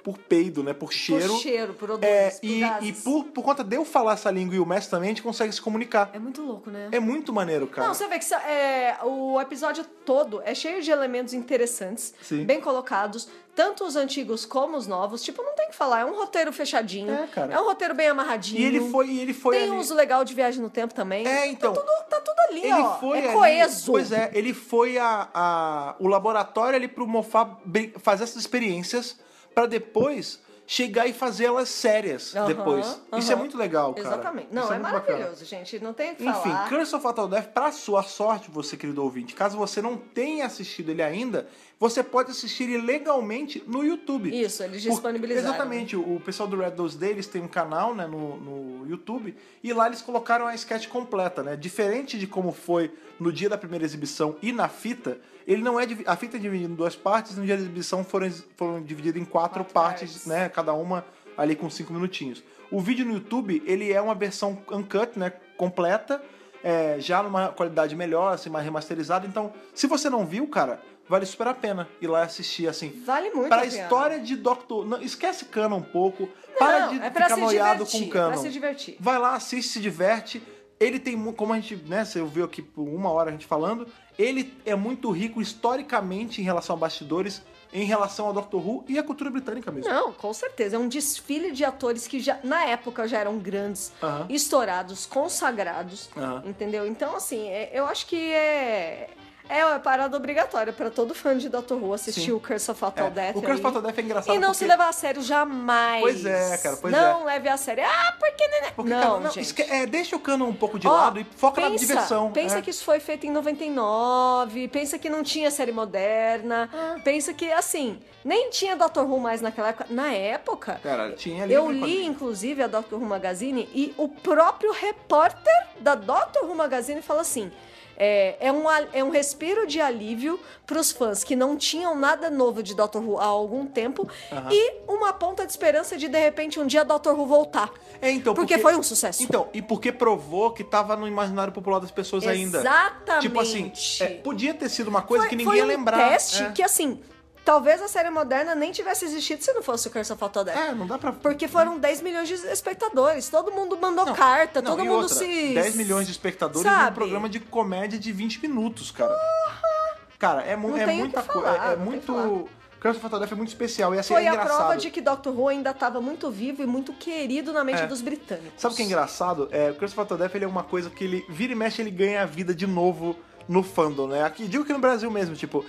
por peido, né? Por cheiro. Por cheiro, por odores, É, por e gases. e por, por conta de eu falar essa língua e o mestre também, a gente consegue se comunicar. É muito louco, né? É muito maneiro, cara. Não, você vê que sa- é, o episódio todo é cheio de elementos interessantes, Sim. bem colocados, tanto os antigos como os novos. Tipo, não tem o que falar, é um roteiro fechadinho. É, cara. um roteiro bem amarradinho. E ele foi, e ele foi Tem ali. um uso legal de viagem no tempo também. É, então. Tá tudo, tá tudo ali, Ele ó. foi é ali- coeso. pois é, ele foi a, a- o laboratório ali pro Mofá brin- fazer essas experiências pra depois chegar e fazer elas sérias Aham, depois. Isso é aham. muito legal, cara. Exatamente. Não, Isso é, muito bacana. maravilhoso, gente. Não tem o que Enfim, falar. Curse of Fatal Death, pra sua sorte, você querido ouvinte, caso você não tenha assistido ele ainda, você pode assistir ele legalmente no YouTube. Isso, eles Por- disponibilizaram. Exatamente, o pessoal do Red Those Days tem um canal né, no, no YouTube e lá eles colocaram a sketch completa, né? Diferente de como foi no dia da primeira exibição e na fita, ele não é divi- a fita é dividida em duas partes, no dia da exibição foram, ex- foram divididas em quatro, Quatro partes, partes. né? Cada uma ali com cinco minutinhos. O vídeo no YouTube ele é uma versão uncut, né? Completa, é, já numa qualidade melhor, assim, mais remasterizada. Então, se você não viu, cara, vale super a pena ir lá assistir, assim Vale muito pra a pena. história de Doctor. Não, esquece Canon um pouco. para Não, de é pra ficar se noiado divertir, é com Canon. pra se divertir. Vai lá, assiste, se diverte. Ele tem, mu- como a gente, né, você ouviu aqui por uma hora a gente falando, ele é muito rico historicamente em relação a bastidores, em relação ao Doctor Who e à cultura britânica mesmo. Não, com certeza. É um desfile de atores que já, na época já eram grandes, Aham. estourados, consagrados, Aham. entendeu? Então, assim, é- eu acho que é. É uma parada obrigatória pra todo fã de Dr. Who assistir Sim. o Curse of Fatal É, Death. o Curse aí. of Fatal Death é engraçado E não porque- se levar a sério jamais. Pois é, cara, pois não leve a sério. Ah, porque. Porque, não, cara, não, gente. esque- é, deixa o Canon um pouco de Ó, lado e foca na pensa, diversão. Pensa é. que isso foi feito em 99, pensa que não tinha série moderna, Ah. pensa que, assim, nem tinha Doctor Who mais naquela época. Na época, Cara, tinha ali. eu li, inclusive, a Doctor Who Magazine e o próprio repórter da Doctor Who Magazine fala assim: É, é um, al- é um respiro de alívio para os fãs que não tinham nada novo de Doctor Who há algum tempo e uma ponta de esperança de, de repente, um dia Doctor Who voltar. É, então, Porque foi um sucesso. Então, e porque provou que tava no imaginário popular das pessoas ainda. Exatamente. Tipo assim, é, podia ter sido uma coisa que foi, foi ninguém ia um lembrar. teste é. que, assim, talvez a série moderna nem tivesse existido se não fosse o Curse of Autodeath. É, não dá pra. Porque foram 10 milhões de espectadores. Todo mundo mandou carta, Não, tá todo e mundo outra, se. 10 milhões de espectadores Sabe? num programa de comédia de 20 minutos, cara. Cara, é, mu- Não é tem o muita que falar, coisa. É, não tem o que muito. falar. Criança Fotografia é muito especial. E assim, Foi é a engraçado. prova de que Doctor Who ainda estava muito vivo e muito querido na mente dos britânicos. Sabe o que é engraçado? É, o Christopher Todef, ele é uma coisa que ele vira e mexe, ele ganha a vida de novo no fandom, né? Aqui, digo que no Brasil mesmo, tipo,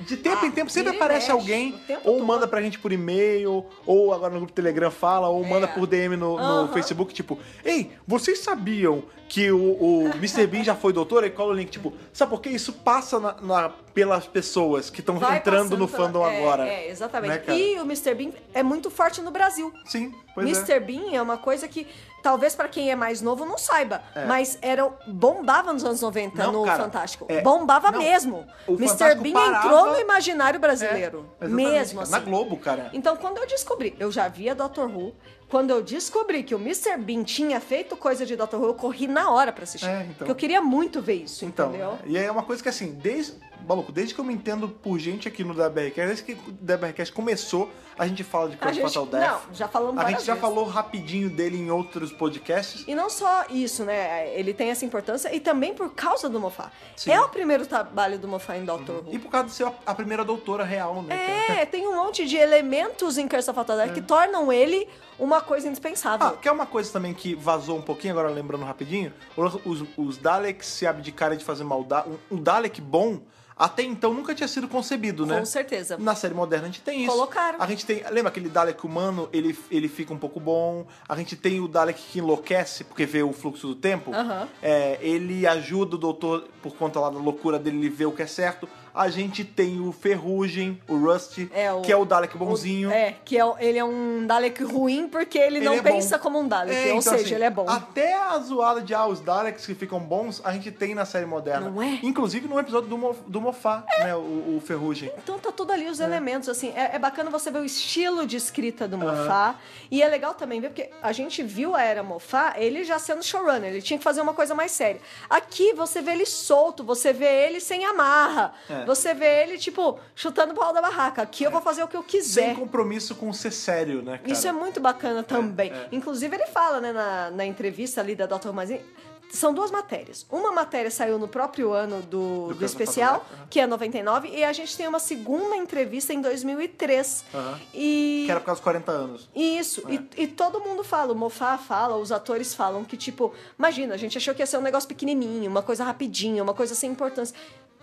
de tempo Ah, em tempo sempre vira e aparece mexe, alguém, o tempo ou todo. manda pra gente por e-mail, ou agora no grupo Telegram fala, ou manda por DM no, no É. Aham. Facebook, tipo, ei, vocês sabiam que o, o Mr. Bean já foi doutor? E cola o link, tipo, sabe por quê? Isso passa na- na- pelas pessoas que estão Vai entrando passando no pela- fandom é, agora. É, Né, exatamente. cara? e o Mr. Bean é muito forte no Brasil. Sim, pois é. Mr. Bean é uma coisa que talvez pra quem é mais novo não saiba, mas era bombava nos anos 90 É. Não, no cara, Fantástico. é, bombava não, mesmo. o Mr. Fantástico Bean parava- entrou no imaginário brasileiro. É, exatamente, mesmo cara. assim. Na Globo, cara. Então, quando eu descobri, eu já via Doctor Who, quando eu descobri que o Mr. Bean tinha feito coisa de Doctor Who, eu corri na hora pra assistir. É, então. Porque eu queria muito ver isso, Então, entendeu? e é uma coisa que assim, desde. Maluco, desde que eu me entendo por gente aqui no DBRcast, desde que o DBRcast começou, a gente fala de A Crush gente- Fatal Death. não, já falamos A gente várias já vezes. falou rapidinho dele em outros podcasts. E não só isso, né? Ele tem essa importância e também por causa do Moffat. Sim. Uhum. É o primeiro trabalho do Moffat em Doctor Who. E por causa de ser a- a primeira doutora real, né? cara? É, tem um monte de elementos em Curse of Autodeath É. que tornam ele uma coisa indispensável. Ah, que é uma coisa também que vazou um pouquinho, agora lembrando rapidinho, os, os Daleks se abdicarem de fazer maldade. Um, um Dalek bom, até então, nunca tinha sido concebido, né? Com certeza. Na série moderna a gente tem isso. Colocaram. A gente tem. Lembra aquele Dalek humano? Ele, ele fica um pouco bom. A gente tem o Dalek que enlouquece porque vê o fluxo do tempo. Aham. É, ele ajuda o doutor por conta lá da loucura dele, ele vê o que é certo. A gente tem o Ferrugem, o Rust, É, o- que é o Dalek bonzinho. O- É, que é, o- ele é um Dalek ruim porque ele, não é bom. pensa como um Dalek. É, ou então, seja, assim, ele é bom. Até a zoada de ah, os Daleks que ficam bons, a gente tem na série moderna. Não é? Inclusive no episódio do, Mo- do Mofá, né? O, o Ferrugem. Então tá tudo ali os elementos, assim. É, é bacana você ver o estilo de escrita do Moffat. E é legal também ver, porque a gente viu a era Moffat, ele já sendo showrunner, ele tinha que fazer uma coisa mais séria. Aqui você vê ele solto, você vê ele sem amarra, É. você vê ele, tipo, chutando o pau da barraca. Aqui eu vou fazer o que eu quiser. Sem compromisso com ser sério, né, cara? é. É, Isso é muito bacana também. Inclusive, ele fala, né, na, na entrevista ali da Dr. Mazin. São duas matérias. Uma matéria saiu no próprio ano do, Do do, Casa especial, Fatal, que é 99, e a gente tem uma segunda entrevista em 2003. Aham. E. Que é era por causa dos 40 anos. Isso, É. e, e todo mundo fala, o Mofá fala, os atores falam que, tipo, imagina, a gente achou que ia ser um negócio pequenininho, uma coisa rapidinha, uma coisa sem importância.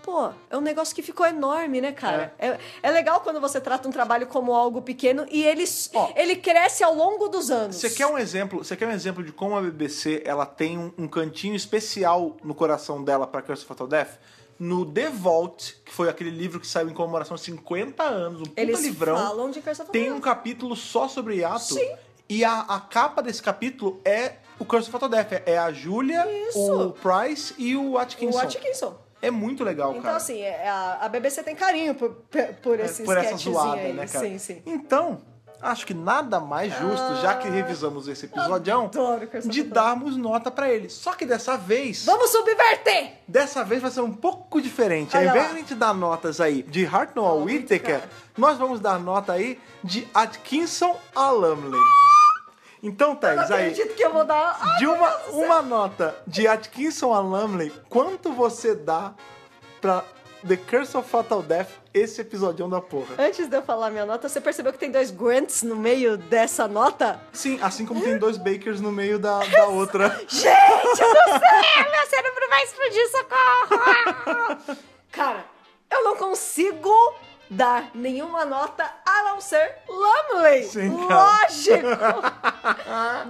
Pô, é um negócio que ficou enorme, né, cara? É, é legal quando você trata um trabalho como algo pequeno e ele, s- Ó. ele cresce ao longo dos anos. Você quer um exemplo? Você quer um exemplo de como a BBC ela tem um, um cantinho especial no coração dela para Curse of Fatal Death? No The Vault, que foi aquele livro que saiu em comemoração aos 50 anos, um puta Eles livrão. falam de Curse of tem um Autodeath. capítulo só sobre hiato. Sim. E a, a capa desse capítulo é o Curse of Fatal Death. É a Julia, Isso. o Price e o Atkinson. O Atkinson. É muito legal, Então, cara. assim, é- a, a BBC tem carinho por, por, por É, esse por essa sketchzinho zoada, aí. né, cara? Sim, sim. Ah. Então, acho que nada mais justo, já que revisamos esse episodião, adoro Curse of de Fatal. darmos nota pra ele. Só que dessa vez, Vamos subverter! dessa vez vai ser um pouco diferente. Ao Olha invés lá. de a gente dar notas aí de Hartnell a Whittaker, nós vamos dar nota aí de Atkinson a Lumley. Então, Thaís, Não aí, acredito que eu vou dar... Ai, de uma, uma nota de Atkinson a Lumley, quanto você dá pra The Curse of Fatal Death, esse episodião da porra? Antes de eu falar minha nota, você percebeu que tem dois Grants no meio dessa nota? Sim, assim como tem dois Bakers no meio da, da outra. Gente do céu, meu cérebro vai explodir, socorro! Cara, eu não consigo dar nenhuma nota a não ser Lumley. Sim, cara. Lógico!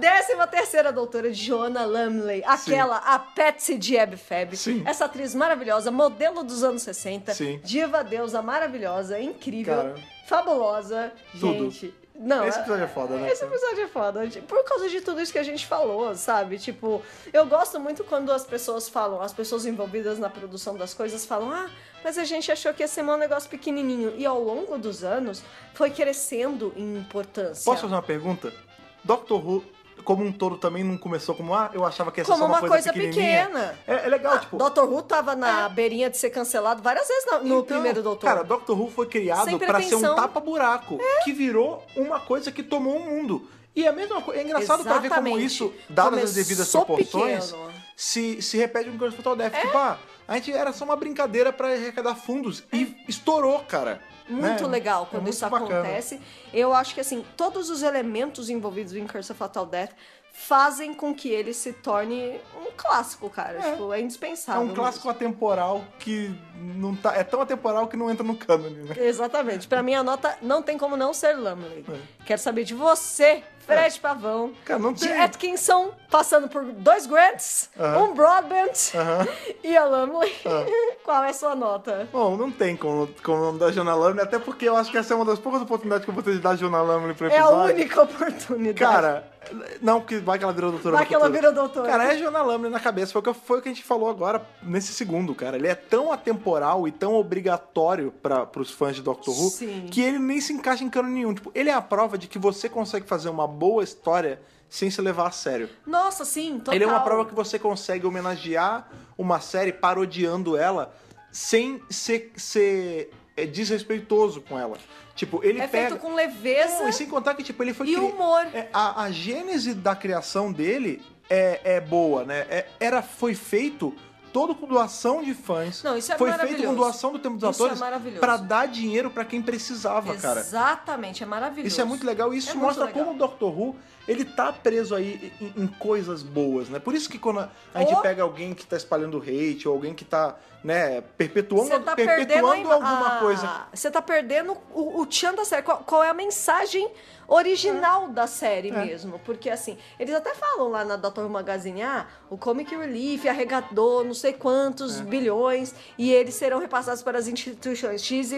Décima terceira doutora Joanna Lumley, aquela, a Patsy de Abfab. Sim. Essa atriz maravilhosa, modelo dos anos 60, Sim. diva deusa maravilhosa, incrível, Cara. fabulosa. Tudo. Gente, Não, Esse é- episódio é foda, né? Esse episódio é foda. tipo, Por causa de tudo isso que a gente falou, sabe? Tipo, eu gosto muito quando as pessoas falam, as pessoas envolvidas na produção das coisas falam, ah, mas a gente achou que ia ser um negócio pequenininho. E ao longo dos anos, foi crescendo em importância. Posso fazer uma pergunta? Doctor Who, como um todo, também não começou como, ah, eu achava que essa Como só uma, uma coisa pequenininha. pequena. Ah, É, é legal, tipo... É. Dr. Who tava na beirinha de ser cancelado várias vezes na- no então, primeiro Doutor. Cara, Doctor Who foi criado Sem pra ser um pretensão. É. tapa-buraco, que virou uma coisa que tomou o mundo. E é a mesma coisa, é engraçado pra ver como Exatamente. isso, dadas as Começou devidas proporções, pequeno. É. se, se repete com o Hospital Death. Tipo, ah, a gente era só uma brincadeira pra arrecadar fundos e É. estourou, cara. Muito né? legal É quando muito isso bacana. acontece. Eu acho que, assim, todos os elementos envolvidos em Curse of Fatal Death fazem com que ele se torne um clássico, cara. É. Tipo, é É indispensável. um clássico atemporal que não tá. É tão atemporal que não entra no cânone, né? Exatamente. Pra mim, a nota não tem como não ser Lumley. Quero saber de você, Fred Pavão. É. Cara, É. não De tem. Atkinson, passando por dois Grants, Aham. um Broadbent Aham. e a Lumley. Qual é a sua nota? Bom, não tem como, como não dar Jonah Lamley, até porque eu acho que essa é uma das poucas oportunidades que eu vou ter de dar Jonah Lamley pro É a episódio. única oportunidade. Cara, é não, porque vai que ela virou doutora. Vai no que ela futuro. vira doutora. Cara, é Jonah Lamley na cabeça. Foi o, que, eu- foi o que a gente falou agora, nesse segundo, cara. Ele é tão atemporal e tão obrigatório para pros fãs de Doctor Who Sim. que ele nem se encaixa em cano nenhum. Tipo, ele é a prova de que você consegue fazer uma boa história sem se levar a sério. Nossa, sim, total. Ele é uma prova que você consegue homenagear uma série parodiando ela sem ser, ser, é, desrespeitoso com ela. Tipo, ele É pega. feito com leveza. Não, e sem contar que, tipo, ele foi E humor. é, a, a gênese da criação dele é, é boa, né? É- era, foi feito todo com doação de fãs. Não, isso é Foi feito com maravilhoso. doação do tempo dos Isso é atores maravilhoso. pra dar dinheiro pra quem precisava, cara. Exatamente, é maravilhoso. Isso é muito legal e isso É muito mostra legal. como o Dr. Who ele tá preso aí em, em coisas boas, né? Por isso que quando a, a gente Ou- pega alguém que tá espalhando hate ou alguém que tá, né, perpetuando, Você tá perdendo a perpetuando ima- alguma a- coisa. Você tá perdendo o, o tchan da série. Qual, qual é a mensagem É. original da série mesmo? Porque assim, eles até falam lá na Dr. Magazine, ah, o Comic Relief arregatou não sei É. quantos bilhões e eles serão repassados para as instituições XYZ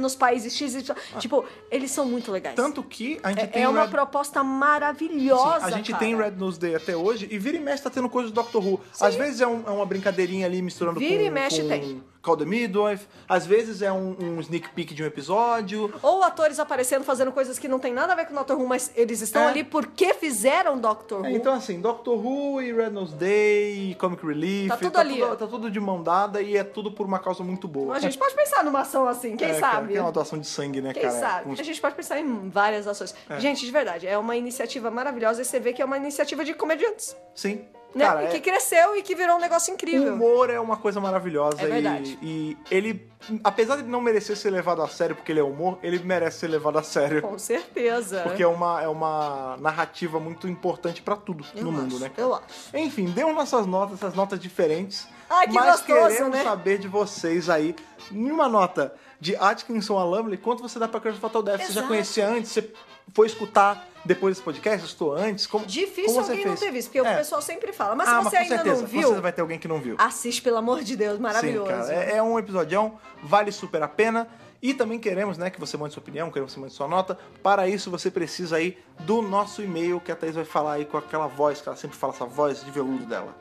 nos países XY. Tipo, eles são muito legais. É. Ah. Tanto que a gente é, tem é o uma Red proposta Sim, maravilhosa. a gente cara. tem Red Nose Day até hoje e vira e mexe tá tendo coisa do Doctor Who. Às vezes é, um- é uma brincadeirinha ali misturando Vira com, e mexe com tem. Call the Midwife. Às vezes é um, um sneak peek de um episódio. Ou atores aparecendo fazendo coisas que não tem nada a ver com o Dr. Who, mas eles estão É. ali porque fizeram Dr. Who. É, então assim, Doctor Who e Red Nose Day, e Comic Relief, Tá tudo ali, ó. tá tudo de mão dada e é tudo por uma causa muito boa. Então, A gente pode pensar numa ação assim, quem É, cara, sabe? que é uma atuação de sangue, né, Quem cara? Com sabe? os- A gente pode pensar em várias ações. Gente, de verdade, é uma iniciativa maravilhosa e você vê que é uma iniciativa de comediantes. Sim. Né? Cara, e que é- cresceu e que virou um negócio O incrível. humor é uma coisa maravilhosa. É e- verdade. E, ele, apesar de não merecer ser levado a sério porque ele é humor, ele merece ser levado a sério. Com certeza. Porque é uma, é uma narrativa muito importante pra tudo Eu no mundo, acho, né? Eu acho. Enfim, deu nossas notas, essas notas diferentes. Ai, que mas gostoso, queremos né? saber de vocês aí, em uma nota de Atkinson a Lumley, quanto você dá pra Curse of Fatal Death? Você já Exato. conhecia antes? Você foi escutar depois desse podcast? Estou antes? Como, Difícil como você alguém fez? não ter visto, porque É. o pessoal sempre fala. Mas ah, se você mas com ainda certeza, não viu, Você vai ter alguém que não viu. assiste, pelo amor de Deus, maravilhoso. Sim, cara. É, é um episodião, vale super a pena. E também queremos, né, que você mande sua opinião, queremos que você mande sua nota. Para isso, você precisa aí do nosso e-mail, que a Thaís vai falar aí com aquela voz, que ela sempre fala essa voz de veludo dela.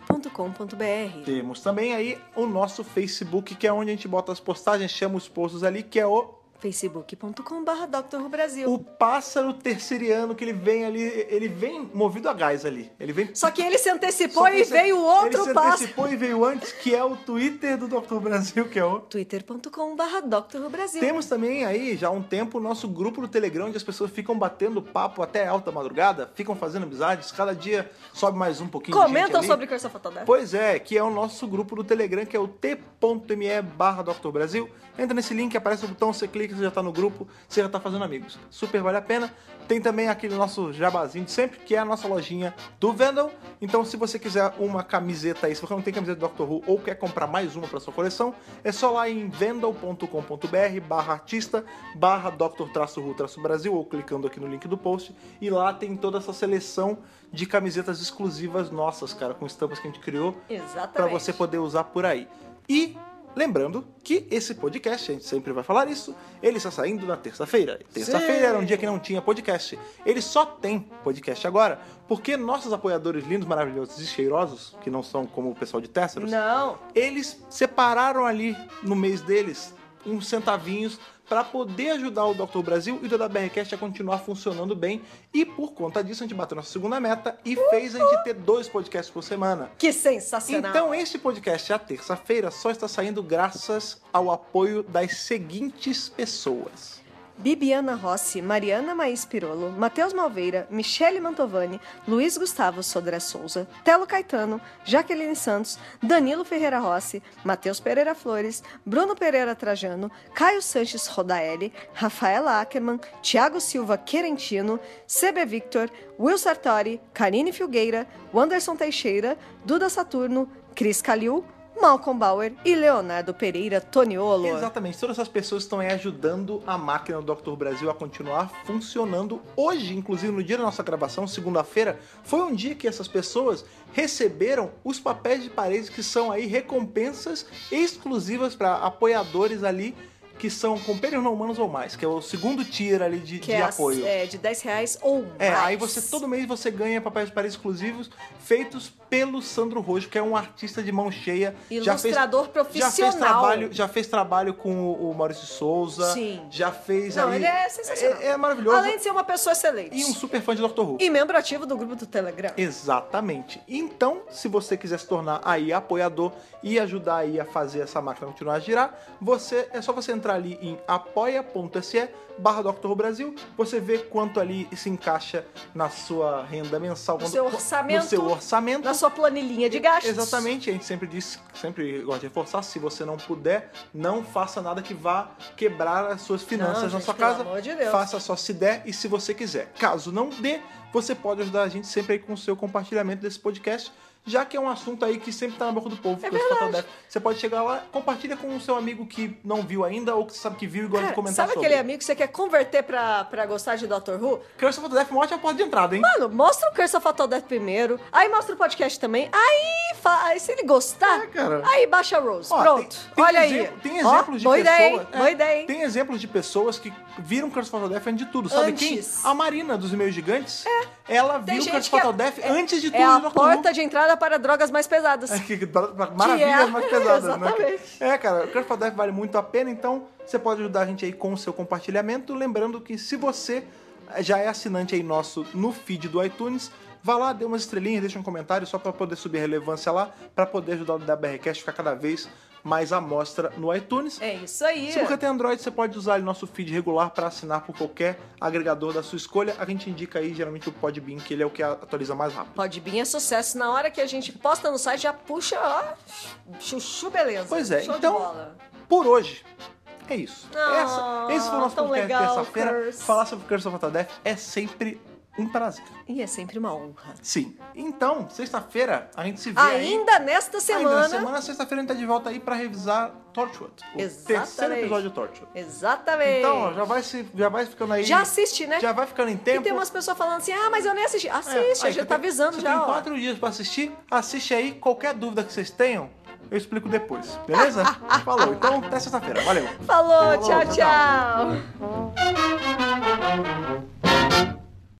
podcast.drrubrasil.com.br Temos também aí o nosso Facebook, que é onde a gente bota as postagens, chama os posts ali, que é o, facebook.com.br drrubrasil. o pássaro terceiriano, que ele vem ali, ele vem movido a gás ali. Ele vem... Só que ele se antecipou Só que e você- veio Ele outro se passo. antecipou e veio antes, que é o Twitter do Dr. Brasil, que é o... twitter.com.br drrubrasil. Temos também aí, já há um tempo, o nosso grupo no Telegram, onde as pessoas ficam batendo papo até alta madrugada, ficam fazendo amizades, cada dia sobe mais um pouquinho de gente Comentam ali. sobre Curse of Fatal Death. Pois é, que é o nosso grupo do Telegram, que é o t.me barra Dr. Brasil. Entra nesse link, aparece o botão, você clica, você já tá no grupo, você já tá fazendo amigos. Super vale a pena. Tem também aquele nosso jabazinho de sempre, que é a nossa lojinha do Vandal. Então, se você quiser uma camiseta aí, se você não tem camiseta do Dr. Who ou quer comprar mais uma pra sua coleção, é só lá em vandal.com.br barra artista barra Dr. traço Who traço Brasil ou clicando aqui no link do post. E lá tem toda essa seleção de camisetas exclusivas nossas, cara, com estampas que a gente criou Exatamente. Pra você poder usar por aí. E Lembrando que esse podcast, a gente sempre vai falar isso, ele está saindo na terça-feira. Terça-feira era um dia que não tinha podcast. Ele só tem podcast agora porque nossos apoiadores lindos, maravilhosos e cheirosos, que não são como o pessoal de Tesseros, Não. eles separaram ali no mês deles uns centavinhos para poder ajudar o Dr. Brasil e o DWRcast a continuar funcionando bem. E por conta disso, a gente bateu nossa segunda meta e fez a gente ter dois podcasts por semana. Que sensacional. Então, este podcast, a terça-feira, só está saindo graças ao apoio das seguintes pessoas. Bibiana Rossi, Mariana Maís Pirolo, Matheus Malveira, Michele Mantovani, Luiz Gustavo Sodré Souza, Telo Caetano, Jaqueline Santos, Danilo Ferreira Rossi, Matheus Pereira Flores, Bruno Pereira Trajano, Caio Sanches Rodaelli, Rafaela Ackerman, Tiago Silva Querentino, CB Victor, Will Sartori, Karine Filgueira, Wanderson Teixeira, Duda Saturno, Cris Calil, Malcolm Bauer e Leonardo Pereira Toniolo. Exatamente, todas essas pessoas estão aí ajudando a máquina do Dr. Brasil a continuar funcionando. Hoje, inclusive, no dia da nossa gravação, segunda-feira, foi um dia que essas pessoas receberam os papéis de parede que são aí recompensas exclusivas para apoiadores ali que são com prêmios não humanos ou mais, que é o segundo tier ali de, que de é, as- apoio. é de 10 reais ou mais. É, aí você todo mês você ganha papéis de parede exclusivos feitos pelo Sandro Rojo, que é um artista de mão cheia. Já fez- Ilustrador já profissional. fez trabalho, já fez trabalho com o o Maurício Souza. Sim. Já fez Não, aí- ele é sensacional. É, é maravilhoso. Além de ser uma pessoa excelente. E um super fã de Dr. Who. E membro ativo do grupo do Telegram. Exatamente. Então, se você quiser se tornar aí apoiador e ajudar aí a fazer essa máquina continuar a girar, você é só você entrar ali em apoia.se barra Dr. Who Brasil, você vê quanto ali se encaixa na sua renda mensal, No quanto- seu orçamento, no seu orçamento. Na sua planilhinha de gastos. um Exatamente, a gente sempre diz, sempre gosta de reforçar, se você não puder, não faça nada que vá quebrar as suas finanças Não, na gente, sua pelo casa. amor de Deus. Faça só se der e se você quiser. Caso não dê, você pode ajudar a gente sempre aí com o seu compartilhamento desse podcast, já que é um assunto aí que sempre tá na boca do povo. É porque os fatal death. Você pode chegar lá, compartilha com o seu amigo que não viu ainda ou que sabe que viu e gosta Cara, de comentar sabe sobre. aquele amigo que você quer converter pra, pra gostar de Doctor Who? Curse of the Death Morte é a porta de entrada, hein? Mano, mostra o Curse of Fatal Death primeiro, aí mostra o podcast também, aí, fa- aí se ele gostar, É, cara. aí baixa a Rose. Ó, Pronto, tem- tem olha exemplo- aí. Tem Ó, exemplos de boa pessoas. Ideia, hein? é, boa ideia, hein? Tem exemplos de pessoas que viram Curse Fatal Death antes de tudo. Sabe Antes. É. quem? A Marina dos e-mails gigantes. Ela Tem viu gente Curse que é- Fatal Death é- antes de tudo. É no a Doctor Who. porta de entrada para drogas mais pesadas. É que- pra- pra- Maravilhas é- mais pesadas, né? Exatamente. É, cara, o Curse for Death vale muito a pena, então você pode ajudar a gente aí com o seu compartilhamento. Lembrando que se você já é assinante aí nosso no feed do iTunes, vá lá, dê umas estrelinhas, deixa um comentário só pra poder subir relevância lá, pra poder ajudar o DBRcast a ficar cada vez mais à mostra no iTunes. É isso aí. Se você tem Android, você pode usar o nosso feed regular para assinar por qualquer agregador da sua escolha. A gente indica aí geralmente o Podbean, que ele é o que atualiza mais rápido. Podbean é sucesso. Na hora que a gente posta no site, já puxa, ó, chuchu, beleza. Pois é, Show então- de bola. Por hoje, é isso. Ah, Essa, esse foi o nosso tão podcast de legal, terça-feira. Curse. Falar sobre Curse of the Death é sempre um prazer. E é sempre uma honra. Sim. Então, sexta-feira, a gente se vê aí. Ainda nesta Ainda semana... na semana, sexta-feira, a gente tá de volta aí para revisar Torchwood. O Exatamente. terceiro episódio de Torchwood. Exatamente. Então, ó, já vai, se, já vai ficando aí. Já assiste, né? Já vai ficando em E tempo. tem umas pessoas falando assim, ah, mas eu nem assisti. É, Assiste, aí a gente você tá tem- avisando você já, tem ó. quatro dias pra assistir, assiste aí. Qualquer dúvida que vocês tenham, eu explico depois, beleza? Falou, então até sexta-feira, valeu! Falou, Falou, tchau, tchau, tchau.